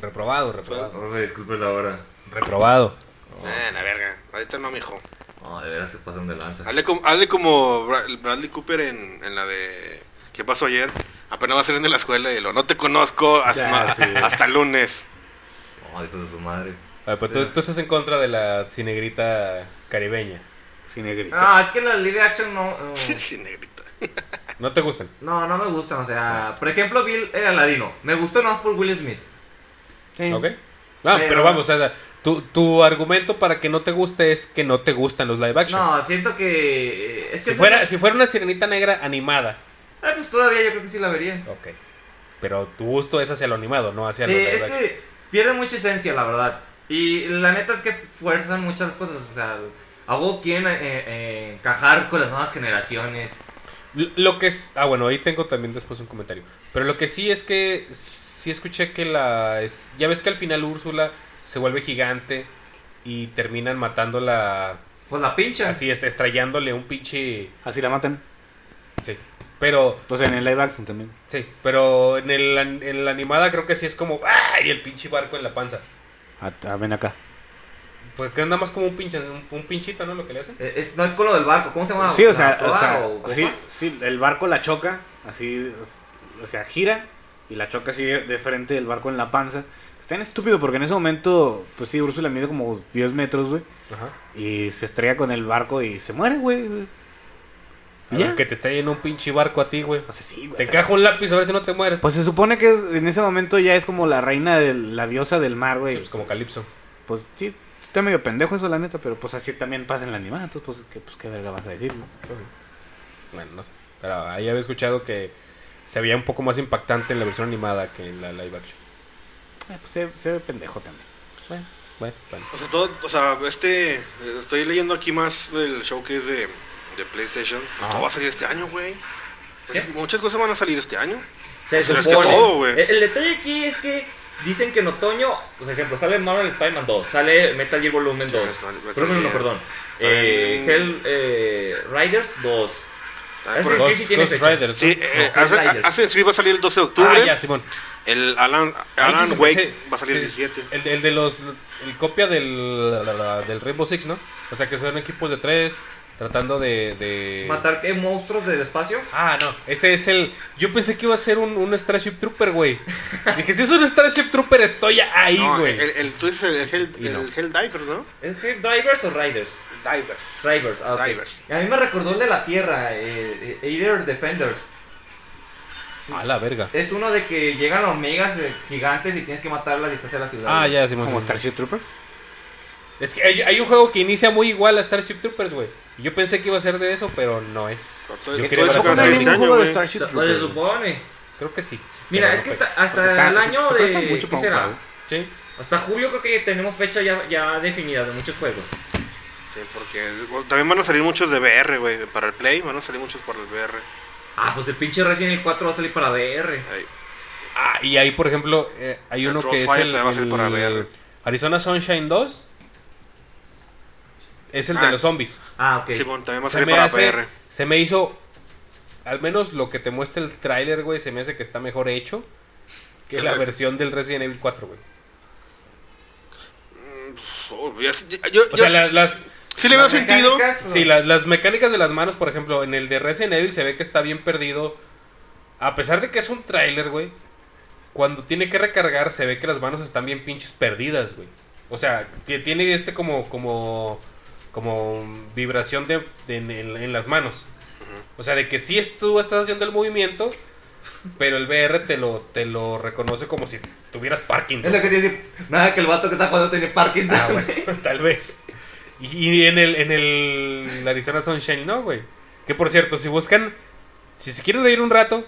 Speaker 1: Reprobado, reprobado.
Speaker 2: no. No me disculpes la hora.
Speaker 1: Reprobado.
Speaker 3: Ah, la verga. Ahorita no, mijo.
Speaker 2: No, de veras se pasan de lanza.
Speaker 3: Hazle como, hazle como Bra- Bradley Cooper en, en la de. ¿Qué pasó ayer? Apenas va a salir de la escuela y lo. No te conozco hasta,
Speaker 4: Ya, sí.
Speaker 3: hasta lunes.
Speaker 2: No, hijos de su madre.
Speaker 1: A ver, pero Ah, pues, tú, tú estás en contra de la cinegrita caribeña.
Speaker 4: Sin negrito.
Speaker 2: No, es que las live action no.
Speaker 1: Oh.
Speaker 2: no.
Speaker 3: Sí, negrita.
Speaker 1: ¿No te gustan?
Speaker 2: No, no me gustan, o sea, por ejemplo, Bill el Aladino. Me gustó nomás por Will Smith.
Speaker 4: Sí.
Speaker 1: ¿Ok? Ah,
Speaker 2: Pero-
Speaker 1: pero vamos, o sea, tu, tu argumento para que no te guste es que no te gustan los live action.
Speaker 2: No, siento que. eh, Es que
Speaker 1: Si fuera, si fuera una sirenita negra animada,
Speaker 2: Ah, pues todavía yo creo que sí la vería.
Speaker 1: ok. Pero tu gusto es hacia lo animado, no hacia
Speaker 2: Sí,
Speaker 1: lo live
Speaker 2: es
Speaker 1: action.
Speaker 2: que pierde mucha esencia, la verdad. Y la neta es que fuerzan muchas cosas, o sea, algo quieren eh, eh, encajar con las nuevas generaciones.
Speaker 1: L- Lo que es. Ah, bueno, ahí tengo también después un comentario. Pero lo que sí es que. Sí escuché que la. es- ya ves que al final Úrsula se vuelve gigante. Y terminan matándola.
Speaker 2: Pues la pincha.
Speaker 1: Así, est- estrellándole un pinche.
Speaker 4: Así la matan.
Speaker 1: Sí. Pero.
Speaker 4: O sea, en el live action también.
Speaker 1: Sí. Pero en, el, an- en la animada creo que sí es como. ¡Ah! Y el pinche barco en la panza.
Speaker 4: Ah, ah, ven acá.
Speaker 1: Pues que nada más como un pinche. Un, un pinchito, ¿no? Lo que le hacen.
Speaker 2: Eh, es- no es con lo del barco, ¿cómo se llama?
Speaker 4: Sí, o
Speaker 2: Ah,
Speaker 4: sea,
Speaker 2: ¿La pues,
Speaker 4: o
Speaker 2: proa
Speaker 4: sea,
Speaker 2: o- o
Speaker 4: sí,
Speaker 2: cuál?
Speaker 4: sí, el barco la choca, así, o sea, gira y la choca así de frente el barco en la panza. Está bien estúpido porque en ese momento, pues sí, Úrsula mide como 10 metros, güey.
Speaker 1: Ajá.
Speaker 4: Y se estrella con el barco y se muere, güey.
Speaker 1: A
Speaker 4: ¿Ya?
Speaker 1: ver, que te esté en un pinche barco a ti, güey.
Speaker 4: No sé si,
Speaker 1: Te encaja un lápiz a ver si no te mueres.
Speaker 4: Pues se supone que es- en ese momento ya es como la reina de la diosa del mar, güey.
Speaker 1: Pues como Calipso.
Speaker 4: Pues sí, está medio pendejo eso, la neta, pero pues así también pasa en la animada. Entonces, pues, ¿qué, pues, qué verga vas a decir, no?
Speaker 1: Bueno, no sé. Pero ahí había escuchado que se veía un poco más impactante en la versión animada que en la live action.
Speaker 4: Eh, pues se, se ve pendejo también.
Speaker 1: Bueno, bueno, bueno.
Speaker 3: O sea, todo, o sea, este, eh, estoy leyendo aquí más del show que es de, de PlayStation. Pues
Speaker 1: Ajá.
Speaker 3: todo va a salir este año, güey.
Speaker 2: ¿Qué?
Speaker 3: Muchas cosas van a salir este año.
Speaker 2: Se
Speaker 3: Pero es que
Speaker 2: supone.
Speaker 3: todo, güey.
Speaker 2: el, el detalle aquí es que dicen que en otoño, por ejemplo, sale Marvel Spider-Man 2, sale Metal Gear Volumen 2.
Speaker 3: Metal- Metal
Speaker 2: Volumen uno,
Speaker 3: Gear.
Speaker 2: perdón.
Speaker 3: También-
Speaker 2: Eh, Hell eh, Riders 2.
Speaker 3: Ah,
Speaker 2: Eso
Speaker 3: por-
Speaker 2: es que sí
Speaker 1: Ghost,
Speaker 2: tiene
Speaker 1: Ghost
Speaker 2: fecha.
Speaker 1: Riders.
Speaker 3: Sí,
Speaker 1: ¿no?
Speaker 3: eh,
Speaker 2: no,
Speaker 3: Asen-
Speaker 2: Slider.
Speaker 3: Assassin's Creed va a salir el 12 de octubre.
Speaker 1: Ah, ya, Simón.
Speaker 3: El Alan,
Speaker 1: Ahí sí
Speaker 3: Ah, Alan
Speaker 1: se me
Speaker 3: Wake
Speaker 1: hace-
Speaker 3: va a salir el
Speaker 1: sí,
Speaker 3: 17.
Speaker 1: El, el de los. El copia del, la- la- la- del Rainbow Six, ¿no? O sea que son equipos de tres tratando de. de...
Speaker 2: Matar ¿qué, monstruos del espacio.
Speaker 1: Ah, no. Ese es el. Yo pensé que iba a ser un, un Starship Trooper, güey. Dije, si es un Starship Trooper, estoy ahí,
Speaker 3: No,
Speaker 1: güey.
Speaker 3: el, el, tú dices el, Hell,
Speaker 1: Y no.
Speaker 3: el Helldivers, ¿no?
Speaker 2: ¿Es Eh, Hell Drivers o Riders?
Speaker 3: Divers.
Speaker 2: Drivers, ah, ok.
Speaker 3: Drivers.
Speaker 2: A mí me recordó el de la Tierra, eh, eh, Aether Defenders.
Speaker 1: A la verga.
Speaker 2: Es uno de que llegan hormigas eh, gigantes y tienes que matarlas y estás en la ciudad.
Speaker 1: Ah,
Speaker 2: güey.
Speaker 1: ya, Simón.
Speaker 4: Como
Speaker 1: Simón.
Speaker 4: Starship Troopers.
Speaker 1: Es que hay, hay un juego que inicia muy igual a Starship Troopers, güey. Y Yo pensé que iba a ser de eso, pero no es.
Speaker 3: Pero Todo,
Speaker 1: Yo
Speaker 3: todo
Speaker 1: quería
Speaker 3: eso
Speaker 1: ver
Speaker 3: que va a
Speaker 1: cómo
Speaker 3: salir
Speaker 1: era
Speaker 3: este
Speaker 4: ningún
Speaker 3: año,
Speaker 4: juego de
Speaker 3: güey.
Speaker 4: Starship
Speaker 2: Se- Se
Speaker 4: Troopers. güey.
Speaker 2: supone.
Speaker 1: Creo que sí.
Speaker 2: Mira,
Speaker 1: Pero
Speaker 2: es
Speaker 1: no
Speaker 2: que
Speaker 1: fue.
Speaker 2: está- hasta
Speaker 4: Porque está-
Speaker 2: el
Speaker 4: se-
Speaker 2: año
Speaker 4: se presta
Speaker 2: de...
Speaker 4: mucho
Speaker 2: ¿qué
Speaker 4: para un
Speaker 2: será?
Speaker 4: juego.
Speaker 1: Sí.
Speaker 2: Hasta julio creo que tenemos fecha ya, ya definida de muchos juegos.
Speaker 3: Sí, porque bueno, también van a salir muchos de VR, güey. Para el Play, van a salir muchos para el VR.
Speaker 2: Ah, pues el pinche Resident Evil 4 va a salir para VR.
Speaker 3: Ahí.
Speaker 1: Ah, y ahí, por ejemplo, eh, hay
Speaker 3: El
Speaker 1: uno que es
Speaker 3: Crossfire
Speaker 1: el,
Speaker 3: también va a ser
Speaker 1: el
Speaker 3: para VR.
Speaker 1: Arizona Sunshine 2. Es el de
Speaker 3: Ah.
Speaker 1: los zombies.
Speaker 2: Ah, ok.
Speaker 3: Simón, también va a
Speaker 1: Se
Speaker 3: salir
Speaker 1: me,
Speaker 3: para
Speaker 1: hace-
Speaker 3: VR.
Speaker 1: se me hizo, al menos lo que te muestra el tráiler, güey, se me hace que está mejor hecho que
Speaker 3: ¿Qué
Speaker 1: la
Speaker 3: es?
Speaker 1: versión del Resident Evil 4, güey.
Speaker 3: Oh, ya- ya- yo,
Speaker 1: O
Speaker 3: yo
Speaker 1: sea,
Speaker 3: sí-
Speaker 1: las- las-
Speaker 3: sí le veo sentido.
Speaker 1: Sí, las, las mecánicas de las manos, por ejemplo, en el de Resident Evil se ve que está bien perdido. A pesar de que es un tráiler, güey. Cuando tiene que recargar, se ve que las manos están bien pinches perdidas, güey. O sea, que tiene este como, como, como vibración de, de- en, en- en las manos. O sea, de que sí es- tú estás haciendo el movimiento, pero el VR te lo, te lo reconoce como si tuvieras
Speaker 2: Es
Speaker 1: Parkinson.
Speaker 2: lo que te dice. Nada que el vato que está jugando tiene Parkinson.
Speaker 1: Ah,
Speaker 2: güey.
Speaker 1: bueno, tal vez. Y, y en el en el Arizona Sunshine, no, güey. Que por cierto, si buscan, si se quieren reír un rato,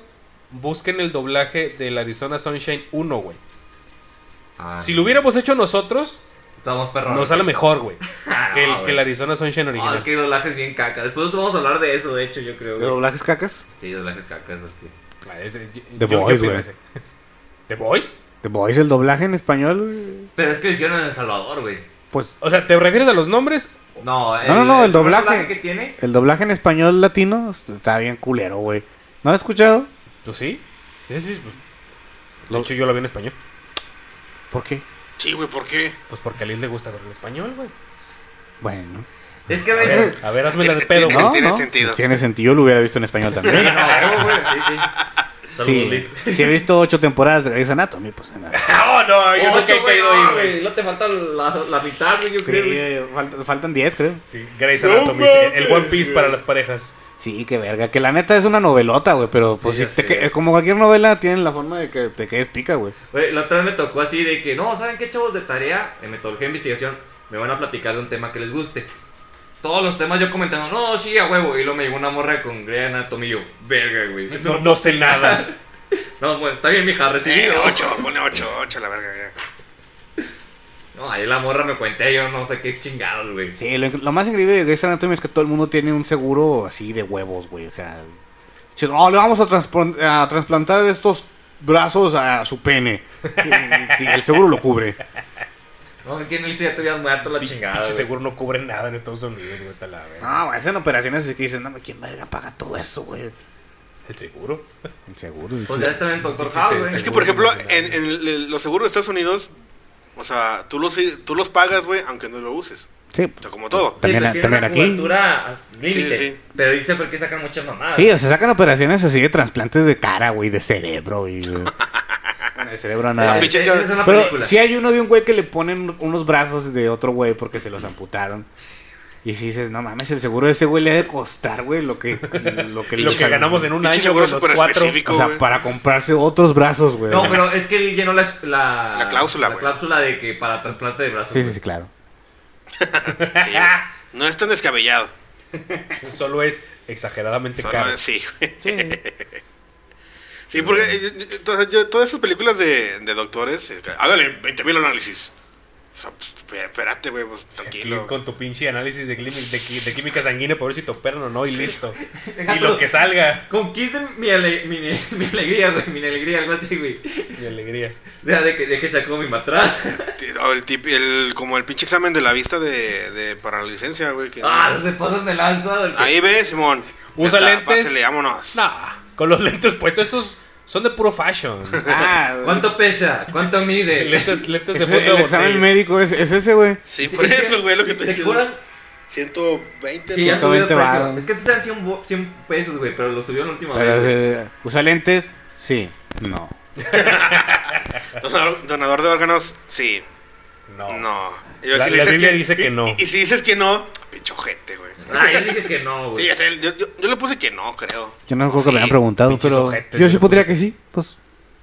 Speaker 1: busquen el doblaje del Arizona Sunshine 1, güey.
Speaker 2: Ah,
Speaker 1: Si lo hubiéramos hecho nosotros,
Speaker 2: Estamos perros.
Speaker 1: nos sale mejor, güey.
Speaker 2: Ah,
Speaker 1: Que el,
Speaker 2: güey.
Speaker 1: que el Arizona Sunshine
Speaker 2: Ah,
Speaker 1: original.
Speaker 2: que doblajes bien caca. Después vamos a hablar de eso, de hecho, yo creo.
Speaker 4: ¿De
Speaker 2: güey.
Speaker 4: doblajes cacas?
Speaker 2: Sí, doblajes cacas. porque-
Speaker 1: Ah, ese- yo-
Speaker 4: The
Speaker 1: yo- yo
Speaker 4: Boys,
Speaker 1: pienso
Speaker 4: güey.
Speaker 1: ese. ¿The Boys?
Speaker 4: ¿The Boys el doblaje en español? güey?
Speaker 2: Pero es que lo hicieron en El Salvador, güey.
Speaker 4: Pues
Speaker 1: O sea, ¿te refieres a los nombres?
Speaker 2: No,
Speaker 4: no, no, el doblaje.
Speaker 2: que tiene.
Speaker 4: el doblaje en español latino está bien culero, güey. ¿No lo has escuchado?
Speaker 1: Pues sí. Sí, sí. Pues, de hecho, yo lo vi en español.
Speaker 4: ¿Por qué?
Speaker 3: Sí, güey, ¿por qué?
Speaker 1: Pues porque a Liz le gusta verlo en español, güey.
Speaker 4: Bueno.
Speaker 2: Es que a
Speaker 1: A ver,
Speaker 2: veces.
Speaker 1: a ver, hazme la de pedo,
Speaker 3: No,
Speaker 1: ¿no?
Speaker 3: tiene sentido.
Speaker 4: Tiene sentido, lo hubiera visto en español
Speaker 2: Sí,
Speaker 4: también.
Speaker 2: no, güey, güey, sí, sí. Saludos,
Speaker 4: sí,
Speaker 2: Liz.
Speaker 4: sí, he visto ocho temporadas de Grey's Anatomy, pues nada.
Speaker 1: No, Ah, no, yo
Speaker 2: Ocho,
Speaker 1: nunca he
Speaker 2: güey,
Speaker 1: caído ahí,
Speaker 2: no,
Speaker 1: güey.
Speaker 2: No te falta la, la mitad, güey, yo
Speaker 4: Sí,
Speaker 2: creo. güey.
Speaker 4: eh, faltan- faltan 10, creo.
Speaker 1: Sí, Grey's
Speaker 3: No
Speaker 1: Anatomy, sí, el One
Speaker 3: mames,
Speaker 1: Piece
Speaker 3: güey.
Speaker 1: para las parejas.
Speaker 4: Sí, qué verga. Que la neta es una novelota, güey. Pero pues
Speaker 2: Sí,
Speaker 4: si
Speaker 2: ya
Speaker 4: te
Speaker 2: sé.
Speaker 4: que- como cualquier novela, tienen la forma de que te quedes pica, güey.
Speaker 2: Güey, la otra vez me tocó así de que, no, ¿saben qué chavos de tarea? En metodología de investigación me van a platicar de un tema que les guste. Todos los temas yo comentando, no, sí, a huevo. Y luego me llegó una morra con Grey Anatomy y yo, verga, güey.
Speaker 1: No, no sé nada.
Speaker 2: No, bueno, está bien, mija,
Speaker 3: Eh,
Speaker 2: recibido.
Speaker 3: 8, pone 8, 8 la verga. ya.
Speaker 2: No, ahí la morra me cuenté, yo no sé qué chingados, güey.
Speaker 4: Sí, lo, lo más increíble de Grey's Anatomy es que todo el mundo tiene un seguro así de huevos, güey. O sea, si- no, le vamos a, transpon- a trasplantar estos brazos a su pene. Sí, el seguro lo cubre.
Speaker 2: No, que en el ya te habías muerto la chingada.
Speaker 1: Pinche
Speaker 2: güey.
Speaker 1: seguro no cubre nada en Estados Unidos, güey, tal la verga.
Speaker 3: Ah.
Speaker 4: No, güey, hacen operaciones así que dicen, no, ¿quién verga paga todo eso, güey?
Speaker 1: El seguro.
Speaker 4: El seguro. el
Speaker 2: Pues
Speaker 4: chi-
Speaker 2: ya está en Doctor
Speaker 1: Pinche
Speaker 2: House, güey.
Speaker 1: se-
Speaker 3: Es que,
Speaker 1: Seguro
Speaker 3: por ejemplo,
Speaker 1: nacional.
Speaker 3: en, en el- los seguros de Estados Unidos, o sea, tú los, tú los pagas, güey, aunque no lo uses.
Speaker 4: Sí,
Speaker 3: O sea, como todo.
Speaker 4: También-
Speaker 2: pero tiene
Speaker 4: también
Speaker 2: una
Speaker 4: aquí.
Speaker 2: cobertura límite.
Speaker 3: Sí, sí, sí.
Speaker 2: Pero dice por qué sacan muchas mamadas.
Speaker 4: sí, o sea, sacan operaciones así de trasplantes de cara, güey, de cerebro. Y, de- en el cerebro a
Speaker 3: Esa
Speaker 4: nadie.
Speaker 3: pinche-
Speaker 2: Esa es una
Speaker 4: Pero
Speaker 2: película.
Speaker 4: si hay uno de un güey que le ponen unos brazos de otro güey porque se los amputaron. Y si dices, no mames, el seguro de ese güey le ha de costar, güey, lo que, lo que,
Speaker 1: Lo que ganamos en un
Speaker 3: Pinche
Speaker 1: año,
Speaker 3: seguro
Speaker 1: güey, los
Speaker 3: súper
Speaker 1: cuatro.
Speaker 3: específico,
Speaker 4: O sea,
Speaker 3: güey.
Speaker 4: para comprarse otros brazos, güey.
Speaker 2: No, pero es que llenó la, la,
Speaker 3: La cláusula,
Speaker 2: la
Speaker 3: güey.
Speaker 2: cláusula de que para trasplante de brazos.
Speaker 4: Sí, sí, sí, claro.
Speaker 3: Sí, güey. no es tan descabellado.
Speaker 1: Solo es exageradamente
Speaker 3: Solo
Speaker 1: caro.
Speaker 3: es- sí, güey. Sí, porque eh, yo- yo- entonces, yo- todas esas películas de, de doctores, eh, hágale 20 mil análisis. O sea, pues, espé- espérate, güey, pues
Speaker 1: Aquí
Speaker 3: tranquilo.
Speaker 1: con tu pinche análisis de, clími- de, qui- de química sanguínea para ver si te operan o no y listo.
Speaker 2: Deja
Speaker 1: Y lo
Speaker 2: tú.
Speaker 1: que salga.
Speaker 2: Conquisten mi, ale- mi, mi alegría, güey, mi alegría, algo así, güey.
Speaker 1: Mi alegría.
Speaker 2: O sea, de que deje sacó mi matraz.
Speaker 3: T- o el tip- el- como el pinche examen de la vista de, de- para la licencia, güey. que-
Speaker 2: Ah, se pasan de lanza. del que-
Speaker 3: Ahí ves, Simón. Ya
Speaker 1: Usa
Speaker 3: está,
Speaker 1: lentes.
Speaker 3: Pásele, vámonos.
Speaker 1: Nah, con los lentes puestos, esos son de puro fashion.
Speaker 4: Ah,
Speaker 2: ¿Cuánto pesa? ¿Cuánto mide?
Speaker 1: lentes, lentes de
Speaker 4: ese-
Speaker 1: fondo de
Speaker 4: el examen
Speaker 1: botella.
Speaker 4: médico es, es ese, güey.
Speaker 2: Sí,
Speaker 3: Sí, por
Speaker 2: sí,
Speaker 3: eso, güey, lo que te
Speaker 2: ¿Te
Speaker 3: diciendo.
Speaker 2: cobran?
Speaker 3: 120.
Speaker 2: Sí, ya
Speaker 3: ¿no?
Speaker 2: subió de
Speaker 4: 120
Speaker 2: precio.
Speaker 4: varos.
Speaker 2: Es que antes eran 100, bo- 100 pesos, güey, pero lo subió la última
Speaker 4: Pero,
Speaker 2: vez. güey.
Speaker 4: eh, ¿Usa lentes? Sí. No.
Speaker 3: Donador, donador de órganos, sí.
Speaker 1: No.
Speaker 3: No. Y
Speaker 1: La-
Speaker 3: si
Speaker 1: la
Speaker 3: dices
Speaker 1: Biblia dice que
Speaker 3: y-
Speaker 1: no.
Speaker 3: Y, y si dices que no, pinche ojete, güey.
Speaker 2: Ah, yo dije que no,
Speaker 3: Sí,
Speaker 2: güey.
Speaker 3: ya sé, yo, yo, yo le puse que no, creo.
Speaker 4: Yo no recuerdo que me
Speaker 3: Sí.
Speaker 4: habían preguntado,
Speaker 1: pinches
Speaker 4: pero
Speaker 1: ojetes,
Speaker 4: yo sí
Speaker 1: güey,
Speaker 4: podría que sí. Pues,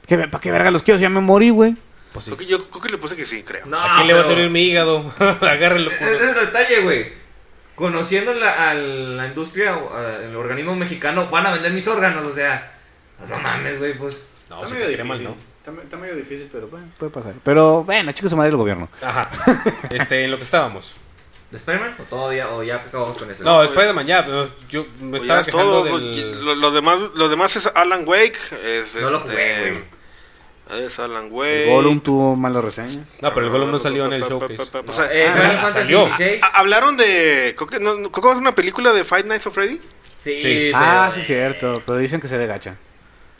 Speaker 4: ¿para qué verga los quiero? Ya me morí, güey.
Speaker 1: Pues sí.
Speaker 3: Creo que- Yo creo que le puse que sí, creo.
Speaker 2: No,
Speaker 1: Aquí le va a
Speaker 2: pero-
Speaker 1: servir mi hígado. Agárrenlo.
Speaker 2: Ese es el detalle, güey. Conociendo la, a la industria, o a- el organismo mexicano, van a vender mis órganos, o sea. No mames, güey, pues.
Speaker 1: No, se te quiere mal, ¿no?
Speaker 4: Está, medio difícil, pero bueno, puede pasar. Pero bueno, chicos, su madre el gobierno.
Speaker 1: Ajá. Este, en lo que estábamos.
Speaker 2: ¿De Spider-Man? ¿O todavía? ¿O ya acabamos con eso?
Speaker 1: No, Spider-Man ya. no, Yo me
Speaker 3: Pues
Speaker 1: estaba
Speaker 3: ya es todo.
Speaker 1: quejando
Speaker 3: pues, y-
Speaker 1: del...
Speaker 3: lo, lo demás, lo demás es Alan Wake. Es,
Speaker 2: No lo
Speaker 3: este,
Speaker 2: jugué, güey.
Speaker 3: Es Alan
Speaker 4: El
Speaker 3: Wake.
Speaker 4: Gollum tuvo malas reseñas.
Speaker 1: No, pero el Golem no salió en el showcase.
Speaker 3: O
Speaker 2: No,
Speaker 3: sea,
Speaker 2: eh,
Speaker 3: ah,
Speaker 2: Final Fantasy
Speaker 1: salió.
Speaker 2: XVI.
Speaker 3: ah, Hablaron de. Creo que, no, no, creo que va a ser una película de Five Nights at Freddy.
Speaker 2: Sí,
Speaker 1: Sí.
Speaker 2: pero- eh,
Speaker 4: Ah, sí, cierto, pero dicen que se ve gacha.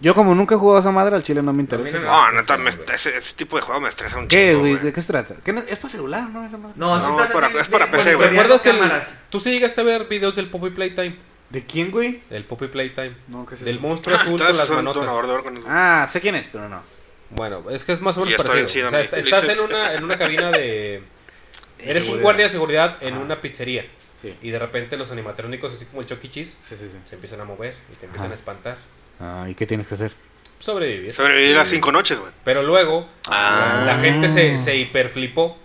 Speaker 4: Yo, como nunca he jugado a esa madre, al chile no me interesa.
Speaker 2: A mí no me-
Speaker 3: No, neta,
Speaker 2: sí,
Speaker 3: me-
Speaker 2: güey.
Speaker 3: ese, ese tipo de juego me estresa un
Speaker 4: ¿Qué,
Speaker 3: chingo.
Speaker 4: güey?
Speaker 3: güey.
Speaker 4: ¿De qué se trata? ¿Qué no- ¿Es para celular, no? Esa madre.
Speaker 2: No, sí
Speaker 3: No,
Speaker 2: estás
Speaker 3: es para-
Speaker 2: así,
Speaker 3: es para
Speaker 2: de-
Speaker 3: PC, güey.
Speaker 2: monitoreando
Speaker 1: ¿Recuerdas el...?
Speaker 2: cámaras.
Speaker 1: ¿Tú sí llegaste a ver videos del Poppy Playtime?
Speaker 4: ¿De quién, güey?
Speaker 1: Del Poppy Playtime.
Speaker 4: No, ¿qué es eso?
Speaker 1: Del monstruo azul con
Speaker 3: Entonces,
Speaker 1: las
Speaker 3: son
Speaker 1: manotas.
Speaker 3: donador de órganos.
Speaker 4: Ah, sé quién es, pero no.
Speaker 1: Bueno, es que es más o menos
Speaker 3: Ya estoy vencido,
Speaker 1: parecido. O sea,
Speaker 3: me-
Speaker 1: est-
Speaker 3: lo
Speaker 1: estás
Speaker 3: hice.
Speaker 1: en una, en una cabina de... Eres un
Speaker 4: Seguridad.
Speaker 1: guardia de seguridad en
Speaker 4: Ajá.
Speaker 1: una pizzería.
Speaker 4: Sí,
Speaker 1: Y de repente los animatrónicos, así como el Chucky Cheese,
Speaker 4: sí, sí. sí.
Speaker 1: se empiezan a mover y te empiezan
Speaker 4: Ajá.
Speaker 1: a espantar.
Speaker 4: Ah, ¿y qué tienes que hacer?
Speaker 1: Sobrevivir.
Speaker 3: Sobrevivir a cinco noches, güey.
Speaker 1: Pero luego
Speaker 3: Ah.
Speaker 1: la gente se, se hiperflipó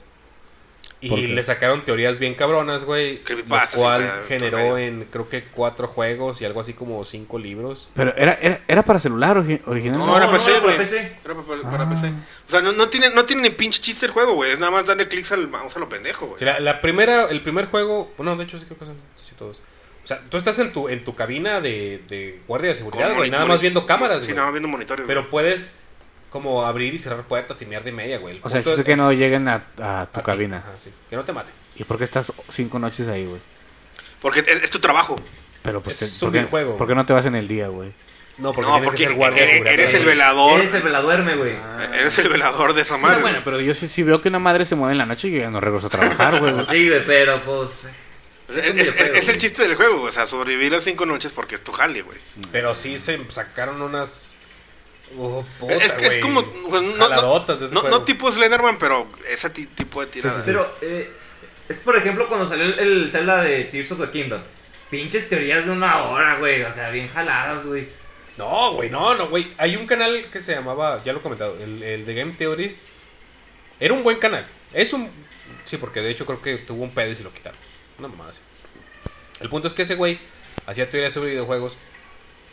Speaker 4: ¿Por qué?
Speaker 1: y le sacaron teorías bien cabronas, güey. Lo
Speaker 3: Creepypastas y
Speaker 1: cual
Speaker 3: pedo, todo
Speaker 1: generó
Speaker 3: medio.
Speaker 1: en creo que cuatro juegos y algo así como cinco libros.
Speaker 4: Pero era, era, era para celular origi-
Speaker 3: No,
Speaker 4: originalmente.
Speaker 3: era
Speaker 2: no,
Speaker 3: PC,
Speaker 2: era para
Speaker 3: güey.
Speaker 2: PC.
Speaker 3: Era para, para- para PC. O sea, no, no, tiene, no tiene ni pinche chiste el juego, güey. Es nada más darle clics al mouse a lo pendejo, güey.
Speaker 1: Sí, la, la primera, el primer juego, bueno, de hecho sí creo que son sí, todos. O sea, tú estás en tu, en tu cabina de, de guardia de
Speaker 3: Con
Speaker 1: seguridad, güey,
Speaker 3: moni-
Speaker 1: nada
Speaker 3: moni-
Speaker 1: más viendo cámaras,
Speaker 3: Sí,
Speaker 1: güey.
Speaker 3: nada más viendo monitores. güey.
Speaker 1: Pero puedes como abrir y cerrar puertas y mierda y media, güey. El
Speaker 4: O sea, el
Speaker 1: punto
Speaker 4: chiste es que no lleguen a, a
Speaker 1: a
Speaker 4: tu
Speaker 1: ti.
Speaker 4: cabina.
Speaker 1: Ajá, sí. Que no te mate.
Speaker 4: ¿Y por qué estás cinco noches ahí, güey?
Speaker 3: Porque es, es tu trabajo.
Speaker 4: Pero pues,
Speaker 1: Es
Speaker 4: te-
Speaker 1: un
Speaker 4: ¿por, qué,
Speaker 1: videojuego.
Speaker 4: por qué no te vas en el día, güey?
Speaker 1: No, porque
Speaker 3: no,
Speaker 1: tienes
Speaker 3: porque
Speaker 1: que ser guardia de
Speaker 3: eres,
Speaker 1: seguridad.
Speaker 3: eres el
Speaker 1: güey.
Speaker 3: velador.
Speaker 2: Eres el veladuerme, güey.
Speaker 3: Eres el velador de esa
Speaker 4: Ah,
Speaker 3: madre.
Speaker 4: bueno,
Speaker 3: güey.
Speaker 4: pero yo sí, sí veo que una madre se mueve en la noche y yo ya no regreso a trabajar, güey.
Speaker 2: Sí, güey, pero pues.
Speaker 3: es,
Speaker 2: un
Speaker 3: es- es-
Speaker 2: videojuego,
Speaker 3: es el
Speaker 2: güey.
Speaker 3: chiste del juego, güey. o sea, sobrevivir a cinco noches porque es tu jale, güey.
Speaker 1: Pero sí se sacaron unas. Oh, puta,
Speaker 3: Es, es
Speaker 1: güey.
Speaker 3: como. güey, no- no,
Speaker 1: Jaladotas de ese
Speaker 3: no-
Speaker 1: juego.
Speaker 3: no tipo Slenderman, pero ese ti- tipo de tirada.
Speaker 2: Pero eh, es por ejemplo cuando salió el, el Zelda de Tears of the Kingdom. Pinches teorías de una hora, güey. O sea, bien jaladas, güey.
Speaker 1: No, güey, no, no, güey. Hay un canal que se llamaba, ya lo he comentado, el, el de Game Theorist. Era un buen canal. Es un. Sí, porque de hecho creo que tuvo un pedo y se lo quitaron. Una mamada así. El punto es que ese güey hacía teorías sobre videojuegos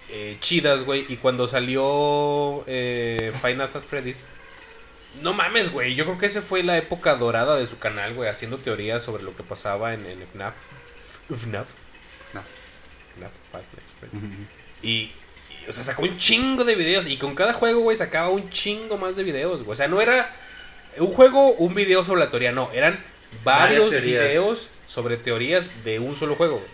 Speaker 1: eh, chidas, güey. Y cuando salió eh, Final Fantasy Freddy's. No mames, güey. Yo creo que esa fue la época dorada de su canal, güey. Haciendo teorías sobre lo que pasaba en, en FNAF. FNAF.
Speaker 4: FNAF.
Speaker 1: FNAF, Five Nights at Freddy's. Y, y, o sea, sacó un chingo de videos. Y con cada juego, güey, sacaba un chingo más de videos, güey. O sea, no era un juego, un video sobre la teoría. No, eran
Speaker 2: Varias
Speaker 1: varios
Speaker 2: teorías.
Speaker 1: videos sobre teorías de un solo juego. güey.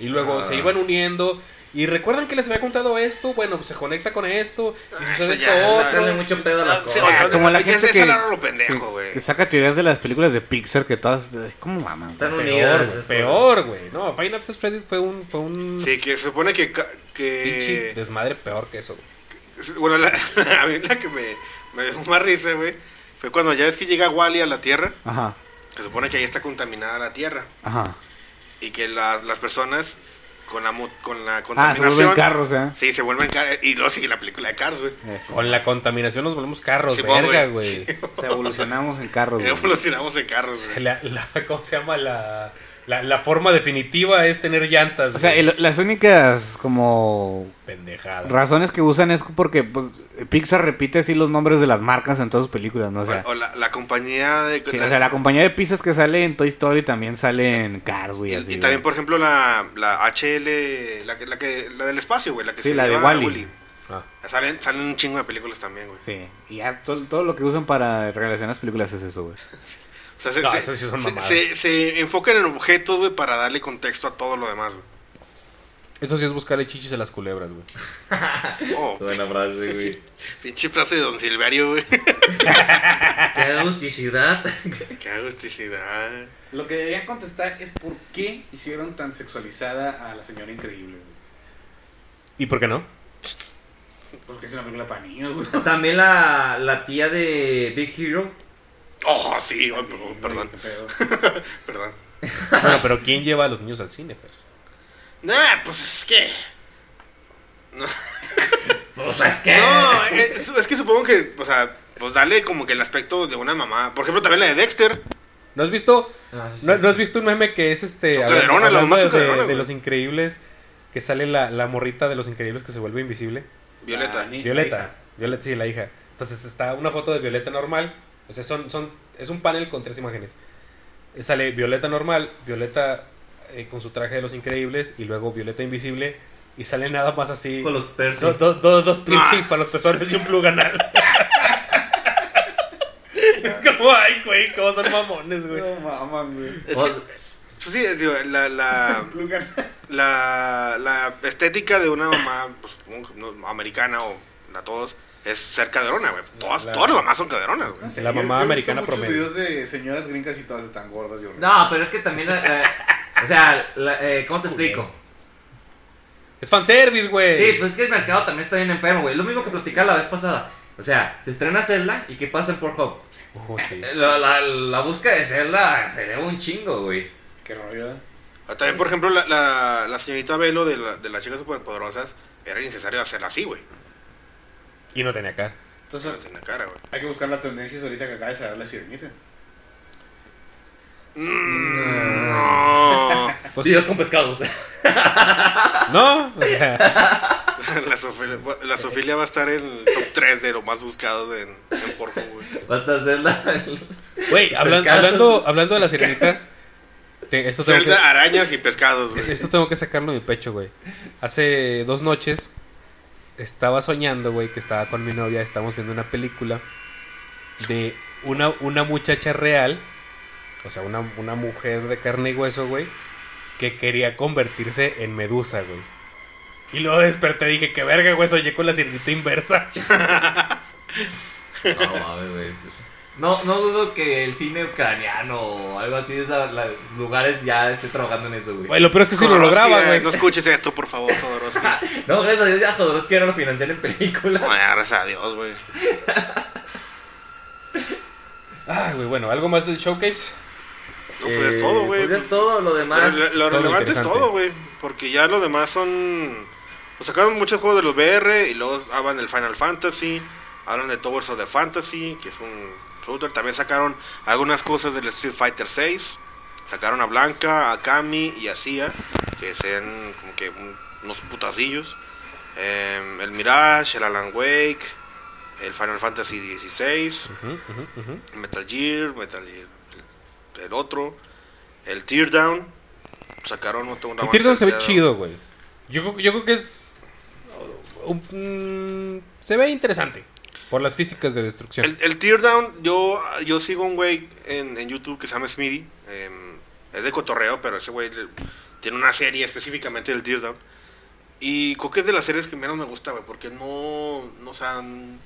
Speaker 1: Y luego
Speaker 2: Ah.
Speaker 1: se iban uniendo. Y recuerdan que les había contado esto. Bueno, pues se conecta con esto. Y
Speaker 3: Ah, Eso
Speaker 1: sucede
Speaker 3: ya
Speaker 1: esto
Speaker 3: es-
Speaker 1: otro.
Speaker 2: Darle mucho pedo a las
Speaker 3: Ah, sí,
Speaker 2: cosas.
Speaker 3: oye,
Speaker 4: como la gente
Speaker 3: ese
Speaker 4: que-
Speaker 3: era lo
Speaker 4: Que,
Speaker 3: pendejo, güey.
Speaker 4: que saca teorías de las películas de Pixar que todas... es como maman, güey.
Speaker 2: Están
Speaker 1: Peor,
Speaker 2: unidas.
Speaker 1: güey, peor, güey. No, Final Fantasy Freddy's fue un, fue un
Speaker 3: Sí, que se supone que. ca-
Speaker 1: pinche
Speaker 3: que
Speaker 1: desmadre peor que eso. güey.
Speaker 3: bueno, la, a mí la que me, me dio más risa, güey, fue cuando ya es que llega Wally a la Tierra,
Speaker 4: Ajá,
Speaker 3: se supone que ahí está contaminada la Tierra,
Speaker 4: ajá.
Speaker 3: y que las, las personas con la, mu- con la
Speaker 4: Ah, se
Speaker 3: contaminación...
Speaker 4: vuelven carros, ¿eh?
Speaker 3: Sí, se vuelven carros. Y luego sigue la película de Cars, güey.
Speaker 4: Eso.
Speaker 1: Con la contaminación nos volvemos carros,
Speaker 3: Sí,
Speaker 1: verga,
Speaker 3: güey.
Speaker 1: güey.
Speaker 4: O sea, evolucionamos en carros.
Speaker 3: Y
Speaker 4: güey.
Speaker 3: luego los tiramos en carros, güey.
Speaker 1: La, la- ¿Cómo se llama? La, la, la forma definitiva es tener llantas,
Speaker 4: O sea,
Speaker 1: güey.
Speaker 4: el- las únicas como
Speaker 1: Pendejada.
Speaker 4: razones que usan es porque pues, Pixar repite así los nombres de las marcas en todas sus películas, ¿no? O
Speaker 3: O,
Speaker 4: sea,
Speaker 3: o la, la compañía de...
Speaker 4: sí, o
Speaker 3: la-
Speaker 4: sea, la compañía de pizzas que sale en Toy Story también sale en Cars,
Speaker 3: y,
Speaker 4: güey. así,
Speaker 3: y
Speaker 4: güey.
Speaker 3: también, por ejemplo, la, la HL... La, que- la, que, la del espacio, güey. La que
Speaker 4: Sí,
Speaker 3: se
Speaker 4: la de
Speaker 3: lleva a
Speaker 4: Wall-E.
Speaker 3: Wall-E.
Speaker 1: Ah.
Speaker 3: Salen, salen un chingo de películas también, güey.
Speaker 4: Sí, y ya to- todo lo que usan para relacionar las películas es eso, güey.
Speaker 3: O sea, se,
Speaker 1: No,
Speaker 3: se-
Speaker 1: esas sí son
Speaker 3: se-
Speaker 1: mamadas.
Speaker 3: se- se enfocan en objetos, güey, para darle contexto a todo lo demás, güey.
Speaker 1: Eso sí es buscarle chichis a las culebras, güey.
Speaker 3: Oh,
Speaker 2: Buena frase, güey.
Speaker 3: pinche frase de Don Silverio, güey.
Speaker 2: Qué agusticidad.
Speaker 3: Qué agusticidad.
Speaker 4: Lo que deberían contestar es por qué hicieron tan sexualizada a la señora increíble, güey.
Speaker 1: ¿Y por qué no?
Speaker 4: Porque es una película para niños, güey.
Speaker 2: También la, la tía de Big Hero.
Speaker 3: Oh, sí. oh, perdón, perdón.
Speaker 1: Bueno, pero ¿quién lleva a los niños al cine, Fer?
Speaker 3: Nah, pues es que...
Speaker 2: O sea, es que.
Speaker 3: No, es, es que supongo que, o sea, pues dale como que el aspecto de una mamá. Por ejemplo, también la de Dexter.
Speaker 1: ¿No has visto,
Speaker 2: Ah, sí,
Speaker 1: no,
Speaker 2: sí.
Speaker 1: no has visto un meme que es este...
Speaker 3: Son
Speaker 1: hablando-
Speaker 3: caderonas, las
Speaker 1: hablando
Speaker 3: mamás son
Speaker 1: de- de,
Speaker 3: caderonas,
Speaker 1: de
Speaker 3: güey.
Speaker 1: los increíbles, que sale la, la morrita de los increíbles que se vuelve invisible? Ah,
Speaker 3: Violeta.
Speaker 1: Violeta. Violeta, sí, la hija. Entonces está una foto de Violeta normal. O sea, son, son, es un panel con tres imágenes. Eh, Sale Violeta normal, Violeta eh, con su traje de los increíbles y luego Violeta invisible. Y sale nada más así.
Speaker 2: Con los Ah. Percy.
Speaker 1: do- do- do- dos piercings para los pezones y un pluganal. es como, ay, güey, cómo son mamones, güey.
Speaker 4: No mames, güey.
Speaker 3: Es
Speaker 2: O-
Speaker 3: que- pues sí, es, digo, la, la,
Speaker 4: Plugan.
Speaker 3: la, la estética de una mamá pues, supongo que no- americana o la todos es ser caderona, güey. Todas,
Speaker 1: La-
Speaker 3: todas las mamás son caderonas, güey.
Speaker 1: sé, La yo- mamá yo he visto americana muchos promedio. videos
Speaker 4: de señoras gringas y todas están gordas. Yo
Speaker 2: No, pero es que también. la- la- o sea, la- eh, ¿cómo te
Speaker 1: Es culero.
Speaker 2: explico?
Speaker 1: Es fanservice, güey.
Speaker 2: Sí, pues es que el mercado también está bien enfermo, güey. Es lo mismo que platicaba la vez pasada. O sea, se estrena Zelda y ¿qué pasa en Pornhub?
Speaker 1: Oh, sí.
Speaker 2: Eh, La, la, la búsqueda de Zelda se eleva un chingo, güey.
Speaker 4: Qué rollo. ¿eh?
Speaker 3: O También, por ejemplo, la, la, la señorita Velo de, la- de las chicas superpoderosas era necesario hacerla así, güey.
Speaker 1: Y no tenía acá.
Speaker 3: No
Speaker 4: Entonces
Speaker 3: tiene cara, güey.
Speaker 4: hay que buscar las tendencias ahorita que acaba de salir la sirenita.
Speaker 3: Mm, no.
Speaker 1: Pues-
Speaker 2: Dios con pescados.
Speaker 1: No, o sea,
Speaker 3: La sofilia, la zoofilia va a estar en el top 3 de lo más buscado en, en Pornhub, güey.
Speaker 2: Basta Zelda.
Speaker 1: güey, hablan-
Speaker 2: Pescados.
Speaker 1: hablando, hablando de la sirenita, te- eso tengo que-
Speaker 3: Celda, arañas y pescados,
Speaker 1: Es-
Speaker 3: güey.
Speaker 1: Esto tengo que sacarlo de mi pecho, güey. Hace dos noches estaba soñando, güey, que estaba con mi novia, estábamos viendo una película de una, una muchacha real, o sea, una, una mujer de carne y hueso, güey, que quería convertirse en medusa, güey. Y luego desperté y dije, qué verga, güey, soñé con la sirenita inversa.
Speaker 2: No mames, güey. pues. No, no dudo que el cine ucraniano o algo así de esos lugares ya esté trabajando en eso,
Speaker 1: Güey,
Speaker 2: güey.
Speaker 1: lo peor es que sí lo
Speaker 3: Jodorowsky,
Speaker 1: lograba,
Speaker 3: eh,
Speaker 1: güey.
Speaker 3: No escuches esto, por favor, Jodorowsky.
Speaker 2: No, gracias a Dios ya Jodorowsky ahora lo financian en
Speaker 3: No,
Speaker 2: películas.
Speaker 3: ya, gracias a Dios, güey.
Speaker 1: Ay, Ah, güey, bueno, algo más del showcase.
Speaker 3: No, pues
Speaker 2: Eh,
Speaker 3: es todo, güey.
Speaker 2: Pues es todo, lo
Speaker 3: Pero
Speaker 2: demás.
Speaker 3: Lo, lo
Speaker 1: todo
Speaker 3: relevante es
Speaker 1: interesante.
Speaker 3: todo, güey. Porque ya lo demás son. Pues sacaron muchos juegos de los VR y luego hablan del Final Fantasy. Hablan de Towers of the Fantasy, que es un shooter. También sacaron algunas cosas del Street Fighter 6. Sacaron a Blanca, a Kami y a Sia, que sean como que un- unos putacillos. Em, el Mirage, el Alan Wake, el Final Fantasy 16.
Speaker 1: Ujú, ujú, ujú.
Speaker 3: Metal Gear, Metal Gear, el, el otro, el Teardown, sacaron otro un
Speaker 1: El
Speaker 3: avance
Speaker 1: Teardown se ve
Speaker 3: del
Speaker 1: chido, güey. Yo, creo- yo creo que es. un- mm, se ve interesante. Por las físicas de destrucción.
Speaker 3: El, el Teardown, yo, yo sigo un güey en, en YouTube que se llama Smitty, em, es de cotorreo, pero ese güey le- tiene una serie específicamente del Teardown. Y creo que es de las series que menos me gusta, güey, porque no, no, o sea, n-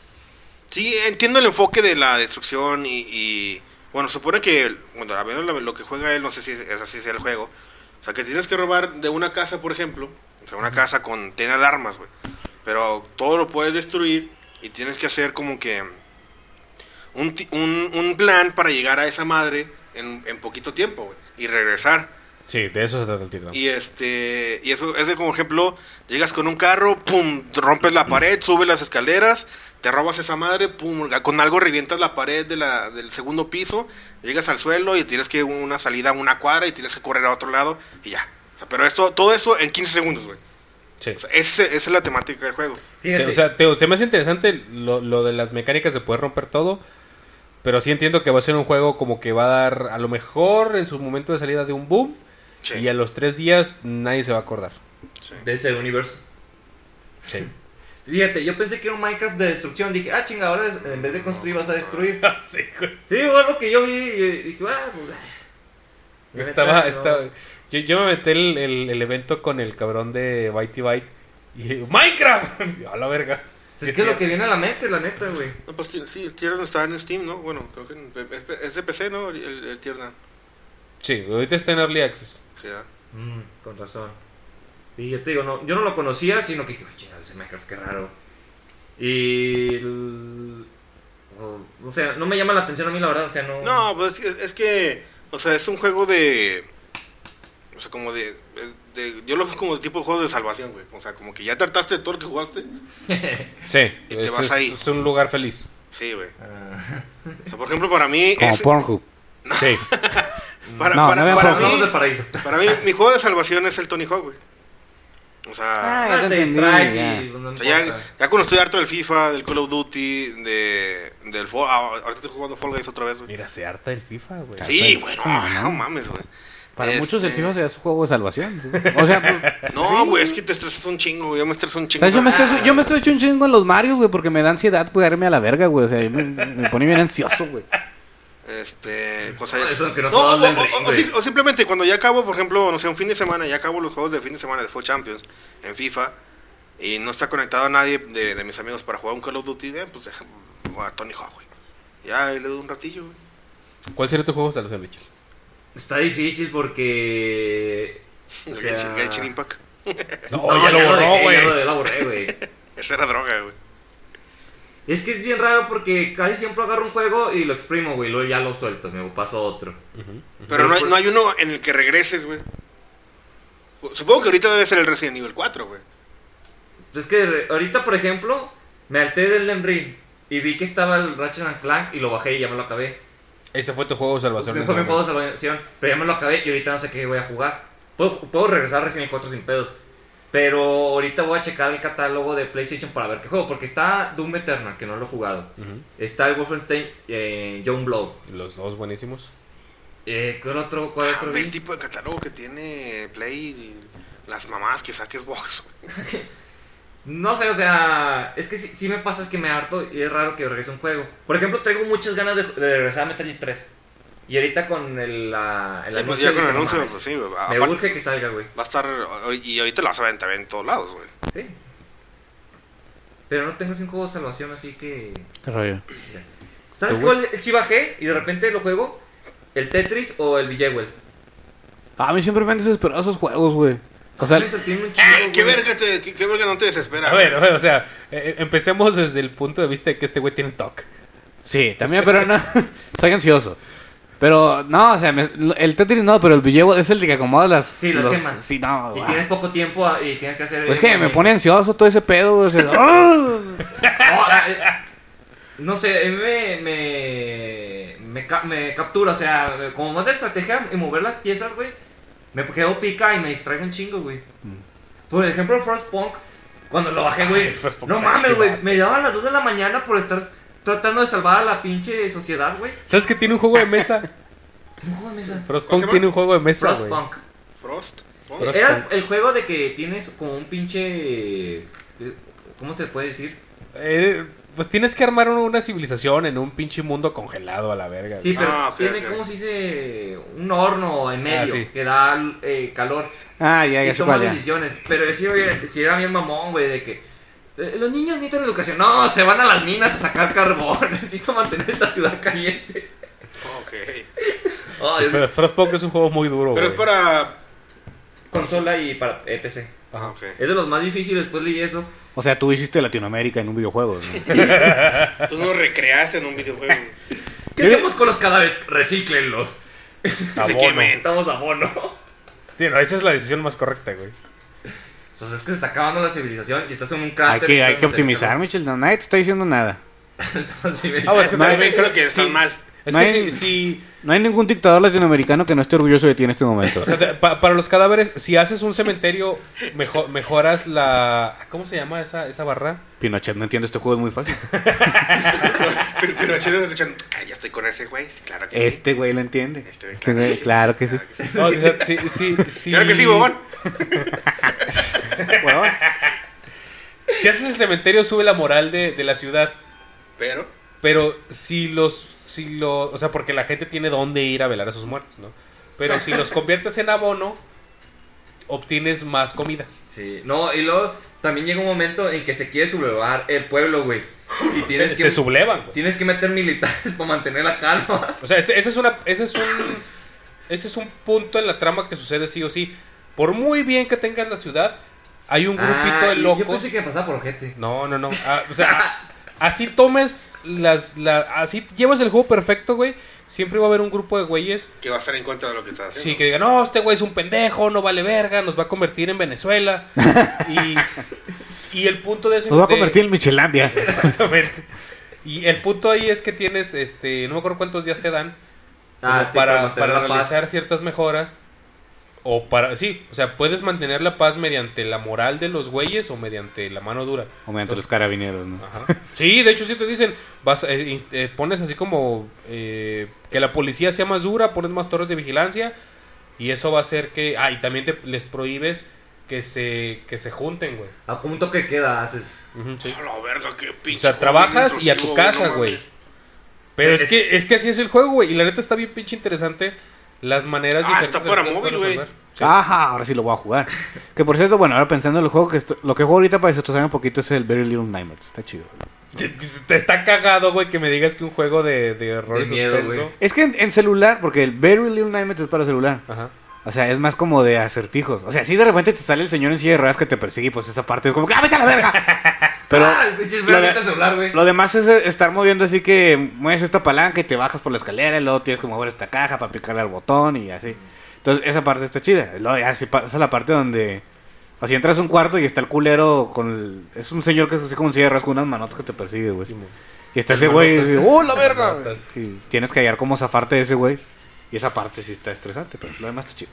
Speaker 3: sí, entiendo el enfoque de la destrucción y, y, bueno, supone que, bueno, al menos lo- lo que juega él, no sé si es, es así sea el juego, o sea, que tienes que robar de una casa, por ejemplo, o sea, una casa con, tiene alarmas, güey, pero todo lo puedes destruir y tienes que hacer como que un, ti- un- un plan para llegar a esa madre en, en poquito tiempo, güey, y regresar.
Speaker 4: Sí, de eso se trata el tiro.
Speaker 3: Y este, y eso es de como ejemplo, llegas con un carro, pum, rompes la pared, subes las escaleras, te robas esa madre, pum, con algo revientas la pared de la, del segundo piso, llegas al suelo y tienes que una salida a una cuadra y tienes que correr a otro lado y ya. O sea, pero esto, todo eso en 15 segundos, güey.
Speaker 1: Sí.
Speaker 3: O sea, ese- esa es la temática del juego.
Speaker 1: Sí,
Speaker 2: Fíjate,
Speaker 1: o sea, te- se me hace interesante lo, lo de las mecánicas de poder romper todo. Pero sí entiendo que va a ser un juego como que va a dar a lo mejor en su momento de salida de un boom.
Speaker 3: Sí,
Speaker 1: Y a los tres días nadie se va a acordar.
Speaker 3: sí.
Speaker 2: de ese universo.
Speaker 1: Sí.
Speaker 2: Fíjate, yo pensé que era un Minecraft de destrucción. Dije, ah, chinga, ahora es- en vez de construir vas a destruir. Sí, fue lo que yo vi y dije, ah, pues. ah". La
Speaker 1: Estaba,
Speaker 2: neta,
Speaker 1: estaba-
Speaker 2: no.
Speaker 1: yo, yo me metí el, el- el evento con el cabrón de Bitey Byte. Y ¡Minecraft! a la verga.
Speaker 2: Es que es lo que viene a la mente, la neta, güey.
Speaker 3: No, pues ti- sí, Tiernan está en Steam, ¿no? Bueno, creo que en- es, es de PC, ¿no? El, el Tiernan.
Speaker 1: Sí, ahorita está en Early Access.
Speaker 3: Sí, ¿verdad?
Speaker 2: Mm, con razón. Y yo te digo, no, yo no lo conocía, sino que dije, "Ay, chingado, ese Minecraft, qué raro. Y. el- o- o sea, no me llama la atención a mí, la verdad, o sea, no.
Speaker 3: No, pues es, es que, o sea, es un juego de, o sea, como de, es de- yo lo veo como tipo de juego de salvación, güey. O sea, como que ya trataste de todo lo que jugaste.
Speaker 1: Sí.
Speaker 3: Y te
Speaker 1: es-
Speaker 3: vas
Speaker 1: es-
Speaker 3: ahí.
Speaker 1: Es un lugar feliz.
Speaker 3: Sí, güey.
Speaker 2: Ah,
Speaker 3: O sea, por ejemplo, para mí,
Speaker 4: Como
Speaker 3: es-
Speaker 4: Pornhub.
Speaker 1: Sí.
Speaker 3: para,
Speaker 4: No,
Speaker 3: para,
Speaker 4: no vean
Speaker 3: para
Speaker 4: porno.
Speaker 2: hablamos del
Speaker 3: mí,
Speaker 2: paraíso.
Speaker 3: para mí, mi juego de salvación es el Tony Hawk, güey. O sea,
Speaker 2: Ah, te distraes y. pues, no
Speaker 3: o sea, ya,
Speaker 2: importa.
Speaker 3: ya cuando estoy harto del FIFA, del Call of Duty, de, del Fall, ah, ahorita estoy jugando Fall Guys otra vez, güey.
Speaker 1: Mira, se harta el FIFA, güey.
Speaker 3: Sí, güey, no, no mames, güey.
Speaker 4: Para muchos el
Speaker 3: Este,
Speaker 4: FIFA sería su juego de salvación. ¿sí? O sea, pues,
Speaker 3: No,
Speaker 4: sí.
Speaker 3: güey, es que te estresas un chingo, güey. Yo me estreso un chingo. Ah.
Speaker 4: ¿Sabes? Yo me estoy yo me estreso un chingo en los Marios, güey, porque me da ansiedad jugarme a la verga, güey. O sea, yo me, me pone bien ansioso, güey.
Speaker 3: Este, cosa
Speaker 2: No, eso que no
Speaker 3: No,
Speaker 2: todo
Speaker 3: o,
Speaker 2: habla en
Speaker 3: o-
Speaker 2: ring,
Speaker 3: o- o
Speaker 2: güey.
Speaker 3: sim- o simplemente cuando ya acabo, por ejemplo, no sé, un fin de semana, ya acabo los juegos de fin de semana de Football Champions en FIFA y no está conectado a nadie de, de mis amigos para jugar un Call of Duty, eh, pues deja voy a Tony Hawk, güey. Ya le doy un ratillo, güey.
Speaker 1: ¿Cuál sería tu juego de salvación, Mitchell?
Speaker 2: Está difícil porque. o
Speaker 3: El
Speaker 2: sea,
Speaker 3: Genshin- Genshin Impact.
Speaker 1: No,
Speaker 2: no,
Speaker 1: ya lo borró,
Speaker 2: dejé,
Speaker 1: güey.
Speaker 2: ya lo- ya lo borré, güey.
Speaker 3: Esa era droga, güey.
Speaker 2: Es que es bien raro porque casi siempre agarro un juego y lo exprimo, güey. Luego ya lo suelto, me paso a otro.
Speaker 1: Ujú.
Speaker 3: Pero no hay, no hay uno en el que regreses, güey. Supongo que ahorita debe ser el Resident Evil 4, güey.
Speaker 2: Es que re- ahorita, por ejemplo, me alté del Lembril y vi que estaba el Ratchet and Clank y lo bajé y ya me lo acabé.
Speaker 1: Ese fue tu juego de
Speaker 2: Pues
Speaker 1: salvación.
Speaker 2: fue mi
Speaker 1: en ese
Speaker 2: juego de
Speaker 1: momento.
Speaker 2: salvación, pero ya me lo acabé y ahorita no sé qué voy a jugar. Puedo, puedo regresar recién el 4 sin pedos. Pero ahorita voy a checar el catálogo de PlayStation para ver qué juego. Porque está Doom Eternal, que no lo he jugado. Está el Wolfenstein eh, John Blow.
Speaker 1: Ujú. Los dos buenísimos.
Speaker 2: Eh, ¿Cuál otro? ¿Cuál
Speaker 3: Ah,
Speaker 2: otro?
Speaker 3: ve
Speaker 2: vi?
Speaker 3: el tipo de catálogo que tiene Play y las mamás que saques box, güey.
Speaker 2: No sé, o sea, es que sí, sí me pasa es que me harto y es raro que regrese un juego. Por ejemplo, traigo muchas ganas de, de regresar a Metal Gear 3. Y ahorita con el, la, el
Speaker 3: Sí, pues ya con el
Speaker 2: dije, no
Speaker 3: anuncio,
Speaker 2: mames,
Speaker 3: pues sí, güey.
Speaker 2: Me
Speaker 3: Aparte-
Speaker 2: urge que salga, güey.
Speaker 3: Va a estar. Y ahorita lo vas a ver también en todos lados, güey.
Speaker 2: Sí. Pero no tengo sin juego de salvación, así que.
Speaker 4: Qué rollo.
Speaker 2: ¿Sabes
Speaker 4: ¿Tú, güey?
Speaker 2: cuál? El Chibajé y de repente lo juego. El Tetris o el Villewell.
Speaker 4: Ah, A mí siempre me han desesperado esos juegos, güey. O sea,
Speaker 2: Me entretiene un chingo,
Speaker 3: Ay, ¡Ah, ¿Qué
Speaker 2: güey.
Speaker 3: verga, te, qué, qué verga no te desespera?
Speaker 1: A ver, a ver, o sea, eh, empecemos desde el punto de vista de que este güey tiene TOC.
Speaker 4: sí, también, pero no. Soy ansioso. Pero, no, o sea, me- el Tetris no, pero el Villego es el que acomoda las.
Speaker 2: Sí, las
Speaker 4: los,
Speaker 2: gemas.
Speaker 4: Sí, no,
Speaker 2: Y
Speaker 4: güey.
Speaker 2: tienes poco tiempo ah, y tienes que hacer.
Speaker 4: Pues es
Speaker 2: eh,
Speaker 4: que me
Speaker 2: movimientos.
Speaker 4: pone ansioso todo ese pedo, güey. o sea, ¡ah!
Speaker 2: No, ah, eh, no sé, a mí me, me, me, ca- me captura, o sea, me- como más de estrategia y mover las piezas, güey, me quedo pica y me distraigo un chingo, güey. Por ejemplo, Frostpunk, cuando lo bajé, güey,
Speaker 1: Mm. Ay, Frostpunk
Speaker 2: no
Speaker 1: está
Speaker 2: mames,
Speaker 1: chido.
Speaker 2: güey, me daban las 2 de la mañana por estar tratando de salvar a la pinche sociedad, güey.
Speaker 1: ¿Sabes que tiene un juego de mesa?
Speaker 2: Un juego de mesa.
Speaker 3: ¿Cómo se
Speaker 1: Frostpunk
Speaker 3: llama?
Speaker 1: tiene un juego de mesa, güey.
Speaker 2: Frostpunk.
Speaker 3: Frost. ¿no?
Speaker 1: Frost.
Speaker 2: Era el, el juego de que tienes como un pinche... eh, ¿Cómo se puede decir?
Speaker 1: Eh, pues tienes que armar un- una civilización en un pinche mundo congelado a la verga.
Speaker 2: Sí,
Speaker 1: güey.
Speaker 2: pero
Speaker 3: Ah, ok,
Speaker 2: tiene,
Speaker 3: ok.
Speaker 2: como se dice? Un horno en medio
Speaker 1: Ah, sí.
Speaker 2: que da eh, calor.
Speaker 4: Ah, ya,
Speaker 2: y
Speaker 4: ya sé
Speaker 2: tomas
Speaker 4: cuál ya.
Speaker 2: decisiones. Pero si era, sí era bien mamón, güey, de que eh, los niños necesitan educación. No, se van a las minas a sacar carbón. Necesito mantener esta ciudad caliente.
Speaker 3: Oh, Ok.
Speaker 2: Ay, es
Speaker 1: Pero Frostpunk es un juego muy duro,
Speaker 3: Pero es
Speaker 1: Oh, güey.
Speaker 3: para.
Speaker 2: consola y para eh, PC.
Speaker 3: Ah,
Speaker 1: Ajá.
Speaker 3: ok.
Speaker 2: Es de los más difíciles, después leí eso.
Speaker 4: O sea, tú hiciste Latinoamérica en un videojuego. ¿no?
Speaker 3: Tú lo recreaste en un videojuego.
Speaker 2: ¿Qué hacemos con los cadáveres? Recíclenlos.
Speaker 3: Que se
Speaker 1: Abono.
Speaker 3: quemen.
Speaker 2: Estamos a bono.
Speaker 1: Sí, no, esa es la decisión más correcta, güey.
Speaker 2: Pues es que se está acabando la civilización y estás en un
Speaker 4: Hay
Speaker 2: cráter.
Speaker 4: que, hay
Speaker 2: entonces,
Speaker 4: que optimizar, Michel. No, nadie te está diciendo nada.
Speaker 2: entonces, sí,
Speaker 1: Ah, es que
Speaker 4: No,
Speaker 1: también
Speaker 3: estoy diciendo
Speaker 1: creo-
Speaker 3: que están
Speaker 1: sí,
Speaker 3: mal.
Speaker 1: Es
Speaker 4: No
Speaker 1: que
Speaker 4: hay-
Speaker 1: sí, sí,
Speaker 4: No hay ningún dictador latinoamericano que no esté orgulloso de ti en este momento.
Speaker 1: O sea, te- pa- para los cadáveres, si haces un cementerio, mejo- mejoras la. ¿Cómo se llama esa, esa barra?
Speaker 4: Pinochet no entiende este juego, es muy fácil.
Speaker 3: Pero, pero chido escuchan, "Ah, ya estoy con ese güey. Sí, claro que sí.
Speaker 4: Este güey lo entiende.
Speaker 3: Este güey,
Speaker 4: Este güey, claro que sí.
Speaker 3: Claro que sí.
Speaker 1: No, o sea, sí, sí, sí.
Speaker 3: Claro que sí, huevón.
Speaker 4: Huevón.
Speaker 1: Si haces el cementerio, sube la moral de, de la ciudad.
Speaker 3: Pero,
Speaker 1: Pero si los. Si lo, o sea, porque la gente tiene dónde ir a velar a sus muertos, ¿no? Pero si los conviertes en abono, obtienes más comida.
Speaker 2: Sí, no, y luego también llega un momento en que se quiere sublevar el pueblo, güey. Y
Speaker 1: Se,
Speaker 2: tienes
Speaker 1: se
Speaker 2: que,
Speaker 1: sublevan, güey.
Speaker 2: tienes que meter militares para mantener la calma.
Speaker 1: O sea, ese, ese es una, ese es un, ese es un punto en la trama que sucede sí o sí. Por muy bien que tengas la ciudad, hay un grupito
Speaker 2: Ah,
Speaker 1: de
Speaker 2: y
Speaker 1: locos.
Speaker 2: Yo pensé que pasaba por gente.
Speaker 1: No, no, no. Ah, o sea, a- así tomes las, la- así llevas el juego perfecto, güey. Siempre va a haber un grupo de güeyes.
Speaker 3: que va a estar en contra de lo que estás haciendo.
Speaker 1: Sí, que digan, no, este güey es un pendejo, no vale verga, nos va a convertir en Venezuela. y, y el punto de ese
Speaker 4: Nos va a
Speaker 1: de-
Speaker 4: convertir en Michelandia.
Speaker 1: Exactamente. Y el punto ahí es que tienes, este, no me acuerdo cuántos días te dan,
Speaker 2: Ah,
Speaker 1: como
Speaker 2: sí, para
Speaker 1: para,
Speaker 2: mantener
Speaker 1: para
Speaker 2: la paz.
Speaker 1: realizar ciertas mejoras. O para, sí, o sea, puedes mantener la paz mediante la moral de los güeyes o mediante la mano dura.
Speaker 4: O mediante los carabineros, ¿no?
Speaker 1: Ajá. Sí, de hecho sí te dicen, vas, eh, inst- eh, pones así como eh, que la policía sea más dura, pones más torres de vigilancia y eso va a hacer que, ah, y también te, les prohíbes que se, que se junten, güey.
Speaker 2: A un toque queda, haces.
Speaker 1: Ujú, sí.
Speaker 3: A la verga, qué
Speaker 1: O
Speaker 3: pinche.
Speaker 1: sea, trabajas y a tu casa, güey. Pero es que, es que así es el juego, güey. Y la neta está bien pinche interesante las maneras
Speaker 3: Ah,
Speaker 1: diferentes
Speaker 3: está
Speaker 1: de
Speaker 3: para
Speaker 1: las cosas
Speaker 3: móvil, güey.
Speaker 1: resolver. Sí.
Speaker 4: Ajá, ahora sí lo voy a jugar. Que por cierto, bueno, ahora pensando en el juego, que esto- lo que juego ahorita para destrozar un poquito es el Very Little Nightmares. Está chido.
Speaker 1: Te está cagado, güey, que me digas que un juego de, de horror
Speaker 2: De
Speaker 1: y
Speaker 2: miedo,
Speaker 1: suspenso.
Speaker 2: güey.
Speaker 4: Es que en, en celular, porque el Very Little Nightmares es para celular.
Speaker 1: Ajá.
Speaker 4: O sea, es más como de acertijos. O sea, si de repente te sale el señor en silla de ruedas que te persigue, pues esa parte es como que ¡ah, vete a la verga! Pero
Speaker 2: ah, el pinche es
Speaker 4: lo de-
Speaker 2: el celular, güey.
Speaker 4: lo demás es eh, estar moviendo así que mueves esta palanca y te bajas por la escalera y luego tienes que mover esta caja para picarle al botón y así. Entonces, esa parte está chida. Luego ya si pasa la parte donde... O si entras a un cuarto y está el culero con el... Es un señor que es así como un silla de ruedas con unas manotas que te persigue, güey.
Speaker 1: Sí, mo-
Speaker 4: Y está ese güey y dice, ¡oh, la verga!
Speaker 1: Manotas.
Speaker 4: Y tienes que hallar cómo zafarte de ese güey. Y esa parte sí está estresante, pero lo demás está chido.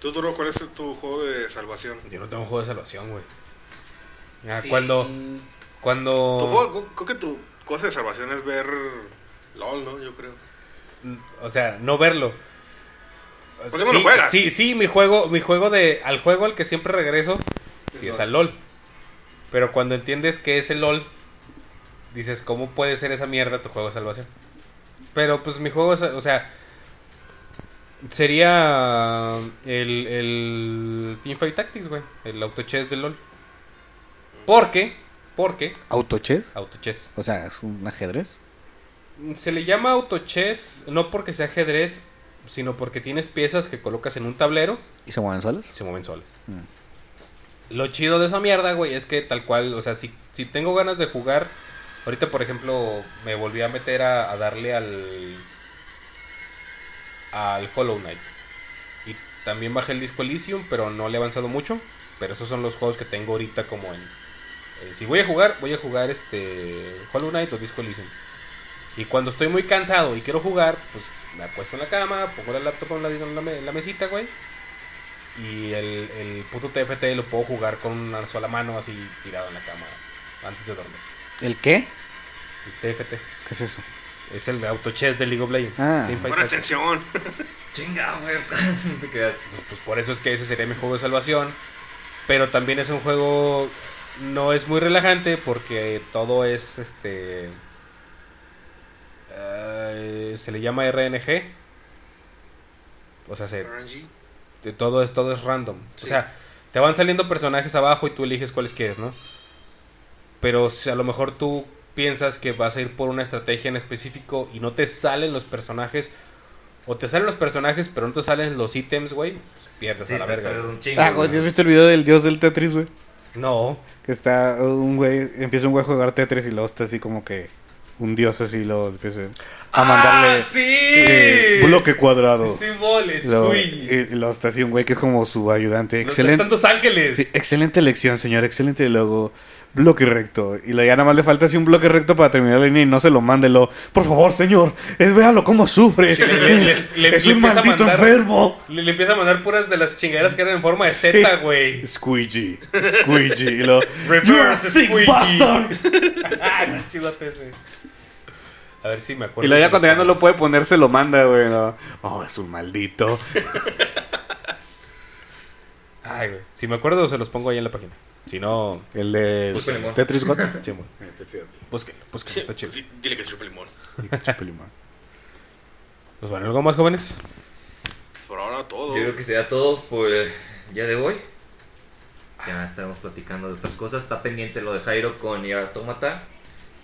Speaker 3: Tú, Duro, ¿cuál es tu juego de salvación?
Speaker 1: Yo no tengo juego de salvación, güey. Ah,
Speaker 2: Sí.
Speaker 1: Cuando,
Speaker 3: Tu
Speaker 1: cuando,
Speaker 3: juego, creo que tu cosa de salvación es ver LOL, ¿no? Yo creo.
Speaker 1: o sea, no verlo.
Speaker 3: ¿Por qué no lo juegas?
Speaker 1: sí, sí, mi juego, mi juego de, al juego al que siempre regreso, sí es al LOL. Pero cuando entiendes que es el LOL, dices, ¿cómo puede ser esa mierda tu juego de salvación? Pero pues mi juego, es- o sea, sería el, el Teamfight Tactics, güey, el autochess del LOL. Porque, porque,
Speaker 4: ¿Autochess?
Speaker 1: autochess.
Speaker 4: O sea, es un ajedrez.
Speaker 1: Se le llama autochess no porque sea ajedrez, sino porque tienes piezas que colocas en un tablero
Speaker 4: ¿Y se mueven solas?
Speaker 1: y se mueven solas. Lo chido de esa mierda, güey, es que tal cual, o sea, si, si tengo ganas de jugar, ahorita por ejemplo me volví a meter a, a darle al al Hollow Knight. Y también bajé el disco Elysium, pero no le he avanzado mucho, pero esos son los juegos que tengo ahorita como en eh, si voy a jugar, voy a jugar este Hollow Knight o Disco Elysium. Y cuando estoy muy cansado y quiero jugar, pues me acuesto en la cama, pongo la laptop a un ladito en la, me- en la mesita, güey. Y el, el puto TFT lo puedo jugar con una sola mano así tirado en la cama antes de dormir.
Speaker 4: ¿El qué?
Speaker 1: El TFT.
Speaker 4: ¿Qué es eso?
Speaker 1: Es el autochess de League of Legends.
Speaker 4: Ah.
Speaker 1: Teamfight
Speaker 3: Pon
Speaker 1: Tactics.
Speaker 3: atención.
Speaker 2: Chinga, güey. Te quedas.
Speaker 1: Pues por eso es que ese sería mi juego de salvación. Pero también es un juego. No es muy relajante porque todo es este. eh, se le llama RNG. O sea, se,
Speaker 3: RNG.
Speaker 1: te- todo, es, todo es random.
Speaker 3: Sí.
Speaker 1: O sea, te van saliendo personajes abajo y tú eliges cuáles quieres, ¿no? Pero si a lo mejor tú piensas que vas a ir por una estrategia en específico y no te salen los personajes. O te salen los personajes, pero no te salen los ítems, güey. Pues pierdes
Speaker 2: Sí,
Speaker 1: a la
Speaker 2: te
Speaker 1: verga. pues,
Speaker 2: esperas un chingo.
Speaker 1: Ah,
Speaker 4: Ah, güey, ¿has visto el video del dios del Tetris, güey?
Speaker 1: No.
Speaker 4: Que está un güey, empieza un güey a jugar Tetris y luego está así como que un dios así lo empieza a mandarle
Speaker 1: ¡Ah, sí!
Speaker 4: eh, bloque cuadrado.
Speaker 1: Simón, es
Speaker 4: Luego-
Speaker 1: Squee.
Speaker 4: y, y luego está así un güey que es como su ayudante.
Speaker 1: Los tres
Speaker 4: Excelente.
Speaker 1: tantos ángeles.
Speaker 4: Sí, excelente elección, señor. Excelente logo. Bloque recto. Y la ya nada más le falta así un bloque recto para terminar la línea y no se lo mándelo. Por favor, señor. Es, véalo cómo sufre.
Speaker 1: Sí, le- le-
Speaker 4: es
Speaker 1: le- le-
Speaker 4: es
Speaker 1: le
Speaker 4: un
Speaker 1: empieza a
Speaker 4: maldito
Speaker 1: mandar-
Speaker 4: enfermo.
Speaker 1: Le, le empieza a mandar puras de las chingaderas que eran en forma de Z, güey.
Speaker 4: Squeegee. Squeegee. Y lo,
Speaker 1: Reverse
Speaker 4: "You are sick
Speaker 1: squeegee".
Speaker 4: bastard.
Speaker 1: Ah, qué chidote ese. A ver si me acuerdo.
Speaker 4: Y la ya
Speaker 1: si
Speaker 4: cuando ya no lo
Speaker 1: ponemos.
Speaker 4: puede poner, se lo manda, güey. ¿no? Oh, es un maldito.
Speaker 1: Ay, güey. Si me acuerdo, se los pongo ahí en la página. Si no,
Speaker 4: El de
Speaker 2: Busca limón.
Speaker 4: Tetris God. Sí,
Speaker 1: búsquenlo, búsquenlo, pues está chido.
Speaker 3: Sí, Dile que se chupe limón.
Speaker 1: Pues bueno, ¿algo más, jóvenes?
Speaker 3: Por ahora todo.
Speaker 2: Yo creo que sería todo por el día de hoy. Ya estaremos platicando de otras cosas. Está pendiente lo de Jairo con Nier Automata.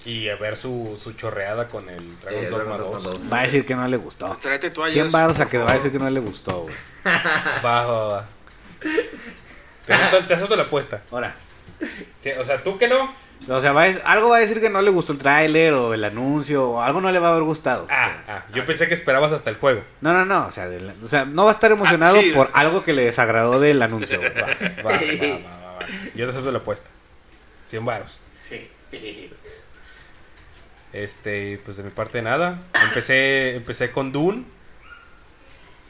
Speaker 1: Y a ver su, su chorreada con el
Speaker 2: Eh,
Speaker 1: Dragon's Dogma 2.
Speaker 4: Va a decir que no le gustó.
Speaker 3: Tráete toallas.
Speaker 4: 100 baros a
Speaker 3: por
Speaker 4: que va a
Speaker 3: favor.
Speaker 4: decir que no le gustó, güey.
Speaker 1: Va, va, va. Te acepto, te acepto la apuesta.
Speaker 4: Ahora.
Speaker 1: Sí, o sea, tú que no.
Speaker 4: O sea, va a- algo va a decir que no le gustó el tráiler o el anuncio o algo no le va a haber gustado.
Speaker 1: Ah, ah, yo pensé que esperabas hasta el juego.
Speaker 4: No, no, no. O sea, de la- o sea, no va a estar emocionado
Speaker 3: Ah, sí,
Speaker 4: por
Speaker 3: sí, sí.
Speaker 4: algo que le desagradó del anuncio, güey.
Speaker 1: Va, va, va, va, va, va. Yo te acepto la apuesta. 100 varos. Este, pues de mi parte nada. Empecé, empecé con Dune.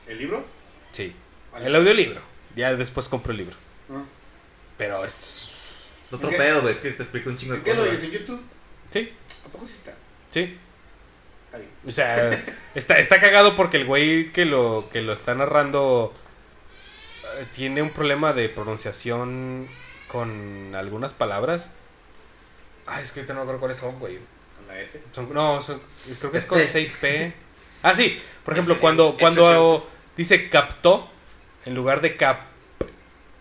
Speaker 4: ¿El libro?
Speaker 1: Sí. El audiolibro. Ya después compré el libro. Pero es...
Speaker 2: Es Otro
Speaker 4: ¿Qué?
Speaker 2: pedo, güey, es que te explico un chingo de cosas. güey.
Speaker 4: en YouTube?
Speaker 1: Sí,
Speaker 4: ¿A poco sí está?
Speaker 1: sí.
Speaker 4: Está bien.
Speaker 1: O sea, está, está cagado porque el güey que lo, que lo está narrando eh, tiene un problema de pronunciación con algunas palabras. Ay, es que ahorita no me acuerdo cuáles son, güey.
Speaker 4: ¿Con la F?
Speaker 1: Son- no, son- creo que es con
Speaker 2: Este.
Speaker 1: 6P. Ah, sí. Por ejemplo,
Speaker 3: Ese-
Speaker 1: cuando,
Speaker 3: ese
Speaker 1: cuando dice captó, en lugar de capé,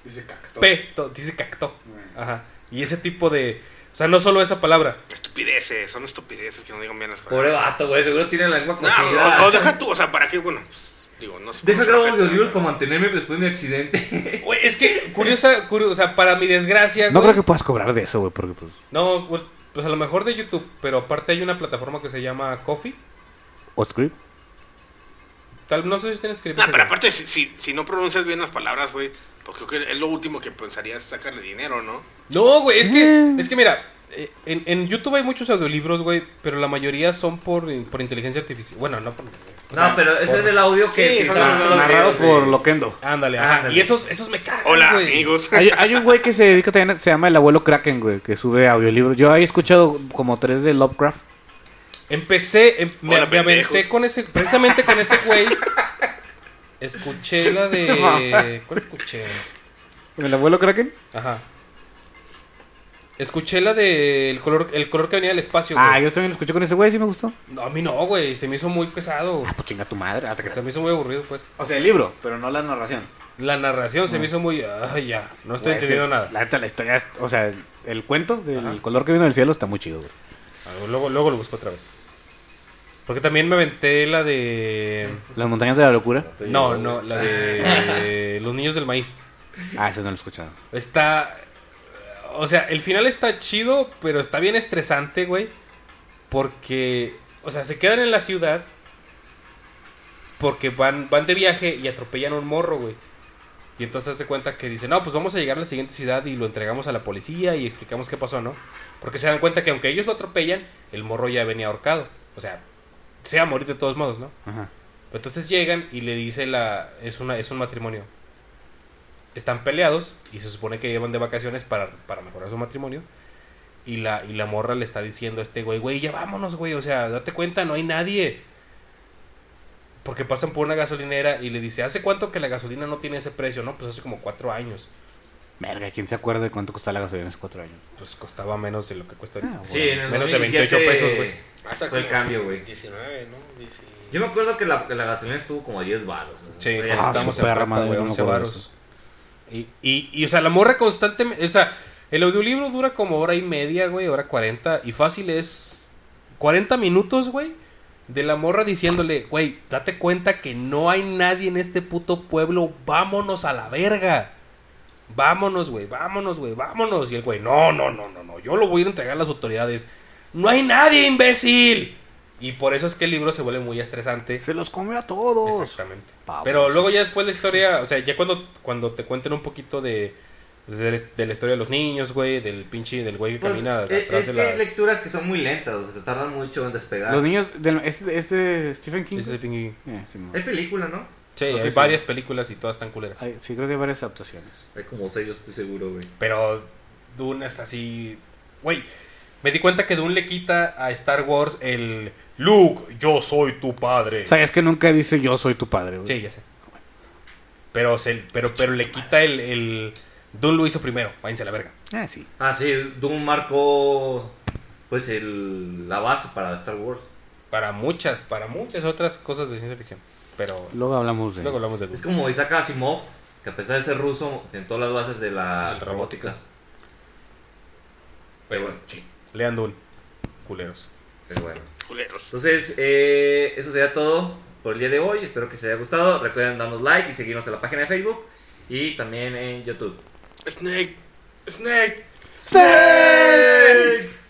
Speaker 4: Dice cacto.
Speaker 1: dice cactó. Ajá. Y ese tipo de... O sea, no solo esa palabra.
Speaker 3: Estupideces, son estupideces que no digan bien las cosas.
Speaker 2: Pobre vato, güey, seguro tiene la lengua
Speaker 3: No,
Speaker 2: cocida.
Speaker 3: o- o deja tú, o sea, ¿para qué? Bueno, pues, digo, no sé.
Speaker 2: Deja
Speaker 3: no sé,
Speaker 2: grabar
Speaker 3: ojete,
Speaker 2: los libros
Speaker 3: ¿no?
Speaker 2: para mantenerme después de mi accidente.
Speaker 1: Güey, es que curiosa, curiosa, o sea, para mi desgracia...
Speaker 4: No
Speaker 1: güey,
Speaker 4: creo que puedas cobrar de eso, güey, porque pues...
Speaker 1: No, güey, pues a lo mejor de YouTube, pero aparte hay una plataforma que se llama Coffee.
Speaker 4: ¿O script?
Speaker 1: Tal, no sé si tienen escrito.
Speaker 3: Ah, pero aparte, si, si, si no pronuncias bien las palabras, güey, pues creo que es lo último que pensarías sacarle dinero, ¿no?
Speaker 1: No, güey, es que,
Speaker 4: Eh.
Speaker 1: es que mira, eh, en, en YouTube hay muchos audiolibros, güey, pero la mayoría son por, por inteligencia artificial. Bueno, no por... o sea,
Speaker 2: No, pero ese
Speaker 1: por-
Speaker 2: es el audio que
Speaker 3: Sí,
Speaker 2: utilizaba.
Speaker 3: son los dos
Speaker 4: Narrado
Speaker 3: sí.
Speaker 4: por Loquendo.
Speaker 1: Ándale, ajá,
Speaker 2: Ándale.
Speaker 1: Ah, Y esos, esos me cagan,
Speaker 3: Hola,
Speaker 1: güey.
Speaker 3: amigos.
Speaker 4: Hay, hay un güey que se dedica también, a- se llama el abuelo Kraken, güey, que sube audiolibros. Yo he escuchado como tres de Lovecraft.
Speaker 1: Empecé, em- me,
Speaker 3: Hola,
Speaker 1: me aventé
Speaker 3: pendejos.
Speaker 1: con ese, precisamente con ese güey. Escuché la de... ¿Cuál escuché?
Speaker 4: ¿El abuelo Kraken?
Speaker 1: Ajá. Escuché la de el color, el color que venía del espacio, güey.
Speaker 4: Ah, yo también lo escuché con ese güey, sí me gustó.
Speaker 1: No, a mí no, güey. Se me hizo muy pesado.
Speaker 4: Ah, pues chinga tu madre. ah, te
Speaker 1: Se
Speaker 4: creas.
Speaker 1: me hizo muy aburrido, pues.
Speaker 4: O sea, el libro, pero no la narración.
Speaker 1: La narración se me hizo muy. Ay, ya.
Speaker 4: Güey,
Speaker 1: No estoy
Speaker 4: es que
Speaker 1: entendiendo nada.
Speaker 4: La neta, la historia, es- o sea, el, el cuento del
Speaker 1: Ajá.
Speaker 4: color que vino del cielo está muy chido, güey.
Speaker 1: A ver, Luego, luego lo busco otra vez. Porque también me aventé la de.
Speaker 4: Las montañas de la locura.
Speaker 1: No, no, la de. Los niños del maíz.
Speaker 4: Ah, eso no lo he escuchado.
Speaker 1: Está. O sea, el final está chido, pero está bien estresante, güey. Porque. O sea, se quedan en la ciudad. Porque van, van de viaje y atropellan a un morro, güey. Y entonces se cuenta que dicen, no, pues vamos a llegar a la siguiente ciudad y lo entregamos a la policía y explicamos qué pasó, ¿no? Porque se dan cuenta que aunque ellos lo atropellan, el morro ya venía ahorcado. O sea, se va a morir de todos modos, ¿no?
Speaker 4: Ajá.
Speaker 1: Entonces llegan y le dice la. Es, una, es un matrimonio. Están peleados y se supone que llevan de vacaciones para, para mejorar su matrimonio. Y la, y la morra le está diciendo a este güey, güey, ya vámonos, güey. O sea, date cuenta, no hay nadie. Porque pasan por una gasolinera y le dice, ¿hace cuánto que la gasolina no tiene ese precio? No, pues hace como cuatro años.
Speaker 4: Verga, ¿quién se acuerda de cuánto costaba la gasolina hace cuatro años?
Speaker 1: Pues costaba menos de lo que cuesta ahorita.
Speaker 4: Ah,
Speaker 2: Sí, en el
Speaker 1: Menos de
Speaker 2: 2017
Speaker 1: 28 pesos, güey.
Speaker 3: Hasta
Speaker 2: Fue el
Speaker 3: como
Speaker 2: cambio, güey.
Speaker 3: 19, Ah, ¿no? 19.
Speaker 2: Yo me acuerdo que la, que la gasolina estuvo como a 10 baros. ¿no?
Speaker 1: Sí,
Speaker 2: Pero ya
Speaker 4: Ah,
Speaker 2: estamos
Speaker 1: estamos
Speaker 4: su
Speaker 1: en
Speaker 4: perra
Speaker 1: prepa,
Speaker 4: madre,
Speaker 1: güey,
Speaker 4: yo no me
Speaker 1: 11
Speaker 4: acuerdo de
Speaker 1: varos.
Speaker 4: eso.
Speaker 1: Y, y, y, o sea, la morra constantemente. O sea, el audiolibro dura como hora y media, güey, hora 40. Y fácil es 40 minutos, güey, de la morra diciéndole, güey, date cuenta que no hay nadie en este puto pueblo, vámonos a la verga. Vámonos, güey, vámonos, güey, vámonos. Y el güey, no, no, no, no, no, yo lo voy a ir a entregar a las autoridades. No hay nadie, imbécil. Y por eso es que el libro se vuelve muy estresante.
Speaker 4: Se los comió a todos.
Speaker 1: Exactamente.
Speaker 4: Pavos.
Speaker 1: Pero luego ya después la historia, o sea, ya cuando, cuando te cuenten un poquito de, de, de la historia de los niños, güey, del pinche, del güey que
Speaker 2: Pues,
Speaker 1: camina
Speaker 2: eh,
Speaker 1: atrás
Speaker 2: es
Speaker 1: de
Speaker 2: que hay
Speaker 1: las...
Speaker 2: lecturas que son muy lentas, o sea, se tardan mucho en despegar.
Speaker 4: Los niños. Del, ¿es, es de Stephen King?
Speaker 1: Ese pinche-
Speaker 4: Eh, sí,
Speaker 2: Hay película, ¿no?
Speaker 1: Sí,
Speaker 4: Ok,
Speaker 1: hay
Speaker 4: sí.
Speaker 1: varias películas y todas están culeras.
Speaker 4: Ay, sí, creo que hay varias adaptaciones.
Speaker 2: Hay como seis, yo estoy seguro, güey.
Speaker 1: Pero Dune es así... Güey, me di cuenta que Dune le quita a Star Wars el... Luke, yo soy tu padre.
Speaker 4: ¿Sabías que nunca dice yo soy tu padre, güey?
Speaker 1: Sí, ya sé. Pero, se, pero, pero le quita el, el... Dune lo hizo primero, váyanse a la verga.
Speaker 4: Ah, sí.
Speaker 2: Ah, sí, Doom marcó pues el, la base para Star Wars.
Speaker 1: Para muchas, para muchas otras cosas de ciencia ficción. Pero
Speaker 4: Luego hablamos de.
Speaker 1: luego hablamos de Dune.
Speaker 2: Es como Isaac Asimov, que a pesar de ser ruso, sentó las bases de la
Speaker 1: El robótica.
Speaker 2: robótica. Pero bueno, sí,
Speaker 1: Lean Dune, culeros.
Speaker 2: pero bueno.
Speaker 3: Culeros.
Speaker 2: Entonces, eh, eso sería todo por el día de hoy. Espero que les haya gustado. Recuerden darnos like y seguirnos en la página de Facebook y también en YouTube.
Speaker 3: Snake. Snake.
Speaker 4: ¡Snake!
Speaker 3: Snake.